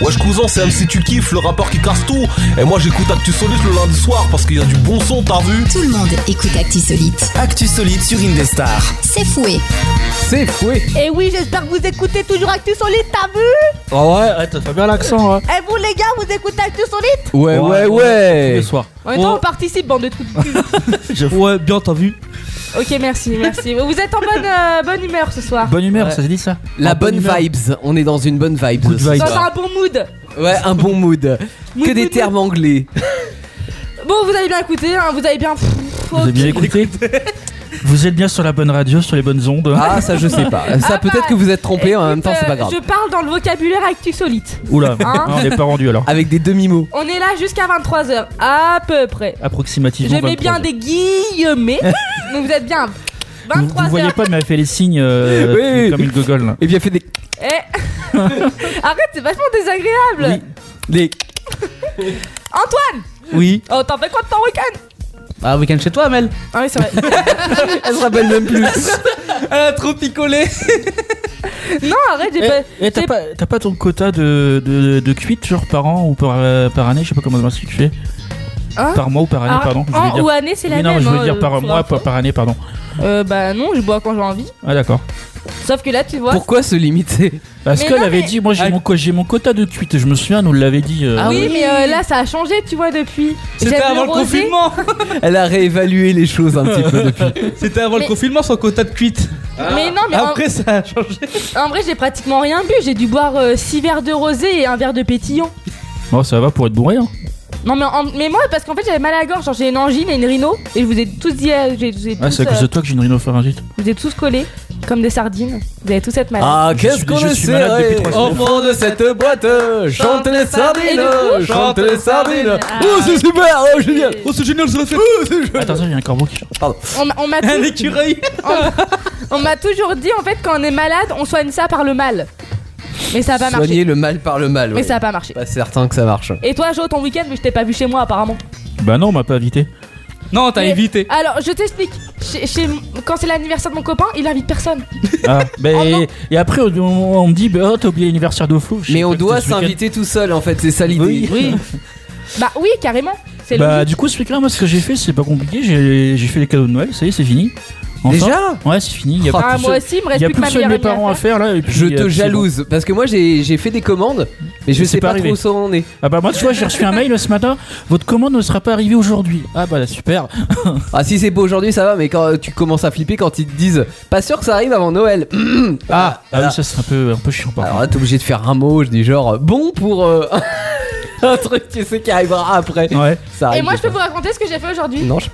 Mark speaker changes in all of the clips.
Speaker 1: Wesh cousin, c'est MC Tu kiffes, le rappeur qui casse tout. Et moi j'écoute Actu Solite le lundi soir parce qu'il y a du bon son, t'as vu
Speaker 2: Tout le monde écoute Actisolite.
Speaker 3: Actu solide sur Indestar.
Speaker 2: C'est fouet.
Speaker 4: C'est fouet.
Speaker 5: Et oui, j'espère que vous écoutez toujours Actu Solide, t'as vu
Speaker 4: Ah ouais, ouais, t'as fait bien l'accent. hein.
Speaker 5: Et Eh, vous les gars, vous écoutez Actu Solide
Speaker 4: Ouais, ouais, ouais.
Speaker 6: Tous les soirs.
Speaker 5: En même temps,
Speaker 6: Ouais.
Speaker 5: on participe, bande de trucs.
Speaker 6: Ouais, bien, t'as vu
Speaker 5: ok, merci, merci. Vous êtes en bonne, euh, bonne humeur ce soir.
Speaker 6: Bonne humeur,
Speaker 4: Ouais.
Speaker 6: ça se dit ça
Speaker 3: La
Speaker 6: En
Speaker 3: bonne
Speaker 6: humeur.
Speaker 3: vibes. On est dans une bonne vibe.
Speaker 6: Good vibe.
Speaker 5: Dans un bon mood.
Speaker 3: Ouais, un bon mood. que
Speaker 5: Mood,
Speaker 3: des
Speaker 5: mood,
Speaker 3: termes anglais.
Speaker 5: Bon, vous avez bien écouté, hein, vous avez bien. Pff,
Speaker 6: Vous avez bien
Speaker 5: ok.
Speaker 6: écouté Vous êtes bien sur la bonne radio, sur les bonnes ondes
Speaker 3: Ah, ça je sais pas. Ça
Speaker 5: Ah,
Speaker 3: peut-être
Speaker 5: bah,
Speaker 3: que vous êtes trompé,
Speaker 6: hein,
Speaker 3: hein, en même
Speaker 5: Écoute,
Speaker 3: temps c'est
Speaker 5: euh,
Speaker 3: pas grave.
Speaker 5: Je parle dans le vocabulaire Actu Solide.
Speaker 6: Oula,
Speaker 5: Hein
Speaker 6: on n'est pas rendu alors.
Speaker 3: Avec des demi-mots.
Speaker 5: On est là jusqu'à 23h, à peu près.
Speaker 6: Approximativement.
Speaker 5: Je mets bien
Speaker 6: 23.
Speaker 5: des guillemets. Donc vous êtes bien.
Speaker 6: Vous, vous
Speaker 5: 23
Speaker 6: voyez
Speaker 5: heures.
Speaker 6: pas, mais elle fait les signes euh,
Speaker 3: Oui, oui.
Speaker 6: comme une gogole. là.
Speaker 3: Et bien fait des.
Speaker 5: Eh. Arrête, c'est vachement désagréable.
Speaker 3: des-
Speaker 5: Antoine,
Speaker 6: Oui.
Speaker 5: oh, t'en fais quoi de ton week-end
Speaker 4: Ah, week-end chez toi, Amel
Speaker 5: Ah oui, c'est vrai.
Speaker 3: Elle se rappelle même plus. Elle a trop picolé.
Speaker 5: non, arrête,
Speaker 3: Eh,
Speaker 5: j'ai pas.
Speaker 6: Et t'as
Speaker 5: j'ai-
Speaker 6: pas, Euh, t'as pas ton quota de, de, de cuites, genre par an ou par, euh, par année, je sais pas comment c'est que tu fais.
Speaker 5: Hein
Speaker 6: par mois ou par année,
Speaker 5: Ah,
Speaker 6: pardon. Je voulais
Speaker 5: an
Speaker 6: dire.
Speaker 5: ou année, c'est la
Speaker 6: Oui,
Speaker 5: même.
Speaker 6: non, mais je
Speaker 5: hein,
Speaker 6: veux dire par
Speaker 5: euh,
Speaker 6: mois, pas par année, pardon.
Speaker 5: Euh, bah non, je bois quand j'ai envie.
Speaker 6: Ah d'accord.
Speaker 5: Sauf que là, tu vois.
Speaker 3: Pourquoi se limiter
Speaker 6: Parce
Speaker 5: Mais
Speaker 6: qu'elle
Speaker 5: non,
Speaker 6: avait
Speaker 5: mais-
Speaker 6: dit, moi j'ai
Speaker 3: Ah.
Speaker 6: mon, co- j'ai mon quota de cuites, je me souviens, nous l'avait dit. euh,
Speaker 3: Ah
Speaker 5: oui,
Speaker 3: oui.
Speaker 5: mais euh, là, ça a changé, tu vois, depuis.
Speaker 4: C'était
Speaker 5: J'aime
Speaker 4: avant le
Speaker 5: rosé.
Speaker 4: confinement
Speaker 3: Elle a réévalué les choses un petit peu depuis.
Speaker 4: C'était avant
Speaker 5: Mais- Ah.
Speaker 4: le confinement sans quota de cuite. Ah,
Speaker 5: Mais non, mais en-
Speaker 4: Après ça a changé.
Speaker 5: en, vrai, j'ai pratiquement rien bu. J'ai dû boire 6 verres de rosé et un verre de pétillant.
Speaker 6: Bon, ça va pour être bourré. Hein.
Speaker 5: Non mais, en- mais moi parce qu'en fait j'avais mal à la gorge, genre j'ai une angine et une rhino et je vous ai tous dit, euh, j'ai- je vous ai
Speaker 6: Ah,
Speaker 5: tous,
Speaker 6: c'est à cause de
Speaker 5: euh,
Speaker 6: toi que j'ai une rhinopharyngite.
Speaker 5: je vous ai tous collés comme des sardines. Vous avez tous être malades.
Speaker 3: Ah,
Speaker 6: Je
Speaker 3: qu'est-ce
Speaker 6: suis-
Speaker 3: qu'on
Speaker 6: je
Speaker 3: le
Speaker 6: suis
Speaker 3: sait
Speaker 6: malade depuis trois
Speaker 3: Au
Speaker 6: semaines.
Speaker 3: fond de cette boîte, chante les
Speaker 5: Et
Speaker 3: sardines,
Speaker 5: du coup-
Speaker 3: chante les sardines.
Speaker 5: Ah.
Speaker 3: Oh, c'est super, oh, génial.
Speaker 4: Oh, c'est génial, ça l'a fait
Speaker 6: Attends, attends, il y a un corbeau qui chante.
Speaker 5: On, m'a- on m'a
Speaker 4: Un
Speaker 5: tous-
Speaker 4: écureuil
Speaker 5: on m'a toujours dit en fait quand on est malade on soigne ça par le mal. Mais ça a pas marché.
Speaker 3: Soigner le mal par le mal.
Speaker 5: Mais
Speaker 3: ouais.
Speaker 5: ça a pas marché.
Speaker 3: Pas certain que ça marche.
Speaker 5: Et toi Jo ton week-end mais je t'ai pas vu chez moi apparemment.
Speaker 6: Bah non, on m'a pas invité.
Speaker 4: Non, t'as
Speaker 5: Mais-
Speaker 4: évité.
Speaker 5: Alors je t'explique. Chez- chez- quand c'est l'anniversaire de mon copain il invite personne.
Speaker 6: Ah, bah,
Speaker 5: Oh non.
Speaker 6: et, et après, on, on- on me dit, bah, oh, t'as oublié l'anniversaire d'Oflou. Je sais
Speaker 3: Mais on
Speaker 6: pas,
Speaker 3: doit
Speaker 6: c'était ce week-end.
Speaker 3: s'inviter tout seul en fait, c'est ça l'idée.
Speaker 6: Oui.
Speaker 5: Bah oui carrément. C'est
Speaker 6: Bah,
Speaker 5: logique.
Speaker 6: du coup, ce week-end, moi, ce que j'ai fait, c'est pas compliqué. J'ai j'ai fait les cadeaux de Noël, ça y est, c'est fini. Enfin.
Speaker 3: Déjà
Speaker 6: Ouais, c'est fini. Il y a
Speaker 3: Oh,
Speaker 6: plus
Speaker 5: Ah,
Speaker 6: que
Speaker 5: moi
Speaker 6: seul-
Speaker 5: aussi il me
Speaker 6: il
Speaker 5: reste
Speaker 6: y a
Speaker 5: plus que
Speaker 6: plus
Speaker 5: ma
Speaker 6: que seul
Speaker 5: meilleure
Speaker 6: de mes parents à faire là. et puis,
Speaker 3: Je
Speaker 6: euh,
Speaker 3: te
Speaker 6: puis c'est
Speaker 3: jalouse parce que moi j'ai j'ai fait des commandes, mais je
Speaker 6: Et
Speaker 3: sais
Speaker 6: c'est
Speaker 3: pas
Speaker 6: pas
Speaker 3: trop
Speaker 6: arrivé.
Speaker 3: où ça en est.
Speaker 6: bon. Ah bah moi tu vois j'ai reçu un mail ce matin. Votre commande ne sera pas arrivée aujourd'hui. Ah bah là, super.
Speaker 3: Ah, si c'est pas aujourd'hui, ça va, mais quand tu commences à flipper quand ils te disent pas sûr que ça arrive avant Noël.
Speaker 6: Ah, ah
Speaker 3: voilà.
Speaker 6: oui ça c'est un peu un peu chiant par
Speaker 3: Alors
Speaker 6: contre.
Speaker 3: là, t'es obligé de faire un mot, je dis genre bon pour euh, un truc, tu sais qui arrivera après.
Speaker 6: Ouais.
Speaker 3: Ça
Speaker 5: Et
Speaker 3: arrive
Speaker 5: moi je
Speaker 3: des
Speaker 5: peux vous raconter ce que j'ai fait aujourd'hui.
Speaker 3: fois. Non, je.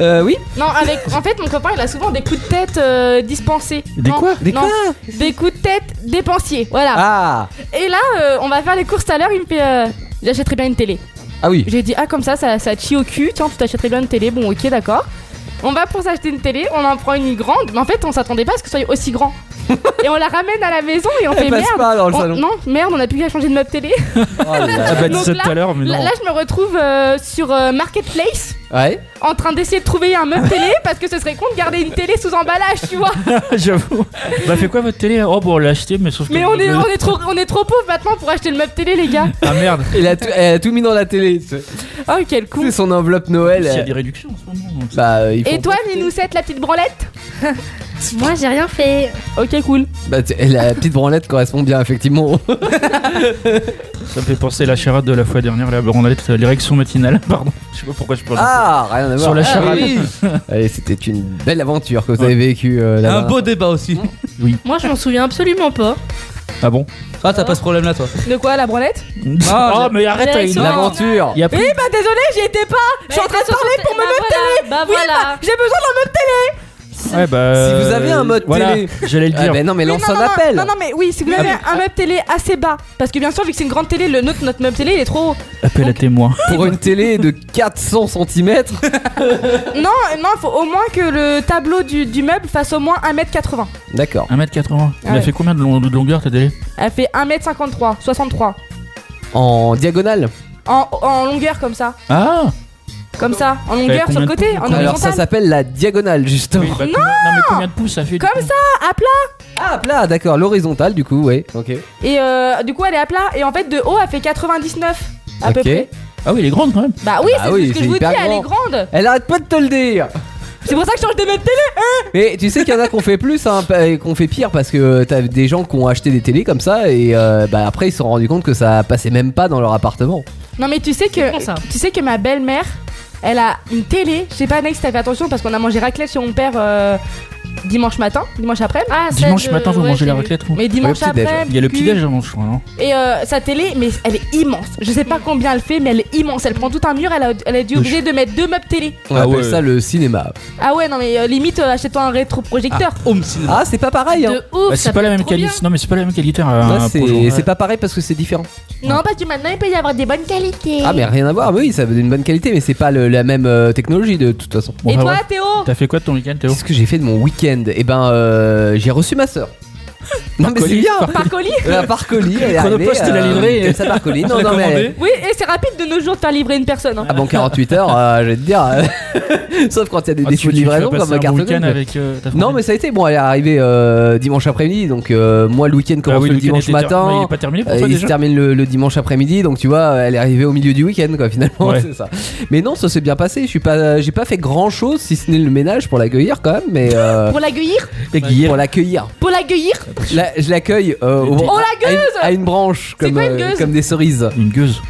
Speaker 3: Euh, oui.
Speaker 5: Non, avec. En fait, mon copain, il a souvent des coups de tête euh, dispensés.
Speaker 6: Des
Speaker 5: Non,
Speaker 6: quoi
Speaker 3: Des
Speaker 5: non,
Speaker 3: quoi
Speaker 5: Des coups de tête dépensiers. Voilà.
Speaker 3: Ah
Speaker 5: Et là, euh, on va faire les courses tout à l'heure. Il me fait. euh, J'achèterai bien une télé.
Speaker 3: Ah oui.
Speaker 5: J'ai dit, ah, comme ça, ça, ça te chie au cul. Tiens, tu t'achèterais bien une télé. Bon, ok, d'accord. On va pour s'acheter une télé. On en prend une grande. Mais en fait, on s'attendait pas à ce que ce soit aussi grand. et on la ramène à la maison et on fait
Speaker 3: Elle passe
Speaker 5: merde.
Speaker 3: pas dans le
Speaker 5: on-
Speaker 3: salon.
Speaker 5: non, merde, on a plus qu'à changer de meuble télé.
Speaker 3: Oh là là.
Speaker 6: Ah bah dis
Speaker 5: Donc
Speaker 6: ça
Speaker 5: là-
Speaker 6: tout à l'heure mais
Speaker 5: Là,
Speaker 6: non.
Speaker 5: là, je me retrouve euh, sur euh, Marketplace
Speaker 3: Ouais.
Speaker 5: en train d'essayer de trouver un meuble télé parce que ce serait con de garder une télé sous emballage, tu vois.
Speaker 6: J'avoue. Bah fait quoi votre télé Oh bon on l'a acheté mais sauf que.
Speaker 5: Mais on est, on est trop, on est trop pauvres maintenant pour acheter le meuble télé, les gars.
Speaker 6: Ah merde.
Speaker 3: Elle a, tout, elle a tout mis dans la télé.
Speaker 5: Oh, quel con.
Speaker 3: C'est son enveloppe
Speaker 6: Il
Speaker 3: Noël.
Speaker 6: y a
Speaker 3: euh,
Speaker 6: des réductions en ce moment. donc ça-
Speaker 3: Bah, euh, il faut
Speaker 5: Et toi, Ninoucette, la petite branlette
Speaker 7: Moi, j'ai rien fait.
Speaker 5: Ok, cool.
Speaker 3: Bah, t- la petite branlette correspond bien effectivement.
Speaker 6: Ça me fait penser à la charade de la fois dernière là. On allait l'érection matinale. Pardon. Je sais pas pourquoi je parle.
Speaker 3: Ah, rien à voir.
Speaker 6: Sur la
Speaker 3: Ah,
Speaker 6: charade.
Speaker 3: oui. Allez, c'était une belle aventure que vous
Speaker 6: Ouais.
Speaker 3: avez vécue euh,
Speaker 4: Un
Speaker 3: là-bas.
Speaker 4: beau débat aussi.
Speaker 7: Moi, je m'en souviens absolument pas.
Speaker 6: Ah bon
Speaker 4: Ah, t'as pas ce problème là, toi.
Speaker 5: De quoi, la branlette
Speaker 3: Ah,
Speaker 8: Ah,
Speaker 6: Oh mais arrête.
Speaker 7: Direction-
Speaker 6: il-
Speaker 3: L'aventure.
Speaker 6: Il y a plus.
Speaker 5: Oui, bah désolé, j'y étais pas. Je suis en train de parler pour me mettre.
Speaker 7: télé Bah voilà
Speaker 5: J'ai besoin d'un meuble télé.
Speaker 6: Ouais, bah,
Speaker 3: Si vous avez un mode
Speaker 6: voilà,
Speaker 3: télé.
Speaker 6: J'allais le
Speaker 3: Ah,
Speaker 6: dire.
Speaker 3: bah, non, mais lance
Speaker 5: non,
Speaker 3: un
Speaker 5: non,
Speaker 3: appel.
Speaker 5: Non, non, mais oui, si vous
Speaker 6: Ah,
Speaker 5: avez
Speaker 6: mais-
Speaker 5: un meuble télé assez bas, parce que bien sûr, vu que c'est une grande télé, le notre, notre meuble télé, il est trop haut.
Speaker 6: Appel à témoin.
Speaker 3: Pour une télé de 400 cm.
Speaker 5: Non, non, faut au moins que le tableau du, du meuble fasse au moins 1m80.
Speaker 3: D'accord.
Speaker 6: 1m80. Il
Speaker 5: Ah Ouais.
Speaker 6: a fait combien de, long- de longueur ta télé
Speaker 5: Elle fait 1m53, 63.
Speaker 3: En diagonale.
Speaker 5: En, en longueur comme ça.
Speaker 6: Ah
Speaker 5: Comme ça, en longueur, sur
Speaker 6: combien
Speaker 5: le
Speaker 6: de
Speaker 5: côté, en
Speaker 9: Alors ça
Speaker 5: horizontal.
Speaker 9: s'appelle la diagonale justement.
Speaker 6: Oui, bah, combien- non, mais combien de pouces ça fait du
Speaker 5: Comme
Speaker 6: coup
Speaker 5: À plat
Speaker 9: Ah plat, d'accord, l'horizontale du coup, ouais. Ok.
Speaker 5: Et euh, du coup, elle est à plat. Et en fait, de haut, elle fait 99 à peu
Speaker 9: Ok.
Speaker 5: près.
Speaker 6: Ah oui, elle est grande quand même.
Speaker 5: Bah oui,
Speaker 9: Bah
Speaker 5: c'est
Speaker 9: oui,
Speaker 5: ce que
Speaker 9: c'est
Speaker 5: je vous dis,
Speaker 9: hyper
Speaker 5: elle est
Speaker 9: grand.
Speaker 5: grande.
Speaker 9: Elle arrête pas de te le dire.
Speaker 5: C'est pour ça que je change de mode de télé.
Speaker 9: Mais tu sais qu'il y en a qu'on fait plus, hein, pa- et qu'on fait pire parce que euh, t'as des gens qui ont acheté des télés comme ça et euh, bah après ils se sont rendus compte que ça passait même pas dans leur appartement.
Speaker 5: Non, mais tu sais que,
Speaker 10: bon, ça.
Speaker 5: tu sais que ma belle-mère, elle a une télé. Je sais pas, Nex, t'as fait attention parce qu'on a mangé raclette chez mon père euh, dimanche matin, dimanche après.
Speaker 10: Ah, celle
Speaker 6: Dimanche
Speaker 10: de-
Speaker 6: matin, vous
Speaker 10: ouais,
Speaker 6: mangez
Speaker 10: j'ai
Speaker 6: la
Speaker 10: vu.
Speaker 6: raclette vous
Speaker 5: Mais dimanche
Speaker 9: Ouais, petit-déj.
Speaker 5: après.
Speaker 6: Il y a le
Speaker 5: cul.
Speaker 6: petit déj hein. avant, je crois. non
Speaker 5: Et euh, sa télé, mais elle est immense. Je sais pas combien elle fait, mais elle est immense. Elle prend tout un mur. Elle a, elle a dû obligée de mettre deux meubles télé.
Speaker 9: On
Speaker 6: Ah
Speaker 9: appelle
Speaker 6: ouais.
Speaker 9: ça le cinéma.
Speaker 5: Ah ouais, non, mais euh, limite, euh, achète-toi un rétroprojecteur.
Speaker 8: Home cinéma.
Speaker 9: Ah c'est pas pareil. Hein.
Speaker 10: De ouf,
Speaker 6: Bah,
Speaker 10: ça
Speaker 6: c'est pas la
Speaker 10: peut
Speaker 6: même
Speaker 10: être trop
Speaker 6: qualité. Non, mais c'est pas la même qualité. euh,
Speaker 9: Là,
Speaker 6: un
Speaker 9: c'est
Speaker 6: Peugeot.
Speaker 9: c'est pas pareil parce que c'est différent.
Speaker 10: bien. Non, parce que maintenant il peut y avoir des bonnes qualités.
Speaker 9: Ah mais rien à voir, mais oui, ça veut dire une bonne qualité, mais c'est pas le- la même euh, technologie de toute façon.
Speaker 6: Bon,
Speaker 5: Et
Speaker 6: bah,
Speaker 5: toi,
Speaker 6: ouais.
Speaker 5: Théo
Speaker 6: T'as fait quoi de ton week-end, Théo
Speaker 9: Qu'est-ce que j'ai fait de mon week-end Eh ben, euh, j'ai reçu ma sœur. Non mais c'est
Speaker 6: colis,
Speaker 9: bien.
Speaker 5: Par colis
Speaker 9: Euh, par colis, elle est arrivée. euh,
Speaker 6: Chronopost, il l'a livré.
Speaker 9: comme ça par colis. Non,
Speaker 6: Elle a
Speaker 9: non, mais elle-
Speaker 6: commandé.
Speaker 5: Oui, et c'est rapide de nos jours de faire livrer une personne. hein.
Speaker 9: Avant 48 heures, euh, je vais te dire. euh, Sauf quand il y a des
Speaker 6: Ah, tu-
Speaker 9: défauts de
Speaker 6: tu vas
Speaker 9: livraison
Speaker 6: passer un
Speaker 9: comme ma
Speaker 6: bon
Speaker 9: carte
Speaker 6: week-end
Speaker 9: bleue.
Speaker 6: avec euh, ta
Speaker 9: Non, mais ça a été. Bon, elle est arrivée euh, dimanche après-midi. Donc, euh, moi, le week-end commence
Speaker 6: Ah oui,
Speaker 9: le
Speaker 6: week-end
Speaker 9: dimanche
Speaker 6: était ter- Ouais, Il
Speaker 9: matin.
Speaker 6: est pas terminé pour
Speaker 9: euh,
Speaker 6: toi
Speaker 9: il se
Speaker 6: déjà
Speaker 9: termine le, le dimanche après-midi, donc tu vois, elle est arrivée au milieu du week-end, quoi, finalement,
Speaker 6: Ouais.
Speaker 9: c'est ça. Mais non, ça s'est bien passé. Je suis pas, j'ai pas fait grand-chose, si ce n'est le ménage pour l'accueillir quand même, mais euh,
Speaker 5: Pour l'accueillir
Speaker 9: pour l'accueillir.
Speaker 5: Pour l'accueillir
Speaker 9: La- je l'accueille euh, au-
Speaker 5: Oh la
Speaker 9: à,
Speaker 5: gueule
Speaker 9: une, à une branche,
Speaker 5: C'est
Speaker 9: comme,
Speaker 5: quoi une
Speaker 9: euh,
Speaker 5: gueuse
Speaker 9: comme des cerises.
Speaker 6: Une gueuse.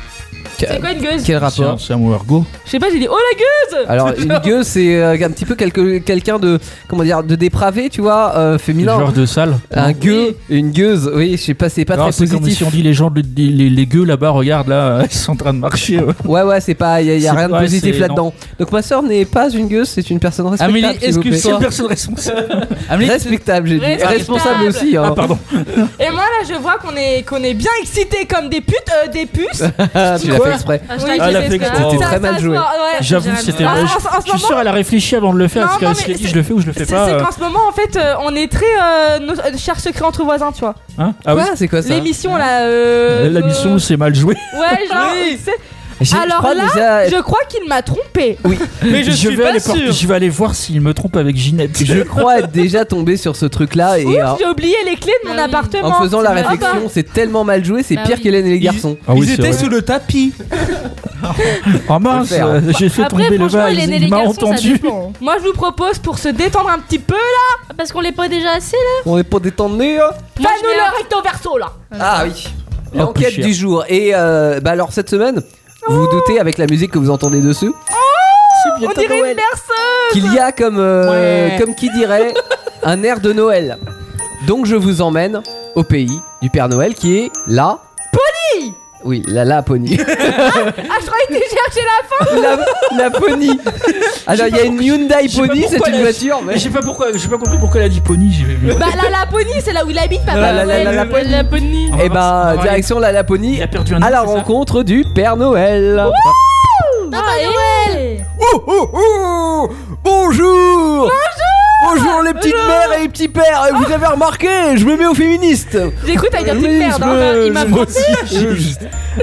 Speaker 5: C'est quoi une gueuse
Speaker 9: Quel
Speaker 6: C'est un-
Speaker 9: rapport
Speaker 6: C'est un mover go.
Speaker 5: Je sais pas, j'ai dit oh la gueuse
Speaker 9: Alors, une gueuse, c'est euh, un petit peu quelque- quelqu'un de comment dire de dépravé, tu vois, euh, féminin.
Speaker 6: Genre de salle.
Speaker 9: Un gueux, une gueuse, oui, je sais pas, c'est pas
Speaker 6: Non,
Speaker 9: très
Speaker 6: c'est comme si
Speaker 9: positif.
Speaker 6: on dit les gens, les, les- les gueux là-bas, regarde là, ils sont en train de marcher. ouais.
Speaker 9: Ouais, ouais, c'est pas, y a, y a
Speaker 6: C'est
Speaker 9: rien de
Speaker 6: pas-
Speaker 9: positif
Speaker 6: c'est-
Speaker 9: là-dedans. Donc ma soeur n'est pas une gueuse, c'est une personne respectable.
Speaker 8: Amélie,
Speaker 9: s'il vous plaît.
Speaker 8: excuse-toi.
Speaker 6: personne responsable.
Speaker 9: Respectable, j'ai dit.
Speaker 5: Respectable.
Speaker 9: Responsable aussi. hein.
Speaker 6: Ah, pardon.
Speaker 5: Et moi là, je vois qu'on est, qu'on est bien excités comme des putes, euh, des puces.
Speaker 9: Ah, tu l'as
Speaker 6: Quoi
Speaker 9: fait exprès.
Speaker 10: Ah,
Speaker 5: Oui,
Speaker 6: Ah,
Speaker 5: je
Speaker 6: la
Speaker 5: sais
Speaker 6: flex,
Speaker 5: ce que-
Speaker 6: c'était
Speaker 5: ça,
Speaker 9: très
Speaker 5: ça,
Speaker 9: mal
Speaker 5: Ah, ça,
Speaker 9: joué.
Speaker 5: ouais.
Speaker 6: J'avoue,
Speaker 10: Jérémy.
Speaker 6: c'était.
Speaker 5: Ah, en- en
Speaker 6: je-
Speaker 5: ce
Speaker 6: je suis
Speaker 5: moment-
Speaker 6: sûr, elle a réfléchi avant de le faire.
Speaker 5: Non,
Speaker 6: parce
Speaker 5: non,
Speaker 6: qu'elle s'est
Speaker 5: mais
Speaker 6: dit,
Speaker 5: c'est-
Speaker 6: je le fais ou je le
Speaker 5: C'est
Speaker 6: fais
Speaker 5: c'est
Speaker 6: pas. euh,
Speaker 5: qu'en ce moment, en fait, euh, on est très euh, nos- euh, chers secrets entre voisins, tu vois.
Speaker 6: hein Ah oui.
Speaker 9: Quoi C'est quoi ça
Speaker 5: L'émission là. euh,
Speaker 6: La mission,
Speaker 5: euh,
Speaker 6: c'est mal joué.
Speaker 5: Ouais, genre. c'est-
Speaker 9: J'ai- je
Speaker 5: Alors
Speaker 9: crois
Speaker 5: là,
Speaker 9: déjà-
Speaker 5: Je crois qu'il m'a trompé.
Speaker 8: Mais je, suis
Speaker 6: vais
Speaker 8: pas
Speaker 6: aller por-
Speaker 8: sûr.
Speaker 6: je vais aller voir s'il me trompe avec Ginette.
Speaker 9: je crois être déjà tombé sur ce truc-là et euh,
Speaker 5: J'ai oublié les clés de mon
Speaker 10: Ah oui.
Speaker 5: appartement.
Speaker 9: en faisant la
Speaker 5: Ah bah.
Speaker 9: réflexion, c'est tellement mal joué, c'est
Speaker 10: Bah
Speaker 9: pire
Speaker 10: oui.
Speaker 9: qu'Hélène et les garçons.
Speaker 6: Ah oui,
Speaker 8: Ils
Speaker 6: c'est
Speaker 8: étaient
Speaker 6: vrai.
Speaker 8: sous le tapis.
Speaker 6: Oh mince,
Speaker 9: Faut le faire.
Speaker 6: euh, j'ai fait
Speaker 10: Après,
Speaker 6: tomber le
Speaker 10: franchement,
Speaker 6: bas.
Speaker 10: il est né les
Speaker 6: Il m'a
Speaker 10: garçons, ça
Speaker 6: entendu.
Speaker 10: dépend. hein.
Speaker 5: Moi, je vous propose pour se détendre un petit peu.
Speaker 10: Ah, Parce qu'on les pas déjà assez là.
Speaker 9: On est pas détendu, hein
Speaker 10: Moi, je
Speaker 5: Fais-nous
Speaker 10: vais-
Speaker 5: le recto verso là.
Speaker 9: Ah oui.
Speaker 6: Oh,
Speaker 9: L'enquête
Speaker 6: plus cher.
Speaker 9: du jour. Et euh, bah alors cette semaine, vous vous doutez avec la musique que vous entendez dessus
Speaker 5: Oh, On dirait une berceuse.
Speaker 9: qu'il y a comme euh, comme qui dirait un air de Noël. Donc je vous emmène au pays du Père Noël qui est la Pony. Oui, la Laponie.
Speaker 5: Ah, je croyais que tu cherchais la fin.
Speaker 9: la, la Pony. Alors il y a une
Speaker 6: je
Speaker 9: Hyundai
Speaker 6: sais pas
Speaker 9: Pony, c'est
Speaker 6: pourquoi
Speaker 9: une
Speaker 6: la-
Speaker 9: voiture, mais
Speaker 6: Mais j'ai pas pourquoi, j'ai pas compris pourquoi elle a dit pony. J'ai
Speaker 5: Bah, la Laponie, c'est là où il habite, papa.
Speaker 9: La- la- la- la- la-
Speaker 5: Noël.
Speaker 9: Laponie.
Speaker 5: Laponie.
Speaker 6: On va voir si- on
Speaker 9: Eh
Speaker 6: va
Speaker 9: ben,
Speaker 6: aller-
Speaker 9: direction la Laponie,
Speaker 6: Il a perdu un
Speaker 9: à la
Speaker 6: nom, c'est ça
Speaker 9: rencontre du Père Noël.
Speaker 5: Ah, et-
Speaker 9: Oh, oh, oh Bonjour Bonjour les petites mères et les petits pères Et Vous avez remarqué, je me mets au féministe
Speaker 5: Ah. J'ai cru t'allais dire
Speaker 9: Oui,
Speaker 5: petite merde. hein,
Speaker 9: je-
Speaker 5: bah, Il m'a
Speaker 6: Moi aussi, j'ai-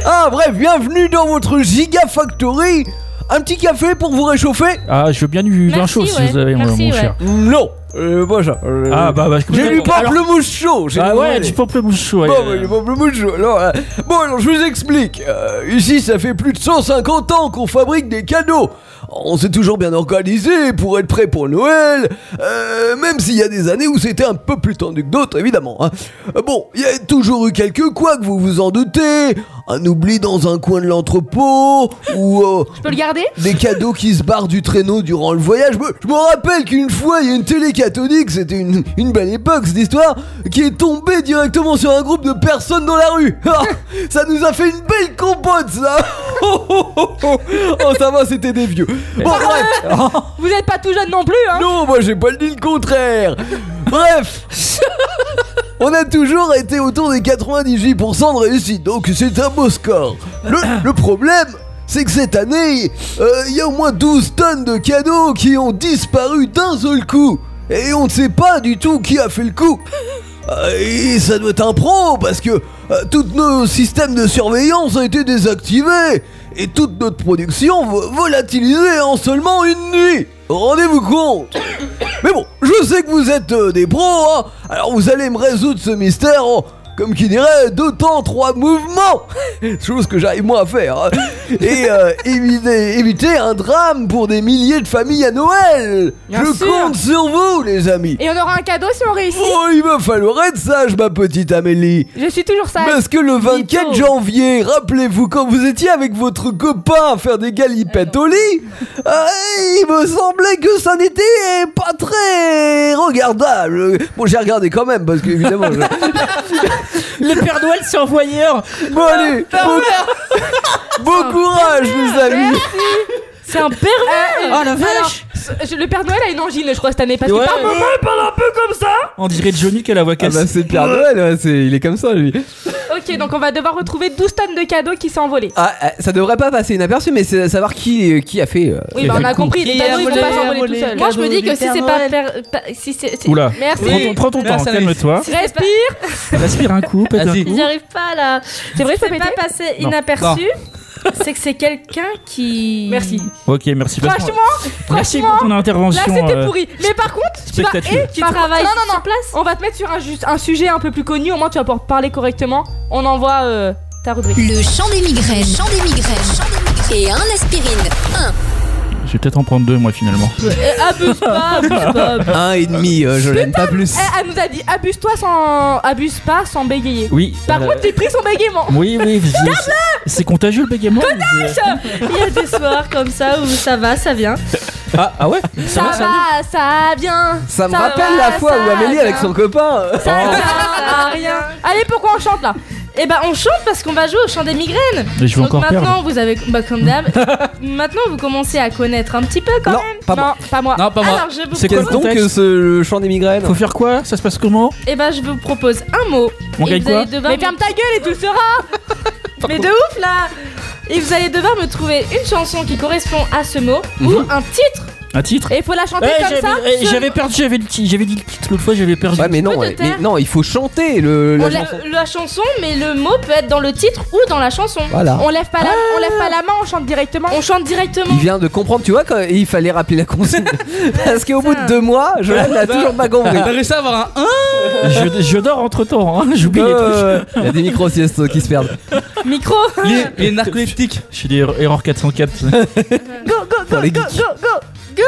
Speaker 9: Ah bref, bienvenue dans votre Giga Factory Un petit café pour vous réchauffer
Speaker 6: Ah, je veux bien du vin
Speaker 10: Merci,
Speaker 6: chaud si
Speaker 10: ouais.
Speaker 6: vous avez, mon-
Speaker 10: Merci,
Speaker 6: mon
Speaker 10: ouais.
Speaker 6: cher.
Speaker 9: Non euh, Pas ça. Euh,
Speaker 6: Ah bah, bah, je-
Speaker 9: J'ai du
Speaker 6: Alors-
Speaker 9: pamplemousse chaud j'ai
Speaker 6: Ah
Speaker 9: du-
Speaker 6: ouais, du pamplemousse chaud. ouais. euh.
Speaker 9: Bon, bah, du pamplemousse chaud. Alors, euh, bon, alors je vous explique. Euh, ici, ça fait plus de 150 ans qu'on fabrique des cadeaux. On s'est toujours bien organisé pour être prêt pour Noël, euh, même s'il y a des années où c'était un peu plus tendu que d'autres, évidemment. hein. Euh, Bon, il y a toujours eu quelques quoi que vous vous en doutez. Un oubli dans un coin de l'entrepôt, ou euh,
Speaker 5: Je peux le garder
Speaker 9: des cadeaux qui se barrent du traîneau durant le voyage. Je me- Je me rappelle qu'une fois, il y a une télé catholique, c'était une, une belle époque cette histoire, qui est tombée directement sur un groupe de personnes dans la rue. Ah, ça nous a fait une belle compote, ça Oh, oh, oh, oh. Oh, ça va, c'était des vieux. Bon, bref
Speaker 5: Vous êtes pas tout jeune non plus, hein
Speaker 9: Non, moi j'ai pas dit le contraire Bref On a toujours été autour des 98% de réussite, donc c'est un beau score. Le, le problème, c'est que cette année, euh, il y a au moins 12 tonnes de cadeaux qui ont disparu d'un seul coup. Et on ne sait pas du tout qui a fait le coup. euh, et ça doit être un pro parce que euh, tous nos systèmes de surveillance ont été désactivés et toute notre production vo- volatilisée en seulement une nuit. Rendez-vous compte Mais bon, je sais que vous êtes euh, des pros, hein, alors vous allez me résoudre ce mystère en, comme qui dirait, deux temps, trois mouvements Chose que j'arrive moins à faire. hein. Et euh, éviter, éviter un drame pour des milliers de familles à Noël
Speaker 5: Bien
Speaker 9: Je
Speaker 5: sûr.
Speaker 9: compte sur vous, les amis
Speaker 5: Et on aura un cadeau si on réussit.
Speaker 9: Oh, il va falloir être sage, ma petite Amélie
Speaker 5: Je suis toujours sage.
Speaker 9: parce que le 24
Speaker 5: Mytho.
Speaker 9: janvier, rappelez-vous, quand vous étiez avec votre copain à faire des galipettes au lit, euh, il me semblait que ça n'était pas très regardable. Bon, j'ai regardé quand même, parce que évidemment. je-
Speaker 3: Le Père Noël survoyeur
Speaker 9: Bon, allez, bon, bon courage, les amis.
Speaker 10: C'est un pervers
Speaker 3: Oh la
Speaker 5: Alors,
Speaker 3: vache
Speaker 5: ce- je- le Père Noël a une angine, je crois, cette année. Parce que
Speaker 3: Ouais.
Speaker 5: par moment,
Speaker 6: On dirait Johnny qui a la voix
Speaker 3: Ah bah
Speaker 6: cassée.
Speaker 3: c'est Père Noël, ouais, c'est- il est comme ça lui.
Speaker 5: Ok, donc on va devoir retrouver 12 tonnes de cadeaux qui sont envolés.
Speaker 3: Ah, ah, ça devrait pas passer inaperçu, mais c'est à savoir qui, euh, qui a fait. euh,
Speaker 5: Oui, bah on a
Speaker 6: Qui a
Speaker 5: compris, les
Speaker 3: Qui a
Speaker 5: cadeaux ils vont
Speaker 3: volé,
Speaker 5: pas
Speaker 3: a
Speaker 5: s'envoler tout
Speaker 3: volé.
Speaker 5: seuls.
Speaker 10: Moi je me dis que si
Speaker 3: Père
Speaker 10: c'est pas per- pa- si c'est si-
Speaker 6: Oula.
Speaker 10: Merci.
Speaker 6: Prends ton, prends ton temps,
Speaker 8: Merci, Anaïs.
Speaker 6: calme-toi.
Speaker 10: Si c'est pas-
Speaker 6: Respire un coup, pète un
Speaker 8: Vas-y.
Speaker 6: coup.
Speaker 10: J'arrive pas là.
Speaker 5: C'est vrai, je peux
Speaker 10: C'est pas
Speaker 5: péter
Speaker 10: passé
Speaker 6: Non.
Speaker 10: inaperçu. C'est que c'est quelqu'un qui.
Speaker 5: Merci.
Speaker 6: Ok, merci. Vincent.
Speaker 5: Franchement,
Speaker 6: merci
Speaker 5: franchement,
Speaker 6: pour ton
Speaker 5: là
Speaker 6: intervention.
Speaker 5: c'était
Speaker 6: euh,
Speaker 5: pourri. Mais par contre, tu vas
Speaker 6: spectaculaire.
Speaker 5: et
Speaker 10: Tu
Speaker 5: par-
Speaker 10: travailles
Speaker 5: Non, non, non.
Speaker 10: sur place.
Speaker 5: On va te mettre sur un, ju- un sujet un peu plus connu, au moins tu vas pouvoir parler correctement. On envoie euh, ta rubrique.
Speaker 2: Le chant des migraines. Chant des migraines. Chant des migraines. Et un aspirine. Un.
Speaker 6: Je vais peut-être en prendre deux, moi, finalement.
Speaker 5: Eh, abuse pas, abuse pas. abuse-
Speaker 3: Un et demi, euh, je l'aime pas plus.
Speaker 5: Eh, elle nous a dit abuse-toi sans. abuse pas sans bégayer.
Speaker 6: Oui.
Speaker 5: Par
Speaker 6: euh,
Speaker 5: contre, t'es pris son bégaiement.
Speaker 6: Oui, oui. c'est- C'est contagieux le bégaiement. mais c'est-
Speaker 10: Il y a des soirs comme ça où ça va, ça vient.
Speaker 3: Ah, ah ouais
Speaker 5: Ça, va, ça vient.
Speaker 9: Ça me
Speaker 5: Ça
Speaker 9: rappelle
Speaker 5: va,
Speaker 9: la fois
Speaker 5: ça
Speaker 9: où Amélie,
Speaker 5: va.
Speaker 9: avec son copain. euh,
Speaker 5: Ça
Speaker 6: Oh.
Speaker 5: ne sert
Speaker 10: Ah,
Speaker 5: à rien. Allez, pourquoi on chante là
Speaker 10: Et bah on chante parce qu'on va jouer au chant des migraines.
Speaker 6: Mais je vais
Speaker 10: Donc
Speaker 6: encore perdre.
Speaker 10: maintenant vous avez bah, comme d'hab. maintenant vous commencez à connaître un petit peu quand
Speaker 3: Non,
Speaker 10: même.
Speaker 3: pas moi.
Speaker 5: Non, pas moi.
Speaker 8: Non, pas moi.
Speaker 10: Alors je vous
Speaker 6: C'est quoi
Speaker 3: Qu'est-ce
Speaker 10: propose,
Speaker 3: donc
Speaker 6: contexte
Speaker 3: euh, ce le chant des migraines
Speaker 6: Faut faire quoi Ça se passe comment
Speaker 10: eh ben, je vous propose un mot.
Speaker 6: On
Speaker 10: et
Speaker 6: gagne
Speaker 10: vous
Speaker 6: quoi
Speaker 10: allez devoir
Speaker 5: Mais
Speaker 10: me-
Speaker 5: ferme ta gueule et tout sera.
Speaker 10: Mais de ouf là Et vous allez devoir me trouver une chanson qui correspond à ce mot ou un titre.
Speaker 6: Un titre
Speaker 5: Et faut la chanter
Speaker 6: Eh,
Speaker 5: comme
Speaker 6: j'avais-
Speaker 5: ça.
Speaker 6: eh, J'avais perdu, j'avais le ti- j'avais dit le titre l'autre fois, j'avais perdu.
Speaker 3: Ouais, mais non,
Speaker 10: Peu de
Speaker 3: ouais, mais
Speaker 10: terre.
Speaker 3: non, il faut chanter le.
Speaker 10: On
Speaker 3: Euh, La
Speaker 10: l'a-
Speaker 3: chanson.
Speaker 10: la chanson, mais le mot peut être dans le titre ou dans la chanson.
Speaker 3: Voilà.
Speaker 5: On lève pas la, on lève pas la main, on chante directement.
Speaker 10: On chante directement.
Speaker 3: Il vient de comprendre, tu vois, quand il fallait rappeler la consigne. Parce qu'au bout de deux mois, je l'a toujours pas compris.
Speaker 8: T'as réussi à avoir un 1
Speaker 6: Je, je dors entre temps, hein, j'oublie les trucs.
Speaker 3: Euh, Il y a des micro-siestes qui se perdent.
Speaker 10: Micro
Speaker 8: Il est- il est narcoleptique.
Speaker 6: Je suis des er- erreurs 404.
Speaker 5: Go, go, go,
Speaker 3: Pour les
Speaker 5: go,
Speaker 3: geeks.
Speaker 5: go, go.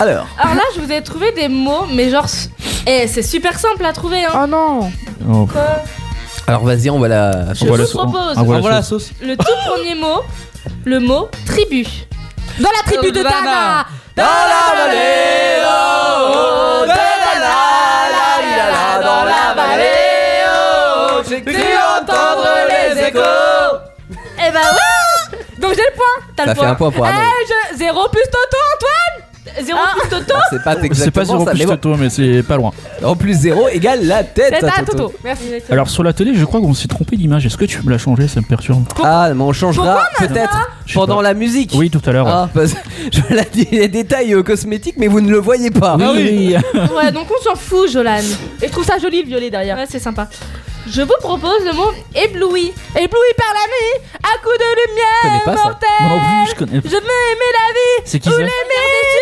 Speaker 3: Alors,
Speaker 10: Alors là, je vous ai trouvé des mots, mais genre. Eh, c'est super simple à trouver, hein.
Speaker 5: Oh non.
Speaker 6: Oh,
Speaker 3: alors vas-y, on va la.
Speaker 10: Je
Speaker 6: envoie
Speaker 10: vous
Speaker 6: la sauce.
Speaker 10: propose
Speaker 6: Envoie
Speaker 8: Envoie la
Speaker 6: la sauce.
Speaker 8: sauce.
Speaker 10: le tout premier mot, le mot tribu.
Speaker 5: Dans la tribu de
Speaker 8: Dana.
Speaker 5: Dana.
Speaker 9: Dans la vallée, oh, oh, da, da, la, la, la, la, la, dans la vallée, oh, oh, j'ai cru entendre les échos.
Speaker 10: Eh bah ouais
Speaker 5: Donc j'ai le point. T'as
Speaker 3: Ça
Speaker 5: le
Speaker 3: fait un
Speaker 5: point.
Speaker 3: point pour Arnaud.
Speaker 5: Eh, je- Zéro plus Toto Antoine. Zéro
Speaker 10: Ah.
Speaker 5: plus Toto.
Speaker 3: C'est pas
Speaker 6: C'est
Speaker 3: exactement
Speaker 6: pas zéro
Speaker 3: ça,
Speaker 6: plus
Speaker 3: mais bon.
Speaker 6: Toto, mais c'est pas loin.
Speaker 3: En plus, zéro égale la tête.
Speaker 5: C'est
Speaker 3: à
Speaker 5: à
Speaker 3: Toto.
Speaker 5: Toto. Merci.
Speaker 6: Alors sur la télé, je crois qu'on s'est trompé d'image. Est-ce que tu peux la changer Ça me perturbe.
Speaker 3: Ah, mais on changera peut-être
Speaker 6: Je sais
Speaker 3: pendant
Speaker 6: pas.
Speaker 3: la musique.
Speaker 6: Oui, tout à l'heure.
Speaker 3: Ah, parce- je l'ai dit, les détails euh, cosmétiques, mais vous ne le voyez pas.
Speaker 6: oui, Ah oui.
Speaker 10: Ouais, donc on s'en fout, Jolan.
Speaker 5: Et je trouve ça joli le violet derrière.
Speaker 10: Ouais, c'est sympa. Je vous propose le mot ébloui.
Speaker 5: Ébloui par la nuit, à coups de lumière
Speaker 3: Je connais pas ça.
Speaker 6: Non,
Speaker 5: mortelle.
Speaker 6: oui, je connais.
Speaker 5: Je veux aimer la vie,
Speaker 6: C'est qui ça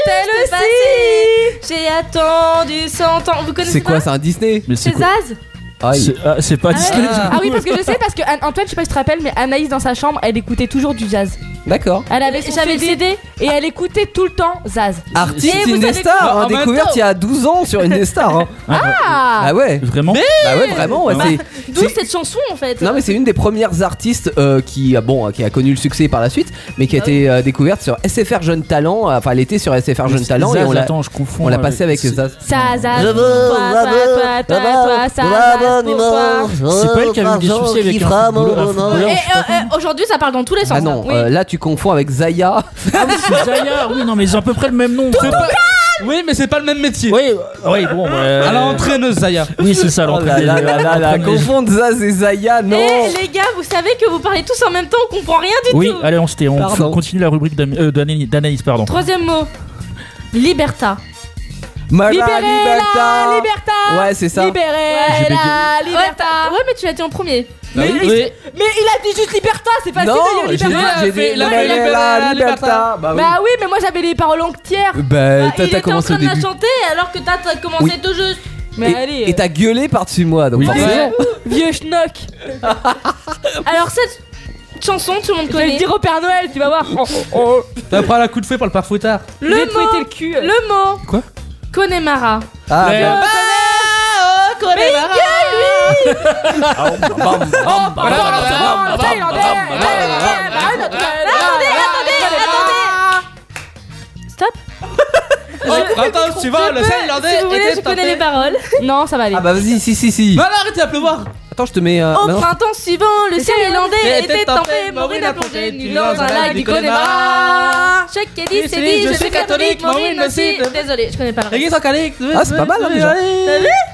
Speaker 10: Tel
Speaker 5: elle
Speaker 10: aussi.
Speaker 5: aussi.
Speaker 10: J'ai attendu 100 ans. Vous connaissez
Speaker 3: C'est quoi,
Speaker 10: pas
Speaker 3: c'est un Disney
Speaker 6: Mais
Speaker 10: C'est
Speaker 6: c'est quoi
Speaker 10: Zaz
Speaker 3: Aïe.
Speaker 6: C'est ah, c'est pas Disney.
Speaker 5: Ah oui, parce que je sais, parce que Anne- Antoine, je sais pas si tu te rappelles, mais Anaïs dans sa chambre, elle écoutait toujours du jazz.
Speaker 3: D'accord.
Speaker 5: Elle avait son
Speaker 10: J'avais le
Speaker 5: CD
Speaker 10: CD.
Speaker 5: et elle écoutait tout le temps Zaz.
Speaker 3: Artiste
Speaker 10: Et vous savez
Speaker 3: Indestar,
Speaker 8: quoi
Speaker 3: hein,
Speaker 8: En même
Speaker 3: découverte
Speaker 8: temps-
Speaker 3: il y a 12 ans sur Indestar. hein.
Speaker 5: bah Ah,
Speaker 3: Ah ouais
Speaker 6: Vraiment
Speaker 3: Bah ouais, vraiment. ouais,
Speaker 6: Bah,
Speaker 3: c'est-
Speaker 10: D'où cette chanson en fait.
Speaker 3: Non mais c'est une des premières artistes euh, qui a bon euh, qui a connu le succès par la suite, mais qui a été euh, découverte sur SFR Jeune Talent. euh, Enfin, elle était sur SFR Jeune Talent et
Speaker 6: Zaz,
Speaker 3: on l'a
Speaker 6: attends, je confonds
Speaker 3: on l'a passé avec
Speaker 6: c'est-
Speaker 3: Zaz.
Speaker 5: Ça, Zaz.
Speaker 11: Je veux
Speaker 5: toi,
Speaker 11: la
Speaker 5: toi, toi,
Speaker 11: bonne,
Speaker 5: toi, toi, ça,
Speaker 11: la
Speaker 5: Zaz,
Speaker 11: bonne
Speaker 5: pour toi.
Speaker 11: humeur.
Speaker 6: C'est pas elle qui a eu des
Speaker 11: L'argent
Speaker 6: soucis avec
Speaker 11: qui
Speaker 6: un
Speaker 11: fera
Speaker 6: footballeur,
Speaker 11: mon
Speaker 6: un footballeur.
Speaker 10: Et
Speaker 6: je sais pas
Speaker 10: euh, euh, aujourd'hui ça parle dans tous les sens.
Speaker 3: Ah non,
Speaker 10: Oui.
Speaker 3: euh, là tu confonds avec Zaya.
Speaker 6: Ah oui, c'est Zaya, oui, non, mais ils ont à peu près le même nom. C'est pas-
Speaker 8: Oui, mais c'est pas le même métier.
Speaker 6: Oui, euh, oui, bon. euh,
Speaker 8: À l'entraîneuse, Zaya.
Speaker 6: Oui, c'est ça,
Speaker 3: Oh là
Speaker 6: l'entraîneuse.
Speaker 3: là là là là,
Speaker 6: l'entraîneuse.
Speaker 3: confondre Zaz et Zaya, Ah, non.
Speaker 10: Eh, les gars, vous savez que vous parlez tous en même temps, on comprend rien du
Speaker 6: Oui,
Speaker 10: tout.
Speaker 6: allez, on se tait. On
Speaker 3: Pardon.
Speaker 6: continue la rubrique d'Am- euh, d'Anaï- d'analyse, pardon.
Speaker 10: Troisième mot. Liberta.
Speaker 3: Malala
Speaker 5: Libérez-la,
Speaker 3: Libertà.
Speaker 5: Liberta
Speaker 3: Ouais, c'est ça.
Speaker 5: Libérez la liberta
Speaker 10: Ouais, mais tu l'as dit en premier.
Speaker 6: Bah
Speaker 8: Ah oui. Oui.
Speaker 5: Mais il a dit juste liberta, Bah, c'est facile
Speaker 3: Non,
Speaker 5: de dire
Speaker 3: j'ai dit,
Speaker 5: liberta
Speaker 3: j'ai
Speaker 8: fait
Speaker 3: dit
Speaker 8: la
Speaker 3: Malala
Speaker 8: Malala
Speaker 3: Libertà. Bah oui.
Speaker 5: Bah oui, mais moi j'avais les paroles entières
Speaker 3: Bah,
Speaker 10: Bah, il
Speaker 3: t'as- t'as
Speaker 10: était en
Speaker 3: commencé
Speaker 10: train
Speaker 3: au
Speaker 10: de la
Speaker 3: début.
Speaker 10: chanter alors que t'as t'as commencé
Speaker 3: Oui.
Speaker 10: tout juste. euh,
Speaker 5: Mais
Speaker 3: Et-
Speaker 5: allez
Speaker 3: Et t'as gueulé par-dessus moi, donc
Speaker 6: Oui.
Speaker 3: forcément.
Speaker 8: Ouais.
Speaker 5: euh, Vieux schnock
Speaker 10: Alors cette chanson, tout le monde
Speaker 5: Je vais
Speaker 10: connaît.
Speaker 5: le dire au Père Noël, tu vas voir
Speaker 8: T'as pris la coup de fouet par le parfouettard.
Speaker 5: Je vais
Speaker 10: Le
Speaker 5: te fouetter le
Speaker 10: mot,
Speaker 5: cul
Speaker 10: le mot.
Speaker 8: Quoi
Speaker 10: Connemara.
Speaker 3: Ah,
Speaker 8: Ouais.
Speaker 3: bah,
Speaker 10: Oh, Connemara.
Speaker 5: Oh, le Thaïlandais Attendez,
Speaker 12: Ah,
Speaker 10: Stop.
Speaker 8: Attends, tu vois, le
Speaker 10: Si
Speaker 8: Thaïlandais
Speaker 10: vous voulez, je
Speaker 8: était
Speaker 10: connais les
Speaker 8: tapé.
Speaker 10: paroles.
Speaker 5: Non, ça va aller
Speaker 3: ah bah vas-y, si, si, si.
Speaker 8: Non, non, arrêtez à pleuvoir.
Speaker 3: Attends, je te mets. euh,
Speaker 10: Au
Speaker 3: bah non.
Speaker 10: printemps suivant, le ciel irlandais était tempé. Maureen a plongé nu dans un lac du Connemara. Chaque qui dit, c'est dit, je suis catholique. Maureen aussi. Désolée, je connais pas la
Speaker 8: Réglez sans calique.
Speaker 3: Ah, c'est pas mal, hein, déjà.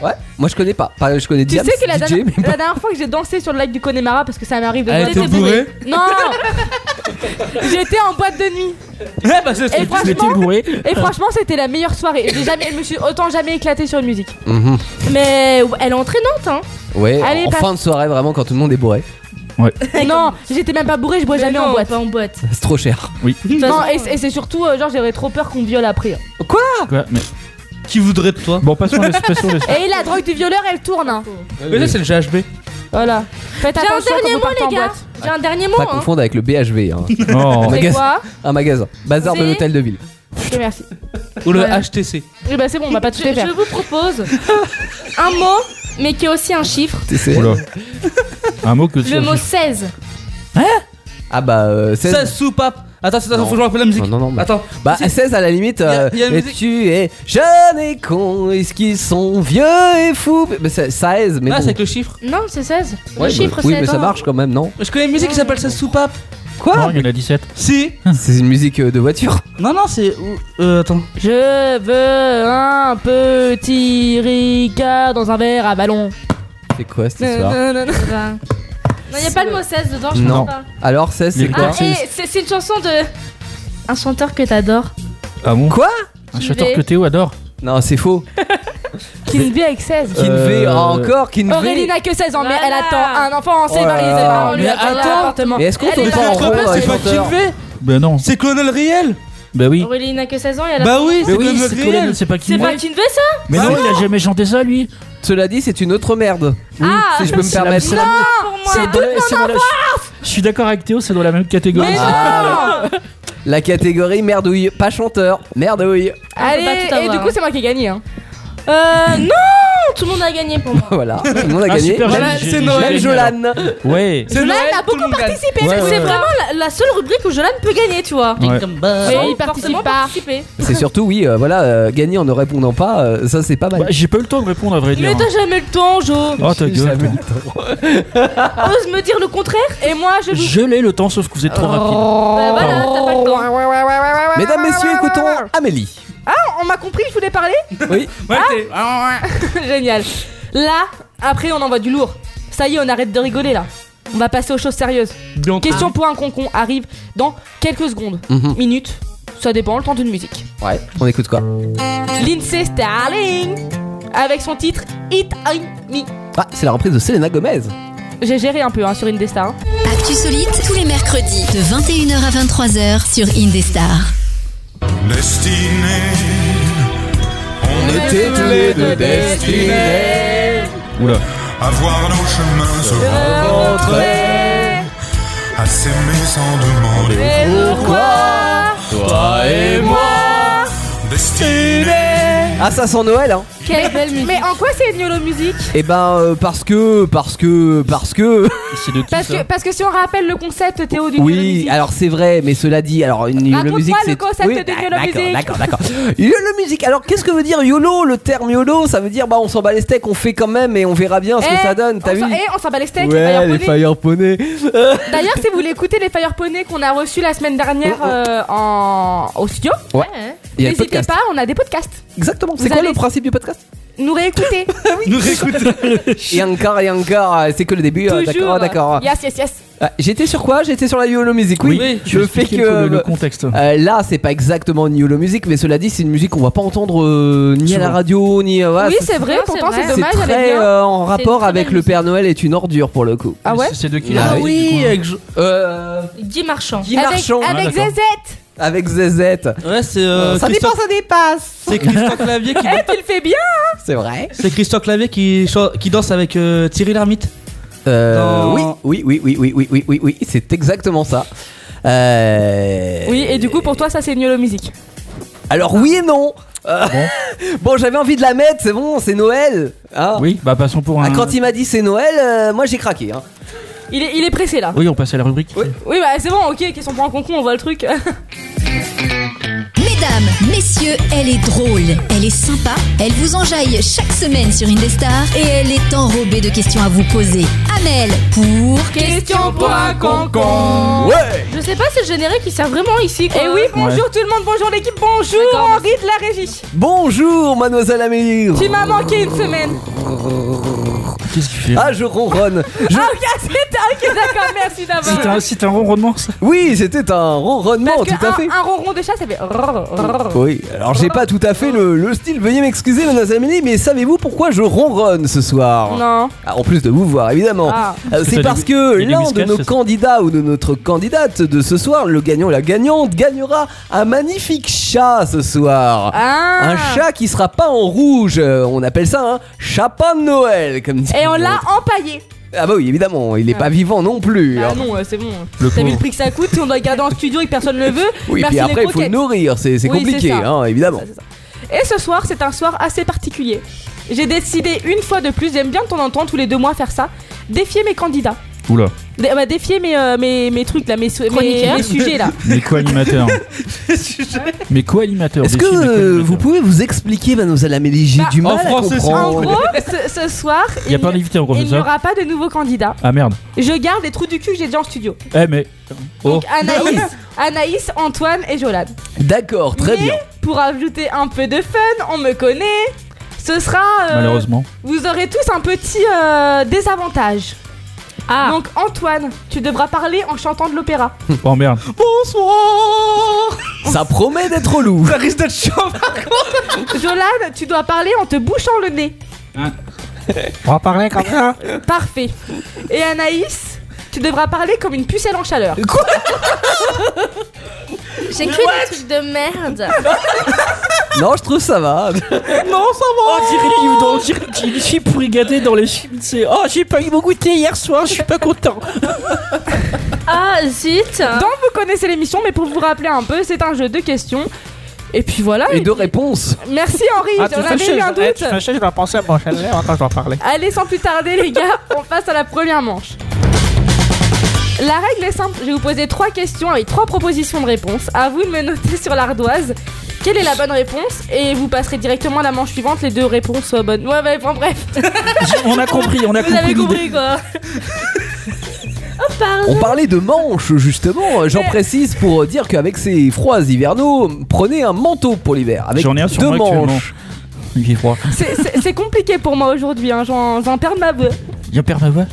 Speaker 3: Ouais, moi je connais pas. Pas- je connais
Speaker 5: Tu
Speaker 3: Diams,
Speaker 5: sais que la,
Speaker 3: DJ,
Speaker 5: dernière,
Speaker 3: mais pas-
Speaker 5: la dernière fois que j'ai dansé sur le lac du Connemara, parce que ça m'arrive de
Speaker 8: Elle
Speaker 5: danser-
Speaker 8: était bourrée.
Speaker 5: Non J'étais en boîte de nuit
Speaker 8: Eh bah, c'est
Speaker 5: Et
Speaker 8: c'est-
Speaker 5: franchement,
Speaker 6: bourré.
Speaker 5: et franchement c'était la meilleure soirée. J'ai jamais, je me suis autant jamais éclatée sur une musique.
Speaker 3: Mhm.
Speaker 10: Mais elle est entraînante, hein.
Speaker 3: Ouais,
Speaker 5: Allez,
Speaker 3: en
Speaker 5: passe.
Speaker 3: fin de soirée, vraiment, quand tout le monde est bourré.
Speaker 5: non, j'étais même pas bourrée, je bois jamais en boîte.
Speaker 10: Pas en boîte.
Speaker 3: C'est trop cher.
Speaker 5: Non, et, et c'est surtout, euh, genre, j'aurais trop peur qu'on me viole après. hein.
Speaker 6: Quoi mais...
Speaker 8: Qui voudrait de toi
Speaker 6: Bon, passons les passons les.
Speaker 5: Et la drogue du violeur, elle tourne. hein.
Speaker 8: Mais ça, c'est le GHB.
Speaker 5: Voilà. Faites
Speaker 10: J'ai un
Speaker 5: attention quand
Speaker 10: dernier
Speaker 5: vous
Speaker 10: mot,
Speaker 5: partez en
Speaker 10: les gars.
Speaker 5: boîte.
Speaker 10: J'ai un dernier mot,
Speaker 3: Pas
Speaker 10: hein.
Speaker 3: confondre avec le BHV, hein.
Speaker 6: Oh.
Speaker 3: Magas-
Speaker 5: C'est quoi
Speaker 3: un magasin. Bazar de
Speaker 10: C'est-
Speaker 3: l'hôtel de ville.
Speaker 5: Je te remercie.
Speaker 8: Ou le
Speaker 10: Ouais.
Speaker 8: HTC.
Speaker 5: Oui, bah c'est bon, on va pas tout
Speaker 10: Je, je
Speaker 5: faire.
Speaker 10: vous propose un mot, mais qui est aussi un chiffre.
Speaker 3: TCL.
Speaker 6: Oula. Un mot que tu
Speaker 10: Le
Speaker 6: as
Speaker 10: mot
Speaker 6: dit.
Speaker 10: 16.
Speaker 3: Ah bah, euh, 16.
Speaker 8: 16 soupapes. Attends, attends, faut que je rappelle la musique.
Speaker 3: Non, non, non, bah-
Speaker 8: Attends.
Speaker 3: Bah,
Speaker 8: Si-
Speaker 3: 16 à la limite.
Speaker 8: a-
Speaker 3: euh,
Speaker 8: y a une
Speaker 3: et
Speaker 8: musique-
Speaker 3: tu es jeune et con, est-ce qu'ils sont vieux et fous Mais c'est 16, mais
Speaker 8: Là,
Speaker 3: bon.
Speaker 8: Ah, c'est avec le chiffre.
Speaker 10: Non, c'est 16.
Speaker 3: Ouais,
Speaker 10: le chiffre
Speaker 3: bah, Oui,
Speaker 10: 16.
Speaker 3: mais ça marche quand même, non
Speaker 8: Je connais une musique qui s'appelle 16 soupapes.
Speaker 6: Non,
Speaker 3: Quoi
Speaker 6: il y en a 17.
Speaker 8: Si.
Speaker 3: C'est une musique euh, de voiture.
Speaker 8: Non, non, c'est. Euh, attends.
Speaker 5: Je veux un petit Ricard dans un verre à ballon.
Speaker 3: C'est quoi cette
Speaker 5: Non,
Speaker 3: histoire
Speaker 5: non, non, non.
Speaker 10: Non, il n'y a pas le mot 16 dedans, Euh, je
Speaker 3: Non.
Speaker 10: pense pas.
Speaker 3: Alors 16, c'est
Speaker 6: Les
Speaker 3: quoi
Speaker 10: Ah,
Speaker 6: Quoi
Speaker 10: et c'est c'est une chanson de. Un chanteur que t'adores.
Speaker 6: Ah bon
Speaker 3: Quoi
Speaker 6: Un
Speaker 10: J'y
Speaker 6: chanteur
Speaker 10: vais.
Speaker 6: que Théo adore.
Speaker 3: Non, c'est faux.
Speaker 5: Qui ne vit avec 16.
Speaker 3: Kinvey,
Speaker 6: Euh,
Speaker 3: ah, encore Kinvey.
Speaker 5: Aurélie n'a que 16 ans, mais elle
Speaker 10: Voilà.
Speaker 5: attend un enfant,
Speaker 3: Oh
Speaker 5: c'est
Speaker 3: là
Speaker 5: marié,
Speaker 3: là.
Speaker 5: ses parents lui
Speaker 8: Mais
Speaker 5: accordent
Speaker 8: attends.
Speaker 5: un appartement.
Speaker 3: Mais est-ce qu'on
Speaker 10: Elle
Speaker 3: tourne
Speaker 10: est
Speaker 3: pas en
Speaker 10: dans
Speaker 3: rond
Speaker 10: l'entreprise,
Speaker 3: dans les
Speaker 8: c'est pas
Speaker 3: chanteurs
Speaker 8: Kinvey.
Speaker 6: Bah non.
Speaker 8: C'est Colonel Riel.
Speaker 6: Bah oui.
Speaker 10: Aurélie n'a que 16 ans et elle a.
Speaker 8: Bah oui,
Speaker 6: Mais
Speaker 8: c'est
Speaker 6: oui,
Speaker 8: Colonel
Speaker 6: c'est Colonel,
Speaker 8: Riel.
Speaker 6: c'est pas qui.
Speaker 10: C'est pas Kinvé ça
Speaker 6: Mais non, il a jamais chanté ça lui.
Speaker 3: Cela dit, c'est une autre merde.
Speaker 10: Ah
Speaker 3: si je peux me
Speaker 6: c'est la-
Speaker 3: permettre.
Speaker 6: c'est la-
Speaker 10: Pour moi
Speaker 6: dans la- c'est dans la- Je suis d'accord avec Théo, c'est dans la même catégorie.
Speaker 5: Mais
Speaker 3: Ah, ouais. La catégorie merdouille, pas chanteur, merdouille.
Speaker 10: On peut pas
Speaker 5: Allez,
Speaker 10: tout
Speaker 5: et
Speaker 10: avoir.
Speaker 5: du coup, c'est moi qui ai gagné. hein.
Speaker 10: Euh. Non Tout le monde a gagné pour moi.
Speaker 3: Voilà, tout le monde a
Speaker 6: Ah,
Speaker 3: gagné.
Speaker 6: super,
Speaker 3: Même-
Speaker 8: Voilà,
Speaker 6: j'ai-
Speaker 8: c'est
Speaker 6: j'ai-
Speaker 8: Noël.
Speaker 3: Même
Speaker 6: j'ai-
Speaker 3: Jolan.
Speaker 6: Ouais.
Speaker 8: C'est
Speaker 5: Jolan
Speaker 8: Noël,
Speaker 5: a
Speaker 8: tout le
Speaker 5: beaucoup
Speaker 8: monde gagne.
Speaker 5: participé. c'est
Speaker 6: Ouais, ouais,
Speaker 5: vrai.
Speaker 10: C'est vraiment la, la seule rubrique où Jolan peut gagner, tu vois.
Speaker 6: Ouais.
Speaker 5: Mais il
Speaker 10: Forcément
Speaker 5: participe pas.
Speaker 10: participer.
Speaker 3: C'est surtout, oui, euh, voilà, euh, gagner en ne répondant pas, euh, ça c'est pas mal.
Speaker 6: Bah, J'ai pas eu le temps de répondre à vrai dire.
Speaker 10: Mais t'as jamais le temps, Jo.
Speaker 6: Oh ta gueule.
Speaker 3: Jamais.
Speaker 6: toi.
Speaker 10: Ose me dire le contraire
Speaker 5: Et moi, je vous.
Speaker 6: Je l'ai le temps, sauf que vous êtes trop rapide.
Speaker 10: Bah voilà, t'as pas le temps.
Speaker 3: Mesdames, messieurs, écoutons Amélie.
Speaker 5: Ah, On m'a compris, je voulais parler
Speaker 3: Oui,
Speaker 8: Ouais, t'es-
Speaker 5: Ah Génial. Là, après, on envoie du lourd. Ça y est, on arrête de rigoler là. On va passer aux choses sérieuses.
Speaker 8: Donc,
Speaker 5: Question pour un concon arrive dans quelques secondes,
Speaker 3: Mhm.
Speaker 5: minutes. Ça dépend le temps d'une musique.
Speaker 3: ouais, on écoute quoi
Speaker 5: Lindsay Starling avec son titre It I Me.
Speaker 3: Ah, c'est la reprise de Selena Gomez.
Speaker 5: J'ai géré un peu hein, sur Indestar. hein.
Speaker 2: Actu Solite, tous les mercredis, de 21h à 23h sur Indestar.
Speaker 11: On était tous les deux destinés
Speaker 6: Oula.
Speaker 11: à voir nos chemins se rencontrer, à s'aimer sans demander
Speaker 3: Pourquoi
Speaker 11: Toi et moi, destinés
Speaker 3: Ah, ça sent Noël, hein
Speaker 10: Quelle belle musique.
Speaker 5: Mais en quoi c'est Niolo Musique
Speaker 3: Eh ben, euh, parce que, parce que, parce que.
Speaker 6: C'est de qui
Speaker 5: parce que,
Speaker 6: ça
Speaker 5: parce que si on rappelle le concept Théo du Niolo
Speaker 3: Oui,
Speaker 5: Musique,
Speaker 3: alors c'est vrai, mais cela dit, alors une YOLO
Speaker 5: Raconte-moi
Speaker 3: musique,
Speaker 5: le
Speaker 3: c'est.
Speaker 5: concept de
Speaker 3: bah,
Speaker 5: YOLO
Speaker 3: d'accord,
Speaker 5: musique.
Speaker 3: D'accord, d'accord. YOLO musique. Alors qu'est-ce que veut dire YOLO Le terme YOLO, ça veut dire bah on s'en bat les steaks, on fait quand même et on verra bien ce que
Speaker 5: Eh,
Speaker 3: ça donne. T'as
Speaker 5: on
Speaker 3: vu
Speaker 5: s'en- eh, on s'en bat les steaks, les
Speaker 3: Ouais,
Speaker 5: Fire
Speaker 3: les
Speaker 5: Pony.
Speaker 3: Fire Poney.
Speaker 5: D'ailleurs, si vous voulez écouter les Fire Poney qu'on a reçus la semaine
Speaker 3: Oh,
Speaker 5: dernière euh, en... au studio, eh,
Speaker 3: Il y a le
Speaker 5: n'hésitez
Speaker 3: podcast.
Speaker 5: pas, on a des podcasts.
Speaker 3: Exactement. C'est
Speaker 5: Vous
Speaker 3: quoi
Speaker 5: allez-
Speaker 3: le principe du podcast
Speaker 5: nous réécouter.
Speaker 6: Nous réécoutons.
Speaker 3: Ah Et encore, et encore, euh, c'est que le début.
Speaker 5: Toujours.
Speaker 3: euh, D'accord, ah, d'accord.
Speaker 5: Yes, yes, yes.
Speaker 3: Ah, J'étais sur quoi J'étais sur la YOLO Music, oui.
Speaker 6: je
Speaker 3: le fait
Speaker 6: expliquer
Speaker 3: que.
Speaker 6: un peu le, le contexte.
Speaker 3: euh, là, c'est pas exactement une YOLO Music, mais cela dit, c'est une musique qu'on va pas entendre euh, ni à la
Speaker 6: Souvent.
Speaker 3: radio, ni. euh, voilà,
Speaker 5: oui,
Speaker 3: c'est-
Speaker 5: c'est vrai,
Speaker 10: Non, c'est
Speaker 5: pourtant
Speaker 10: vrai.
Speaker 5: c'est
Speaker 3: c'est
Speaker 5: dommage, elle est
Speaker 3: très
Speaker 5: bien.
Speaker 3: euh, en
Speaker 10: C'est une
Speaker 3: rapport
Speaker 10: très
Speaker 3: avec
Speaker 10: belle
Speaker 3: le Père Noël est une ordure pour le coup.
Speaker 5: Ah ouais
Speaker 6: C'est- C'est de qui
Speaker 3: Ah
Speaker 6: là, du coup, hein.
Speaker 8: avec. Jo- euh,
Speaker 10: Guy Marchand.
Speaker 3: Guy
Speaker 5: Avec-
Speaker 3: Marchand
Speaker 5: Avec
Speaker 6: Ah, d'accord.
Speaker 5: Zezette.
Speaker 3: avec ZZ.
Speaker 8: Ouais, c'est. euh,
Speaker 3: ça
Speaker 8: Christophe-
Speaker 3: dépend, ça dépasse.
Speaker 8: C'est Christian Clavier qui.
Speaker 5: Eh, tu le fais bien.
Speaker 3: C'est vrai.
Speaker 8: C'est Christian Clavier qui, cho- qui danse avec euh, Thierry Lhermitte.
Speaker 3: Euh,
Speaker 8: Dans-
Speaker 3: oui, oui, oui, oui, oui, oui, oui, oui, oui, c'est exactement ça. Euh,
Speaker 5: Oui, et du coup, pour toi, ça c'est Niolo Musique.
Speaker 3: Alors oui et non. Euh, bon, j'avais envie de la mettre, c'est bon, c'est Noël. hein.
Speaker 6: Oui, bah passons pour
Speaker 3: Ah,
Speaker 6: un.
Speaker 3: quand il m'a dit c'est Noël, euh, moi j'ai craqué. hein.
Speaker 5: Il est, il est pressé là.
Speaker 6: Oui, on passe à la rubrique.
Speaker 5: Oui, bah c'est bon, ok, question pour un concours, on voit le truc.
Speaker 2: Mesdames, messieurs, elle est drôle, elle est sympa, elle vous enjaille chaque semaine sur Indestar et elle est enrobée de questions à vous poser. Amel pour
Speaker 10: Question pour un
Speaker 5: concours.
Speaker 3: Ouais.
Speaker 10: Je sais pas si le générique il sert vraiment ici. Quoi.
Speaker 5: Et Eh oui, bonjour tout le monde, bonjour l'équipe, bonjour
Speaker 10: D'accord,
Speaker 5: Henri de la régie.
Speaker 3: Bonjour, mademoiselle Amélie.
Speaker 5: Tu m'as manqué une semaine.
Speaker 6: Qu'est-ce qu'il fait
Speaker 3: Ah, je ronronne. Je-
Speaker 5: Ah, ok, c'était ok, d'accord, merci d'avoir.
Speaker 6: C'est un, c'est un ronronnement ça
Speaker 3: Oui, c'était un ronronnement,
Speaker 5: Parce que
Speaker 3: tout à
Speaker 5: un,
Speaker 3: fait.
Speaker 5: un ronron de chat, ça fait.
Speaker 3: Oui, alors j'ai pas tout à fait le, le style, veuillez m'excuser, mademoiselle Amélie, mais savez-vous pourquoi je ronronne ce soir
Speaker 5: Non.
Speaker 3: Ah, en plus de vous voir, évidemment.
Speaker 5: Ah.
Speaker 3: Euh,
Speaker 6: Parce que
Speaker 3: C'est
Speaker 6: t'as
Speaker 3: parce
Speaker 6: des-
Speaker 3: que
Speaker 6: des
Speaker 3: l'un de
Speaker 6: whiskas,
Speaker 3: nos
Speaker 6: c'est ça
Speaker 3: candidats ou de notre candidate de ce soir, le gagnant ou la gagnante, gagnera un magnifique chat ce soir.
Speaker 5: Ah.
Speaker 3: Un chat qui sera pas en rouge. Euh, On appelle ça un chapin de Noël, comme dit.
Speaker 5: Et on l'a empaillé.
Speaker 3: Ah bah oui, évidemment, il est pas vivant non plus.
Speaker 5: Ah
Speaker 3: hein.
Speaker 5: non, euh, c'est bon.
Speaker 6: Le
Speaker 5: T'as vu le
Speaker 6: pauvre.
Speaker 5: prix que ça coûte si on doit le garder en studio et que personne ne le veut
Speaker 3: Oui,
Speaker 5: Merci
Speaker 3: puis après,
Speaker 5: les
Speaker 3: il faut le
Speaker 5: croquettes.
Speaker 3: nourrir, c'est c'est
Speaker 5: Oui, c'est
Speaker 3: compliqué,
Speaker 5: ça.
Speaker 3: hein, évidemment.
Speaker 5: Et ce soir, c'est un soir assez particulier. J'ai décidé une fois de plus, j'aime bien de temps en temps, tous les deux mois, faire ça, défier mes candidats.
Speaker 6: Oula,
Speaker 5: Dé- bah, défier mes, euh, mes, mes trucs là, mes, su- mes-
Speaker 10: Chroniqueurs.
Speaker 5: mes sujets là.
Speaker 6: mais quoi animateur Mais quoi animateur
Speaker 3: Est-ce que euh, vous pouvez vous expliquer, mademoiselle Amélie J'ai
Speaker 5: Bah,
Speaker 3: du
Speaker 8: en
Speaker 3: mal à
Speaker 8: français, c'est
Speaker 5: En
Speaker 3: comprendre.
Speaker 5: gros, ce, ce soir,
Speaker 6: Il y a pas
Speaker 5: il-
Speaker 6: d'invité en gros,
Speaker 5: il
Speaker 6: c'est
Speaker 5: n'y
Speaker 6: ça
Speaker 5: aura pas de nouveaux candidats.
Speaker 6: Ah merde.
Speaker 5: Je garde les trous du cul que j'ai déjà en studio.
Speaker 6: Eh mais. Oh.
Speaker 5: Donc
Speaker 3: Ah.
Speaker 5: Anaïs, Anaïs, Antoine et Jolade.
Speaker 3: D'accord, très
Speaker 5: Mais-
Speaker 3: bien.
Speaker 5: Pour ajouter un peu de fun, on me connaît. Ce sera. euh,
Speaker 6: Malheureusement.
Speaker 5: Vous aurez tous un petit euh, désavantage.
Speaker 10: Ah.
Speaker 5: Donc Antoine, tu devras parler en chantant de l'opéra.
Speaker 6: Oh merde.
Speaker 8: Bonsoir
Speaker 3: Ça promet d'être lourd.
Speaker 8: Ça risque d'être chaud
Speaker 5: Jolane, tu dois parler en te bouchant le nez.
Speaker 6: On va parler quand même.
Speaker 5: Parfait. Et Anaïs, tu devras parler comme une pucelle en chaleur.
Speaker 10: J'ai cru des trucs de merde.
Speaker 3: Non, je trouve ça va.
Speaker 8: Non, ça va
Speaker 6: Oh,
Speaker 8: On dirait qu'il on dirait qu'il est chez pourrigadé dans les films, c'est « Oh, j'ai pas eu mon goûter hier soir, je suis pas content
Speaker 10: Ah zut.
Speaker 5: Donc vous connaissez l'émission, mais pour vous rappeler un peu, c'est un jeu de questions. Et puis voilà.
Speaker 3: Et deux réponses.
Speaker 5: Merci Henri,
Speaker 6: Ah,
Speaker 5: j'en avais eu
Speaker 6: hein,
Speaker 5: un doute.
Speaker 6: je eh, dois penser à mon chalet quand je dois parler.
Speaker 5: Allez, sans plus tarder, les gars, on passe à la première manche. La règle est simple, je vais vous poser trois questions avec trois propositions de réponse. À vous de me noter sur l'ardoise quelle est la bonne réponse et vous passerez directement à la manche suivante, les deux réponses euh, bonnes. Ouais, ouais, bon, bref,
Speaker 6: On a compris, on a
Speaker 10: Vous avez
Speaker 6: compris l'idée.
Speaker 10: compris quoi
Speaker 5: Oh,
Speaker 3: On parlait de manches, justement. J'en
Speaker 5: Mais-
Speaker 3: précise pour dire qu'avec ces froids hivernaux, prenez un manteau pour l'hiver. Avec
Speaker 6: J'en ai un sur
Speaker 3: deux
Speaker 6: moi actuellement.
Speaker 3: manches.
Speaker 6: Il fait froid.
Speaker 5: c'est- c'est c'est compliqué pour moi aujourd'hui, hein, j'en j'en perds ma voix.
Speaker 6: Y'a perd ma voix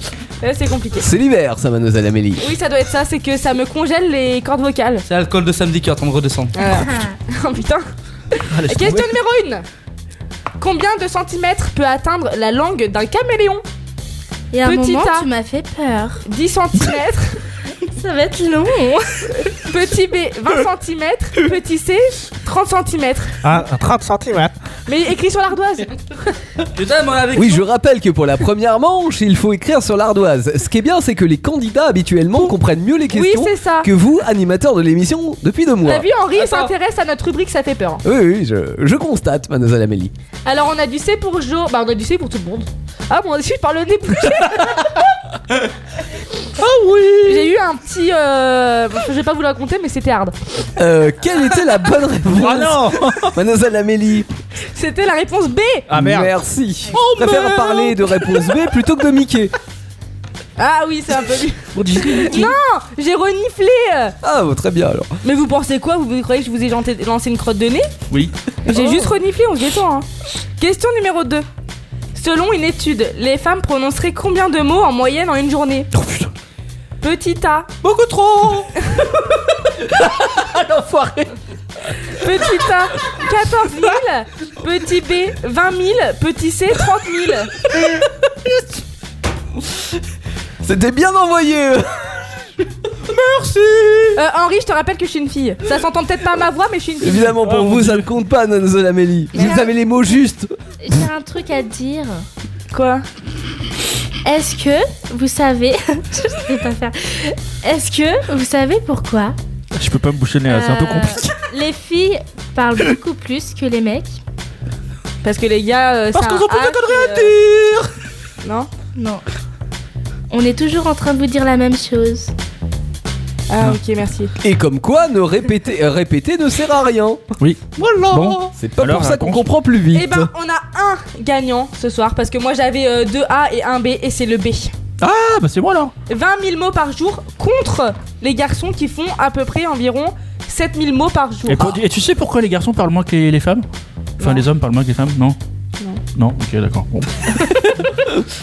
Speaker 5: Ouais, C'est compliqué.
Speaker 3: C'est l'hiver, ça, mademoiselle Amélie.
Speaker 5: Oui, ça doit être ça, c'est que ça me congèle les cordes vocales. »
Speaker 8: C'est l'alcool de samedi qui est en train de redescendre.
Speaker 5: Oh putain
Speaker 8: Ah,
Speaker 5: Question numéro 1 Combien de centimètres peut atteindre la langue d'un caméléon
Speaker 10: Il y a un
Speaker 5: Petit
Speaker 10: moment,
Speaker 5: A.
Speaker 10: tu m'as fait peur.
Speaker 5: 10 centimètres
Speaker 10: Ça va être long.
Speaker 5: Petit B, 20 cm. Petit C, 30 cm.
Speaker 6: Ah, 30 cm.
Speaker 5: Mais écrit sur l'ardoise.
Speaker 8: Putain, mais on est avec
Speaker 3: Oui,
Speaker 8: nous.
Speaker 3: je rappelle que pour la première manche, il faut écrire sur l'ardoise. Ce qui est bien, c'est que les candidats habituellement comprennent mieux les
Speaker 5: Oui,
Speaker 3: questions
Speaker 5: c'est ça.
Speaker 3: que vous, animateurs de l'émission, depuis deux
Speaker 5: T'as
Speaker 3: mois.
Speaker 5: vu, hein Henri il
Speaker 8: Attends.
Speaker 5: s'intéresse à notre rubrique, ça fait peur. hein.
Speaker 3: Oui, oui, je, je constate, mademoiselle Amélie.
Speaker 5: Alors, on a du C pour Jo. Bah, on a du C pour tout le monde. Ah, bon, ensuite, par le nez bouché. oh oui J'ai eu un petit. euh, Je vais pas vous le raconter, mais c'était hard.
Speaker 3: Euh, quelle était la bonne réponse
Speaker 6: Ah non
Speaker 3: Mademoiselle Amélie,
Speaker 5: C'était la réponse B. Oh,
Speaker 6: Ah merde
Speaker 3: merci. Je préfère parler de réponse B plutôt que de Mickey.
Speaker 5: Ah oui, c'est un peu lui.
Speaker 4: Pour Jiri Yuki.
Speaker 5: Non, j'ai reniflé.
Speaker 3: Ah, bon, très bien alors.
Speaker 5: Mais vous pensez quoi vous, vous croyez que je vous ai janté- lancé une crotte de nez
Speaker 6: Oui.
Speaker 4: Oh.
Speaker 5: J'ai juste reniflé, on se détend. hein. Question numéro 2. Selon une étude, les femmes prononceraient combien de mots en moyenne en une journée
Speaker 4: Oh putain.
Speaker 5: Petit A,
Speaker 4: Beaucoup trop Ah l'enfoiré
Speaker 5: petit A, 14 000, petit B, 20 000, petit C, 30 000.
Speaker 3: C'était bien envoyé. euh.
Speaker 5: Euh, Henri, je te rappelle que je suis une fille. Ça s'entend peut-être pas à ma voix, mais je suis une fille.
Speaker 3: Évidemment,
Speaker 4: Oh,
Speaker 3: pour vous, ça ne compte pas, Nanzol Amélie.
Speaker 9: Mais
Speaker 3: Vous
Speaker 9: là-
Speaker 3: avez les mots justes.
Speaker 9: J'ai un truc à dire.
Speaker 5: Quoi
Speaker 9: Est-ce que vous savez. je sais pas faire. Est-ce que vous savez pourquoi
Speaker 6: Je peux pas me boucher le nez, là, c'est un peu
Speaker 9: euh,
Speaker 6: compliqué.
Speaker 9: Les filles parlent beaucoup plus que les mecs.
Speaker 5: Parce que les gars, euh,
Speaker 4: Parce
Speaker 5: c'est
Speaker 4: qu'on
Speaker 5: un
Speaker 4: s'en fout de
Speaker 5: hack,
Speaker 4: conneries à
Speaker 5: euh,
Speaker 4: dire
Speaker 5: Non
Speaker 9: Non. On est toujours en train de vous dire la même chose.
Speaker 5: Ah, ok, merci.
Speaker 3: Et comme quoi, ne répéter, euh, répéter ne sert à rien.
Speaker 4: Voilà
Speaker 6: Bon.
Speaker 3: C'est pas
Speaker 6: Alors,
Speaker 3: pour ça qu'on
Speaker 6: raconte.
Speaker 3: comprend plus vite.
Speaker 5: Eh ben, on a un gagnant ce soir parce que moi j'avais euh, deux A et un B et c'est le B.
Speaker 6: Ah bah c'est moi alors
Speaker 5: 20 000 mots par jour contre les garçons qui font à peu près environ 7 000 mots par jour.
Speaker 6: et, pour- et tu sais pourquoi les garçons parlent moins que les, les femmes Enfin
Speaker 5: Non.
Speaker 6: les hommes parlent moins que les femmes Non
Speaker 5: Ah. Non.
Speaker 6: Non, ok d'accord. Bon.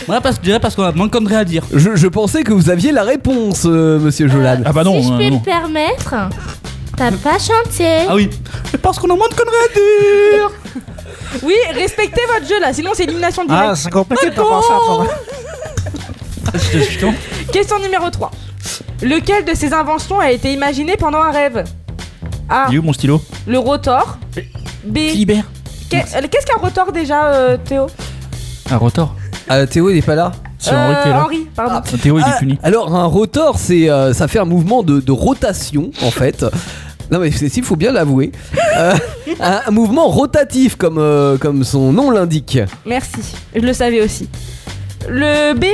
Speaker 4: Ouais, parce, Je dirais parce qu'on a moins de conneries à dire.
Speaker 3: Je, je pensais que vous aviez la réponse, euh, monsieur Jolan.
Speaker 6: Ah bah non,
Speaker 9: si je
Speaker 6: euh,
Speaker 9: peux
Speaker 6: non.
Speaker 9: me permettre, t'as pas chanté.
Speaker 4: Ah oui Je pense qu'on a moins de conneries à dire
Speaker 5: Oui, respectez votre jeu là, sinon c'est élimination directe.
Speaker 4: Ah, c'est compliqué de voir ça
Speaker 6: Ah,
Speaker 5: Question numéro 3. Lequel de ces inventions a été imaginé pendant un rêve A.
Speaker 6: Il est où mon stylo
Speaker 5: Le rotor. B.
Speaker 4: Libère
Speaker 5: Qu'est- euh, Qu'est-ce qu'un rotor déjà, euh, Théo
Speaker 6: Un rotor.
Speaker 3: Ah, Théo, il est pas là.
Speaker 6: C'est Henri qui est là.
Speaker 5: Euh, Henri, pardon.
Speaker 6: hein. Théo il est
Speaker 3: Ah,
Speaker 6: puni.
Speaker 3: alors, un rotor, c'est, euh, ça fait un mouvement de, de rotation, en fait. Non, mais c'est il faut bien l'avouer. Euh, un, un mouvement rotatif, comme, euh, comme son nom l'indique.
Speaker 5: Merci, je le savais aussi. Le B,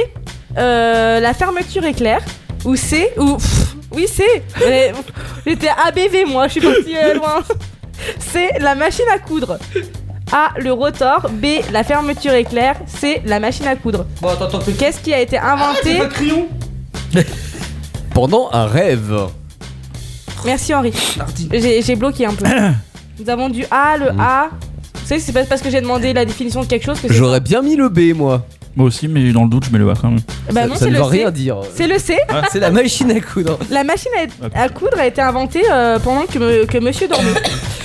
Speaker 5: euh, la fermeture éclair. Ou C, ou. pff, oui, C. Mais, J'étais ABV moi, je suis partie euh, loin. C, la machine à coudre. A, le rotor. B, la fermeture éclair. C, la machine à coudre.
Speaker 4: Bon, attends, attends, Ah, t'es
Speaker 5: Qu'est-ce qui a été inventé
Speaker 4: crayon
Speaker 3: Pendant un rêve.
Speaker 5: Merci Henri.
Speaker 4: Nardi.
Speaker 5: J'ai j'ai bloqué un peu. Nous avons du A, le A. Vous savez, c'est pas parce que j'ai demandé la définition de quelque chose que c'est.
Speaker 3: J'aurais bien mis le B, moi.
Speaker 6: Moi aussi, mais dans le doute, je mets le A quand même.
Speaker 5: Bah
Speaker 3: ça
Speaker 5: non,
Speaker 3: ça
Speaker 5: c'est
Speaker 3: ne
Speaker 5: le
Speaker 3: veut
Speaker 5: C.
Speaker 3: rien dire.
Speaker 5: C'est le C.
Speaker 4: Ah,
Speaker 3: C'est la machine à coudre.
Speaker 5: La machine à, à coudre a été inventée euh, pendant que, me- que monsieur dormait.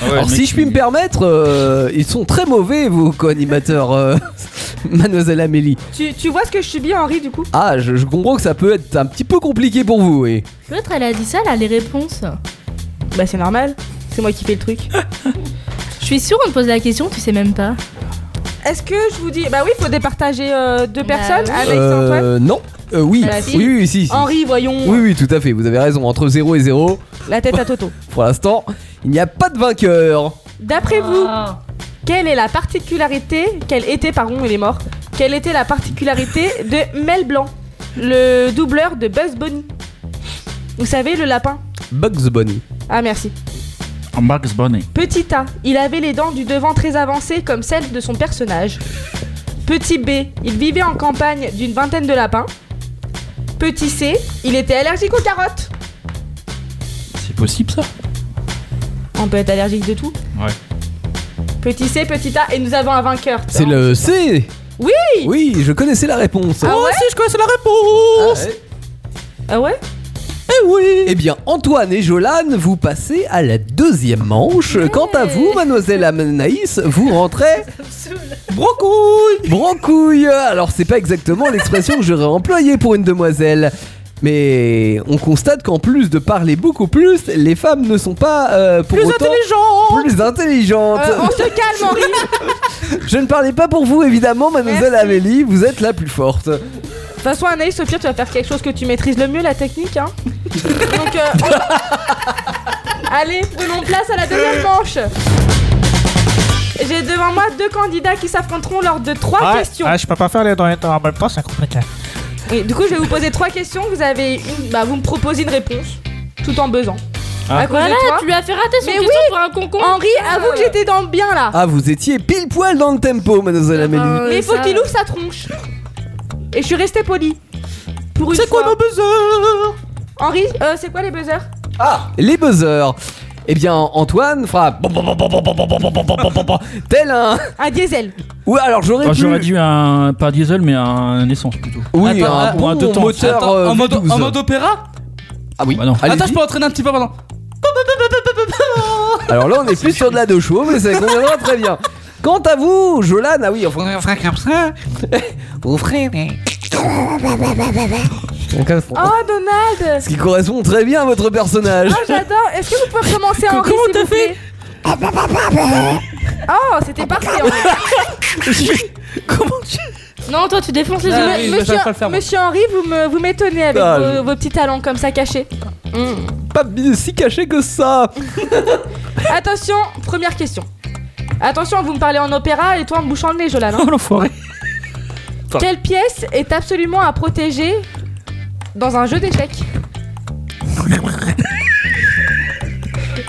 Speaker 6: Ah
Speaker 3: Alors, si je puis me permettre, euh, ils sont très mauvais, vos co-animateurs, euh, mademoiselle Amélie.
Speaker 5: tu, tu vois ce que je subis, Henri, du coup
Speaker 3: Ah, je, je comprends que ça peut être un petit peu compliqué pour vous, oui.
Speaker 9: L'autre, elle a dit ça, là, les réponses.
Speaker 5: Bah, c'est normal. C'est moi qui fais le truc.
Speaker 9: Je suis sûre, on te pose la question, tu sais même pas.
Speaker 5: Est-ce que je vous dis. Bah oui, faut départager euh, deux
Speaker 9: Bah
Speaker 5: personnes,
Speaker 9: oui.
Speaker 5: Alex et Antoine.
Speaker 3: Euh, non. Euh, oui.
Speaker 5: Bah, si.
Speaker 3: oui, oui, si, si.
Speaker 5: Henri, voyons.
Speaker 3: Oui, oui, tout à fait, vous avez raison. Entre 0 et 0,
Speaker 5: La tête à Toto.
Speaker 3: pour l'instant, il n'y a pas de vainqueur.
Speaker 5: D'après vous, quelle est la particularité. Quelle était, pardon, il est mort. Quelle était la particularité de Mel Blanc, le doubleur de Buzz Bunny Vous savez, le lapin
Speaker 3: Bugs Bunny.
Speaker 5: Ah, merci.
Speaker 6: Un Bugs Bunny.
Speaker 5: Petit A, il avait les dents du devant très avancées comme celles de son personnage. Petit B, il vivait en campagne d'une vingtaine de lapins. Petit C, il était allergique aux carottes.
Speaker 6: C'est possible ça
Speaker 5: On peut être allergique de tout.
Speaker 6: Ouais.
Speaker 5: Petit C, petit A, et nous avons un vainqueur.
Speaker 3: C'est le C.
Speaker 5: Oui.
Speaker 3: Oui, je connaissais la réponse.
Speaker 5: Ah
Speaker 4: Oh,
Speaker 5: ouais
Speaker 4: si, je connaissais la réponse
Speaker 5: Ah ouais
Speaker 4: Eh oui
Speaker 3: Eh bien, Antoine et Jolan, vous passez à la deuxième manche. Quant à vous, mademoiselle Anaïs, vous rentrez. Brocouille Brocouille Alors, c'est pas exactement l'expression que j'aurais employée pour une demoiselle. Mais on constate qu'en plus de parler beaucoup plus, les femmes ne sont pas euh, pour
Speaker 4: Plus
Speaker 3: autant
Speaker 4: intelligent
Speaker 3: plus intelligentes.
Speaker 5: Euh, On se calme, Henri. De
Speaker 3: Je ne parlais pas pour vous, évidemment, mademoiselle
Speaker 5: Merci.
Speaker 3: Amélie, vous êtes la plus forte.
Speaker 5: toute façon, Anaïs, au pire, tu vas faire quelque chose que tu maîtrises le mieux, la technique. Hein. Donc, euh, on- allez, prenons place à la
Speaker 9: Euh.
Speaker 5: deuxième manche. J'ai devant moi deux candidats qui s'affronteront lors de trois questions.
Speaker 7: ah, je peux pas faire les deux en même temps, c'est compliqué.
Speaker 5: Oui, du coup, je vais vous poser trois questions. Vous avez une, bah, vous me proposez une réponse tout en buzzant.
Speaker 6: Ah.
Speaker 5: À cause
Speaker 9: Voilà,
Speaker 5: de toi.
Speaker 9: tu lui as fait rater son
Speaker 5: Mais
Speaker 9: question pour un Euh. concon.
Speaker 5: Henri, avoue que j'étais dans le bien là.
Speaker 3: Ah, vous étiez pile poil dans le
Speaker 5: Ah,
Speaker 10: Ah
Speaker 3: tempo, mademoiselle Amélie.
Speaker 5: Mais il faut qu'il ouvre sa tronche. Et je suis restée polie. Pour une C'est quoi nos buzzers Henri, euh, c'est quoi les buzzers
Speaker 3: Ah Les buzzers Eh bien, Antoine fera. Tel un.
Speaker 5: Un diesel.
Speaker 3: Ou alors j'aurais
Speaker 6: Enfin,
Speaker 3: pu.
Speaker 6: Ah, J'aurais dû un. Pas diesel, mais un essence plutôt.
Speaker 3: Oui,
Speaker 6: Attends,
Speaker 3: un
Speaker 6: ou un
Speaker 3: bon
Speaker 6: deux temps.
Speaker 3: moteur.
Speaker 6: Attends,
Speaker 3: euh,
Speaker 4: ah, en, mode,
Speaker 3: V12.
Speaker 4: en mode opéra
Speaker 3: Ah oui.
Speaker 6: Bah non.
Speaker 3: Allez-y.
Speaker 4: Attends, je peux entraîner un petit peu pendant.
Speaker 3: Alors là, on est plus sur de la deux chevaux, mais ça conviendra très bien. Quant à vous, Jolan, ah oui, enfin, enfin, comme ça. Vous ferez des-
Speaker 5: Oh, Donald
Speaker 3: Ce qui correspond très bien à votre personnage.
Speaker 5: Oh, j'adore Est-ce que vous pouvez recommencer Henri
Speaker 4: comment
Speaker 5: s'il
Speaker 4: t'as
Speaker 5: vous plaît Oh, c'était parfait Henri.
Speaker 10: Non, toi, tu défonces les Ah
Speaker 5: Monsieur-
Speaker 10: humains.
Speaker 5: Monsieur, Monsieur Henri, vous me- vous m'étonnez avec
Speaker 3: Ah,
Speaker 5: vos,
Speaker 3: je-
Speaker 5: vos petits talents comme ça cachés.
Speaker 10: Hum.
Speaker 3: Pas bien si caché que ça.
Speaker 5: Attention, première question. Attention, vous me parlez en opéra et toi en me bouchant le nez, Jolan. hein.
Speaker 6: Oh l'enfoiré
Speaker 5: Quelle pièce est absolument à protéger dans un jeu d'échecs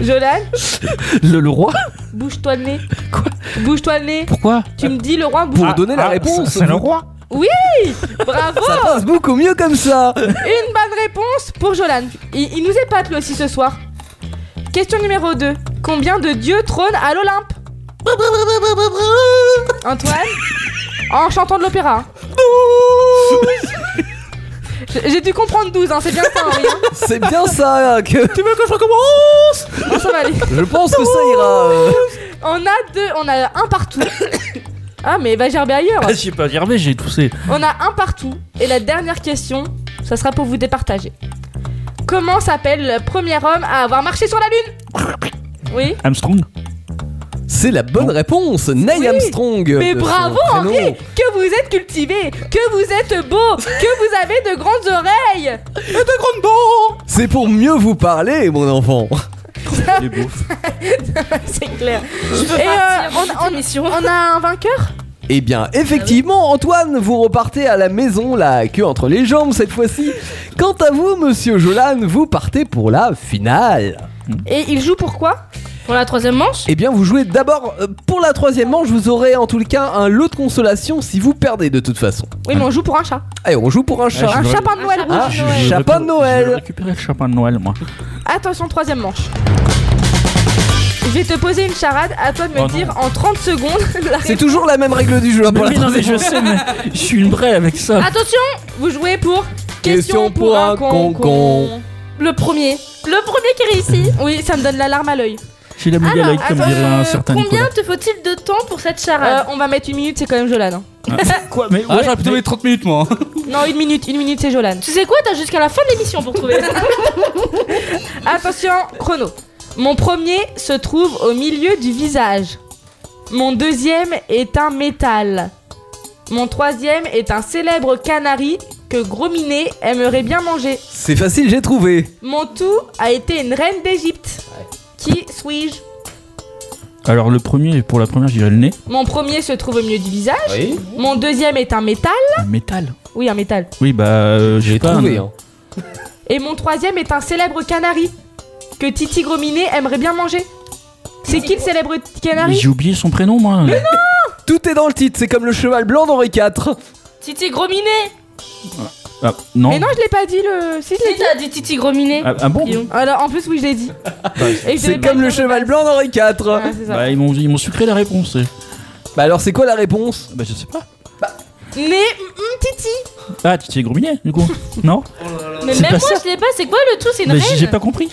Speaker 5: Jolan,
Speaker 6: Le, le roi
Speaker 5: bouge-toi le nez. Quoi Bouge-toi le nez.
Speaker 6: Pourquoi
Speaker 5: Tu me dis le roi bouge.
Speaker 3: Pour donner la réponse.
Speaker 13: C'est le roi.
Speaker 5: Oui Bravo
Speaker 3: Ça passe beaucoup mieux comme ça.
Speaker 5: Une bonne réponse pour Jolan. Il, il nous épate lui aussi ce soir. Question numéro 2. Combien de dieux trônent à l'Olympe Antoine En chantant de l'opéra. J'ai j'ai dû comprendre 12, hein, c'est bien ça, Henri. hein.
Speaker 3: C'est bien ça hein, que.
Speaker 4: Tu veux que je recommence
Speaker 5: Non, ça va aller.
Speaker 3: Je pense que ça ira. euh.
Speaker 5: On a deux, on a un partout. Ah, mais va gerber ailleurs.
Speaker 6: Je sais pas dire, mais j'ai toussé.
Speaker 5: On a un partout. Et la dernière question, ça sera pour vous départager. Comment s'appelle le premier homme à avoir marché sur la Lune Oui.
Speaker 6: Armstrong
Speaker 3: C'est la bonne réponse. Neil
Speaker 5: Oui,
Speaker 3: Armstrong.
Speaker 5: Mais
Speaker 3: de son
Speaker 5: bravo
Speaker 3: prénom.
Speaker 5: Henri Que vous êtes cultivé Que vous êtes beau Que vous avez de grandes oreilles
Speaker 3: C'est pour mieux vous parler, mon enfant.
Speaker 6: Les beaufs.
Speaker 5: C'est clair.
Speaker 10: Je peux
Speaker 5: Et euh,
Speaker 10: partir.
Speaker 5: on, on- on a un vainqueur
Speaker 3: Eh bien, effectivement, Antoine, vous repartez à la maison, la queue entre les jambes cette fois-ci. Quant à vous, monsieur Jolan, vous partez pour la finale.
Speaker 5: Et il joue pourquoi
Speaker 10: Pour la troisième manche
Speaker 3: Eh bien, vous jouez d'abord euh, pour la troisième manche, vous aurez en tout cas un lot de consolation si vous perdez de toute façon.
Speaker 5: Oui mais on joue pour un chat.
Speaker 3: Allez, on joue pour un chat.
Speaker 6: Ah, je
Speaker 5: Un
Speaker 6: vais-
Speaker 5: chapin de Noël
Speaker 10: Un
Speaker 5: rouge.
Speaker 3: Ah,
Speaker 6: Je- je-
Speaker 3: Chapin de
Speaker 6: je-
Speaker 3: Noël.
Speaker 6: Je vais récupérer le chapin de Noël, moi.
Speaker 5: Attention troisième manche. Je vais te poser une charade, à toi de me
Speaker 6: Oh non.
Speaker 5: dire en 30 secondes la
Speaker 3: C'est
Speaker 5: réponse.
Speaker 3: toujours la même règle du jeu hein, pour
Speaker 6: Mais
Speaker 3: la
Speaker 6: oui, non, mais
Speaker 3: troisième
Speaker 6: je sais, mais je suis une vraie avec ça.
Speaker 10: Attention
Speaker 5: Vous jouez pour
Speaker 3: Question pour un
Speaker 5: con-con.
Speaker 3: con-con.
Speaker 10: Le premier. Le premier qui réussit.
Speaker 5: Oui, ça me donne l'alarme à l'œil.
Speaker 6: J'ai la boule à
Speaker 10: Alors,
Speaker 6: l'ail, comme
Speaker 10: attends,
Speaker 6: dirait un
Speaker 10: euh,
Speaker 6: certain
Speaker 10: Combien
Speaker 6: Nicolas.
Speaker 10: te faut-il de temps pour cette
Speaker 5: Euh,
Speaker 10: charade
Speaker 5: on va mettre une minute, c'est quand même Jolan. hein.
Speaker 6: Quoi Mais
Speaker 4: Ah,
Speaker 6: ouais,
Speaker 4: j'aurais plutôt
Speaker 6: mais-
Speaker 4: mis 30 minutes moi. hein.
Speaker 5: Non, une minute, une minute, c'est Jolan.
Speaker 10: Tu sais quoi T'as jusqu'à la fin de l'émission pour trouver.
Speaker 5: Attention, chrono. Mon premier se trouve au milieu du visage. Mon deuxième est un métal. Mon troisième est un célèbre canari que Gros Minet aimerait bien manger.
Speaker 3: C'est facile, j'ai trouvé.
Speaker 5: Mon tout a été une reine d'Égypte. Qui suis-je
Speaker 6: Alors, le premier, pour la première, je dirais le nez.
Speaker 5: Mon premier se trouve au milieu du visage.
Speaker 3: Oui.
Speaker 5: Mon deuxième est un métal.
Speaker 6: Le métal.
Speaker 5: Oui, un métal.
Speaker 6: Oui, bah, euh, je sais
Speaker 3: J'ai
Speaker 6: pas.
Speaker 3: trouvé.
Speaker 6: un-
Speaker 3: hein.
Speaker 5: Et mon troisième est un célèbre canari que Titi Gros Minet aimerait bien manger. C'est qui le célèbre
Speaker 6: Mais
Speaker 5: canari
Speaker 6: J'ai oublié son prénom, moi.
Speaker 3: Tout est dans le titre, c'est comme le cheval blanc d'Henri IV.
Speaker 10: Titi Grominet
Speaker 6: Ah, non.
Speaker 5: Mais non, je l'ai pas dit le. Si, je l'ai
Speaker 10: Si t'as dit Titi Grominet
Speaker 6: Ah, ah bon
Speaker 10: Guillaume.
Speaker 5: Alors en plus oui je l'ai dit. Et je l'ai
Speaker 3: C'est
Speaker 5: pas
Speaker 3: comme
Speaker 5: dit
Speaker 3: le
Speaker 5: en
Speaker 3: cheval
Speaker 5: base.
Speaker 3: blanc d'Henri IV.
Speaker 5: Ouais, c'est ça.
Speaker 6: Bah, ils m'ont ils m'ont sucré la réponse. eh.
Speaker 3: Bah alors, c'est quoi la réponse
Speaker 6: Bah, je sais pas.
Speaker 5: Mais mm, Titi
Speaker 6: Ah, tu t'es grominé, du coup Non
Speaker 10: Mais
Speaker 6: C'est
Speaker 10: même
Speaker 6: pas
Speaker 10: moi je l'ai pas, c'est quoi le tout C'est une
Speaker 6: Mais j'ai
Speaker 10: reine
Speaker 6: j'ai pas compris.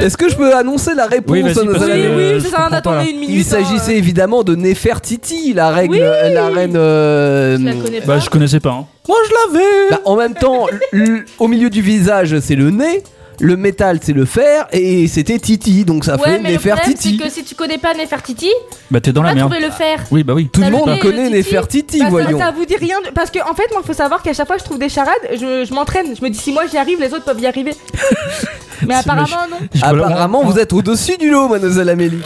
Speaker 3: Est-ce que je peux annoncer la réponse
Speaker 6: Oui, vas-y,
Speaker 3: à nos
Speaker 6: parce que-
Speaker 5: Oui
Speaker 3: amis
Speaker 6: euh,
Speaker 5: oui
Speaker 6: je
Speaker 5: c'est ça on
Speaker 6: comprends pas, là.
Speaker 5: attendait une minute.
Speaker 3: Il
Speaker 5: hein.
Speaker 3: s'agissait évidemment de Nefertiti, la reine.
Speaker 5: Oui.
Speaker 3: la reine euh,
Speaker 10: Je la connais pas.
Speaker 6: Bah, je connaissais pas. hein.
Speaker 3: Moi je l'avais bah, En même temps, l- l- au milieu du visage c'est le nez, le métal c'est le fer, et c'était Titi, donc ça fait
Speaker 10: Ouais, mais le problème c'est
Speaker 3: Nefertiti.
Speaker 10: que si tu connais pas Nefertiti,
Speaker 6: Bah, t'es dans
Speaker 10: tu
Speaker 6: la
Speaker 10: vas
Speaker 6: merde.
Speaker 10: trouver le fer.
Speaker 6: Oui, bah oui.
Speaker 3: Tout
Speaker 10: t'as
Speaker 3: le
Speaker 10: le
Speaker 3: monde
Speaker 10: nez, le
Speaker 3: connaît
Speaker 10: Titi.
Speaker 3: Nefertiti,
Speaker 5: Bah, ça,
Speaker 3: voyons.
Speaker 5: ça vous dit rien de- parce que en fait moi faut savoir qu'à chaque fois que je trouve des charades je, je m'entraîne je me dis si moi j'y arrive les autres peuvent y arriver. Mais
Speaker 6: C'est
Speaker 5: apparemment non.
Speaker 6: Je- voilà.
Speaker 3: Apparemment, vous êtes au-dessus du lot, mademoiselle Amélie.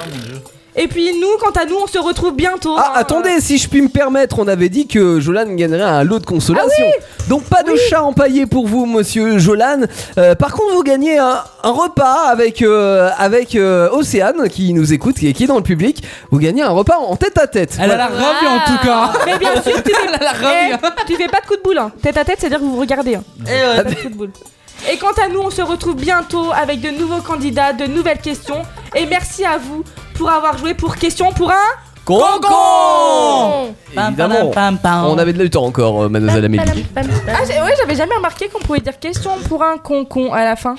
Speaker 5: Et puis nous, quant à nous, on se retrouve bientôt. hein.
Speaker 3: Ah, attendez, si je puis me permettre, on avait dit que Jolan gagnerait un lot de consolation.
Speaker 5: Ah
Speaker 3: Donc pas de chat empaillé pour vous, monsieur Jolan. Euh, par contre, vous gagnez un, un repas avec, euh, avec euh, Océane qui nous écoute et qui est dans le public. Vous gagnez un repas en tête à tête.
Speaker 4: Elle a la ravie en tout cas.
Speaker 5: Mais bien sûr, tu fais,
Speaker 4: la ravie,
Speaker 5: Eh, tu fais pas de coup de boule. hein. Tête à tête, c'est-à-dire que vous vous regardez. hein. Pas de coup de boule. Et quant à nous, on se retrouve bientôt avec de nouveaux candidats, de nouvelles questions. Et merci à vous pour avoir joué pour Question pour un
Speaker 3: Concon Évidemment. On avait de le temps encore, euh, mademoiselle Amélie.
Speaker 5: Ah, j'ai- ouais, j'avais jamais remarqué qu'on pouvait dire Question pour un concon à la fin.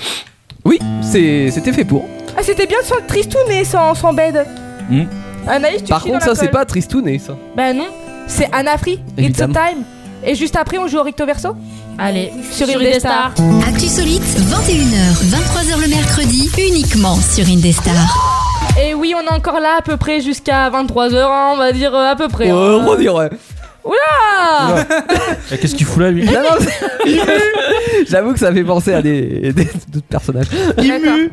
Speaker 3: Oui, c'est- c'était fait pour.
Speaker 5: Ah, c'était bien sans tristounet, sans, sans bed.
Speaker 4: Hmm.
Speaker 5: Anaïs, tu
Speaker 3: Par
Speaker 5: chies dans
Speaker 3: contre,
Speaker 5: la
Speaker 3: ça, c'est
Speaker 5: colle.
Speaker 3: pas tristouné, ça.
Speaker 5: Bah non, c'est Anafri, It's a
Speaker 3: Évidemment.
Speaker 5: Time. Et juste après, on joue au recto verso Allez, sur,
Speaker 2: Sur
Speaker 5: Indestar.
Speaker 2: Actu Solite, 21h, 23h le mercredi, uniquement sur Indestar.
Speaker 5: Et oui, on est encore là à peu près jusqu'à 23h, on va dire euh, à peu près. hein.
Speaker 3: on dirait.
Speaker 5: Oula
Speaker 6: Et Qu'est-ce qu'il fout là, lui
Speaker 3: Non, non, c'est- J'avoue que ça fait penser à des, des- d'autres personnages.
Speaker 5: Ému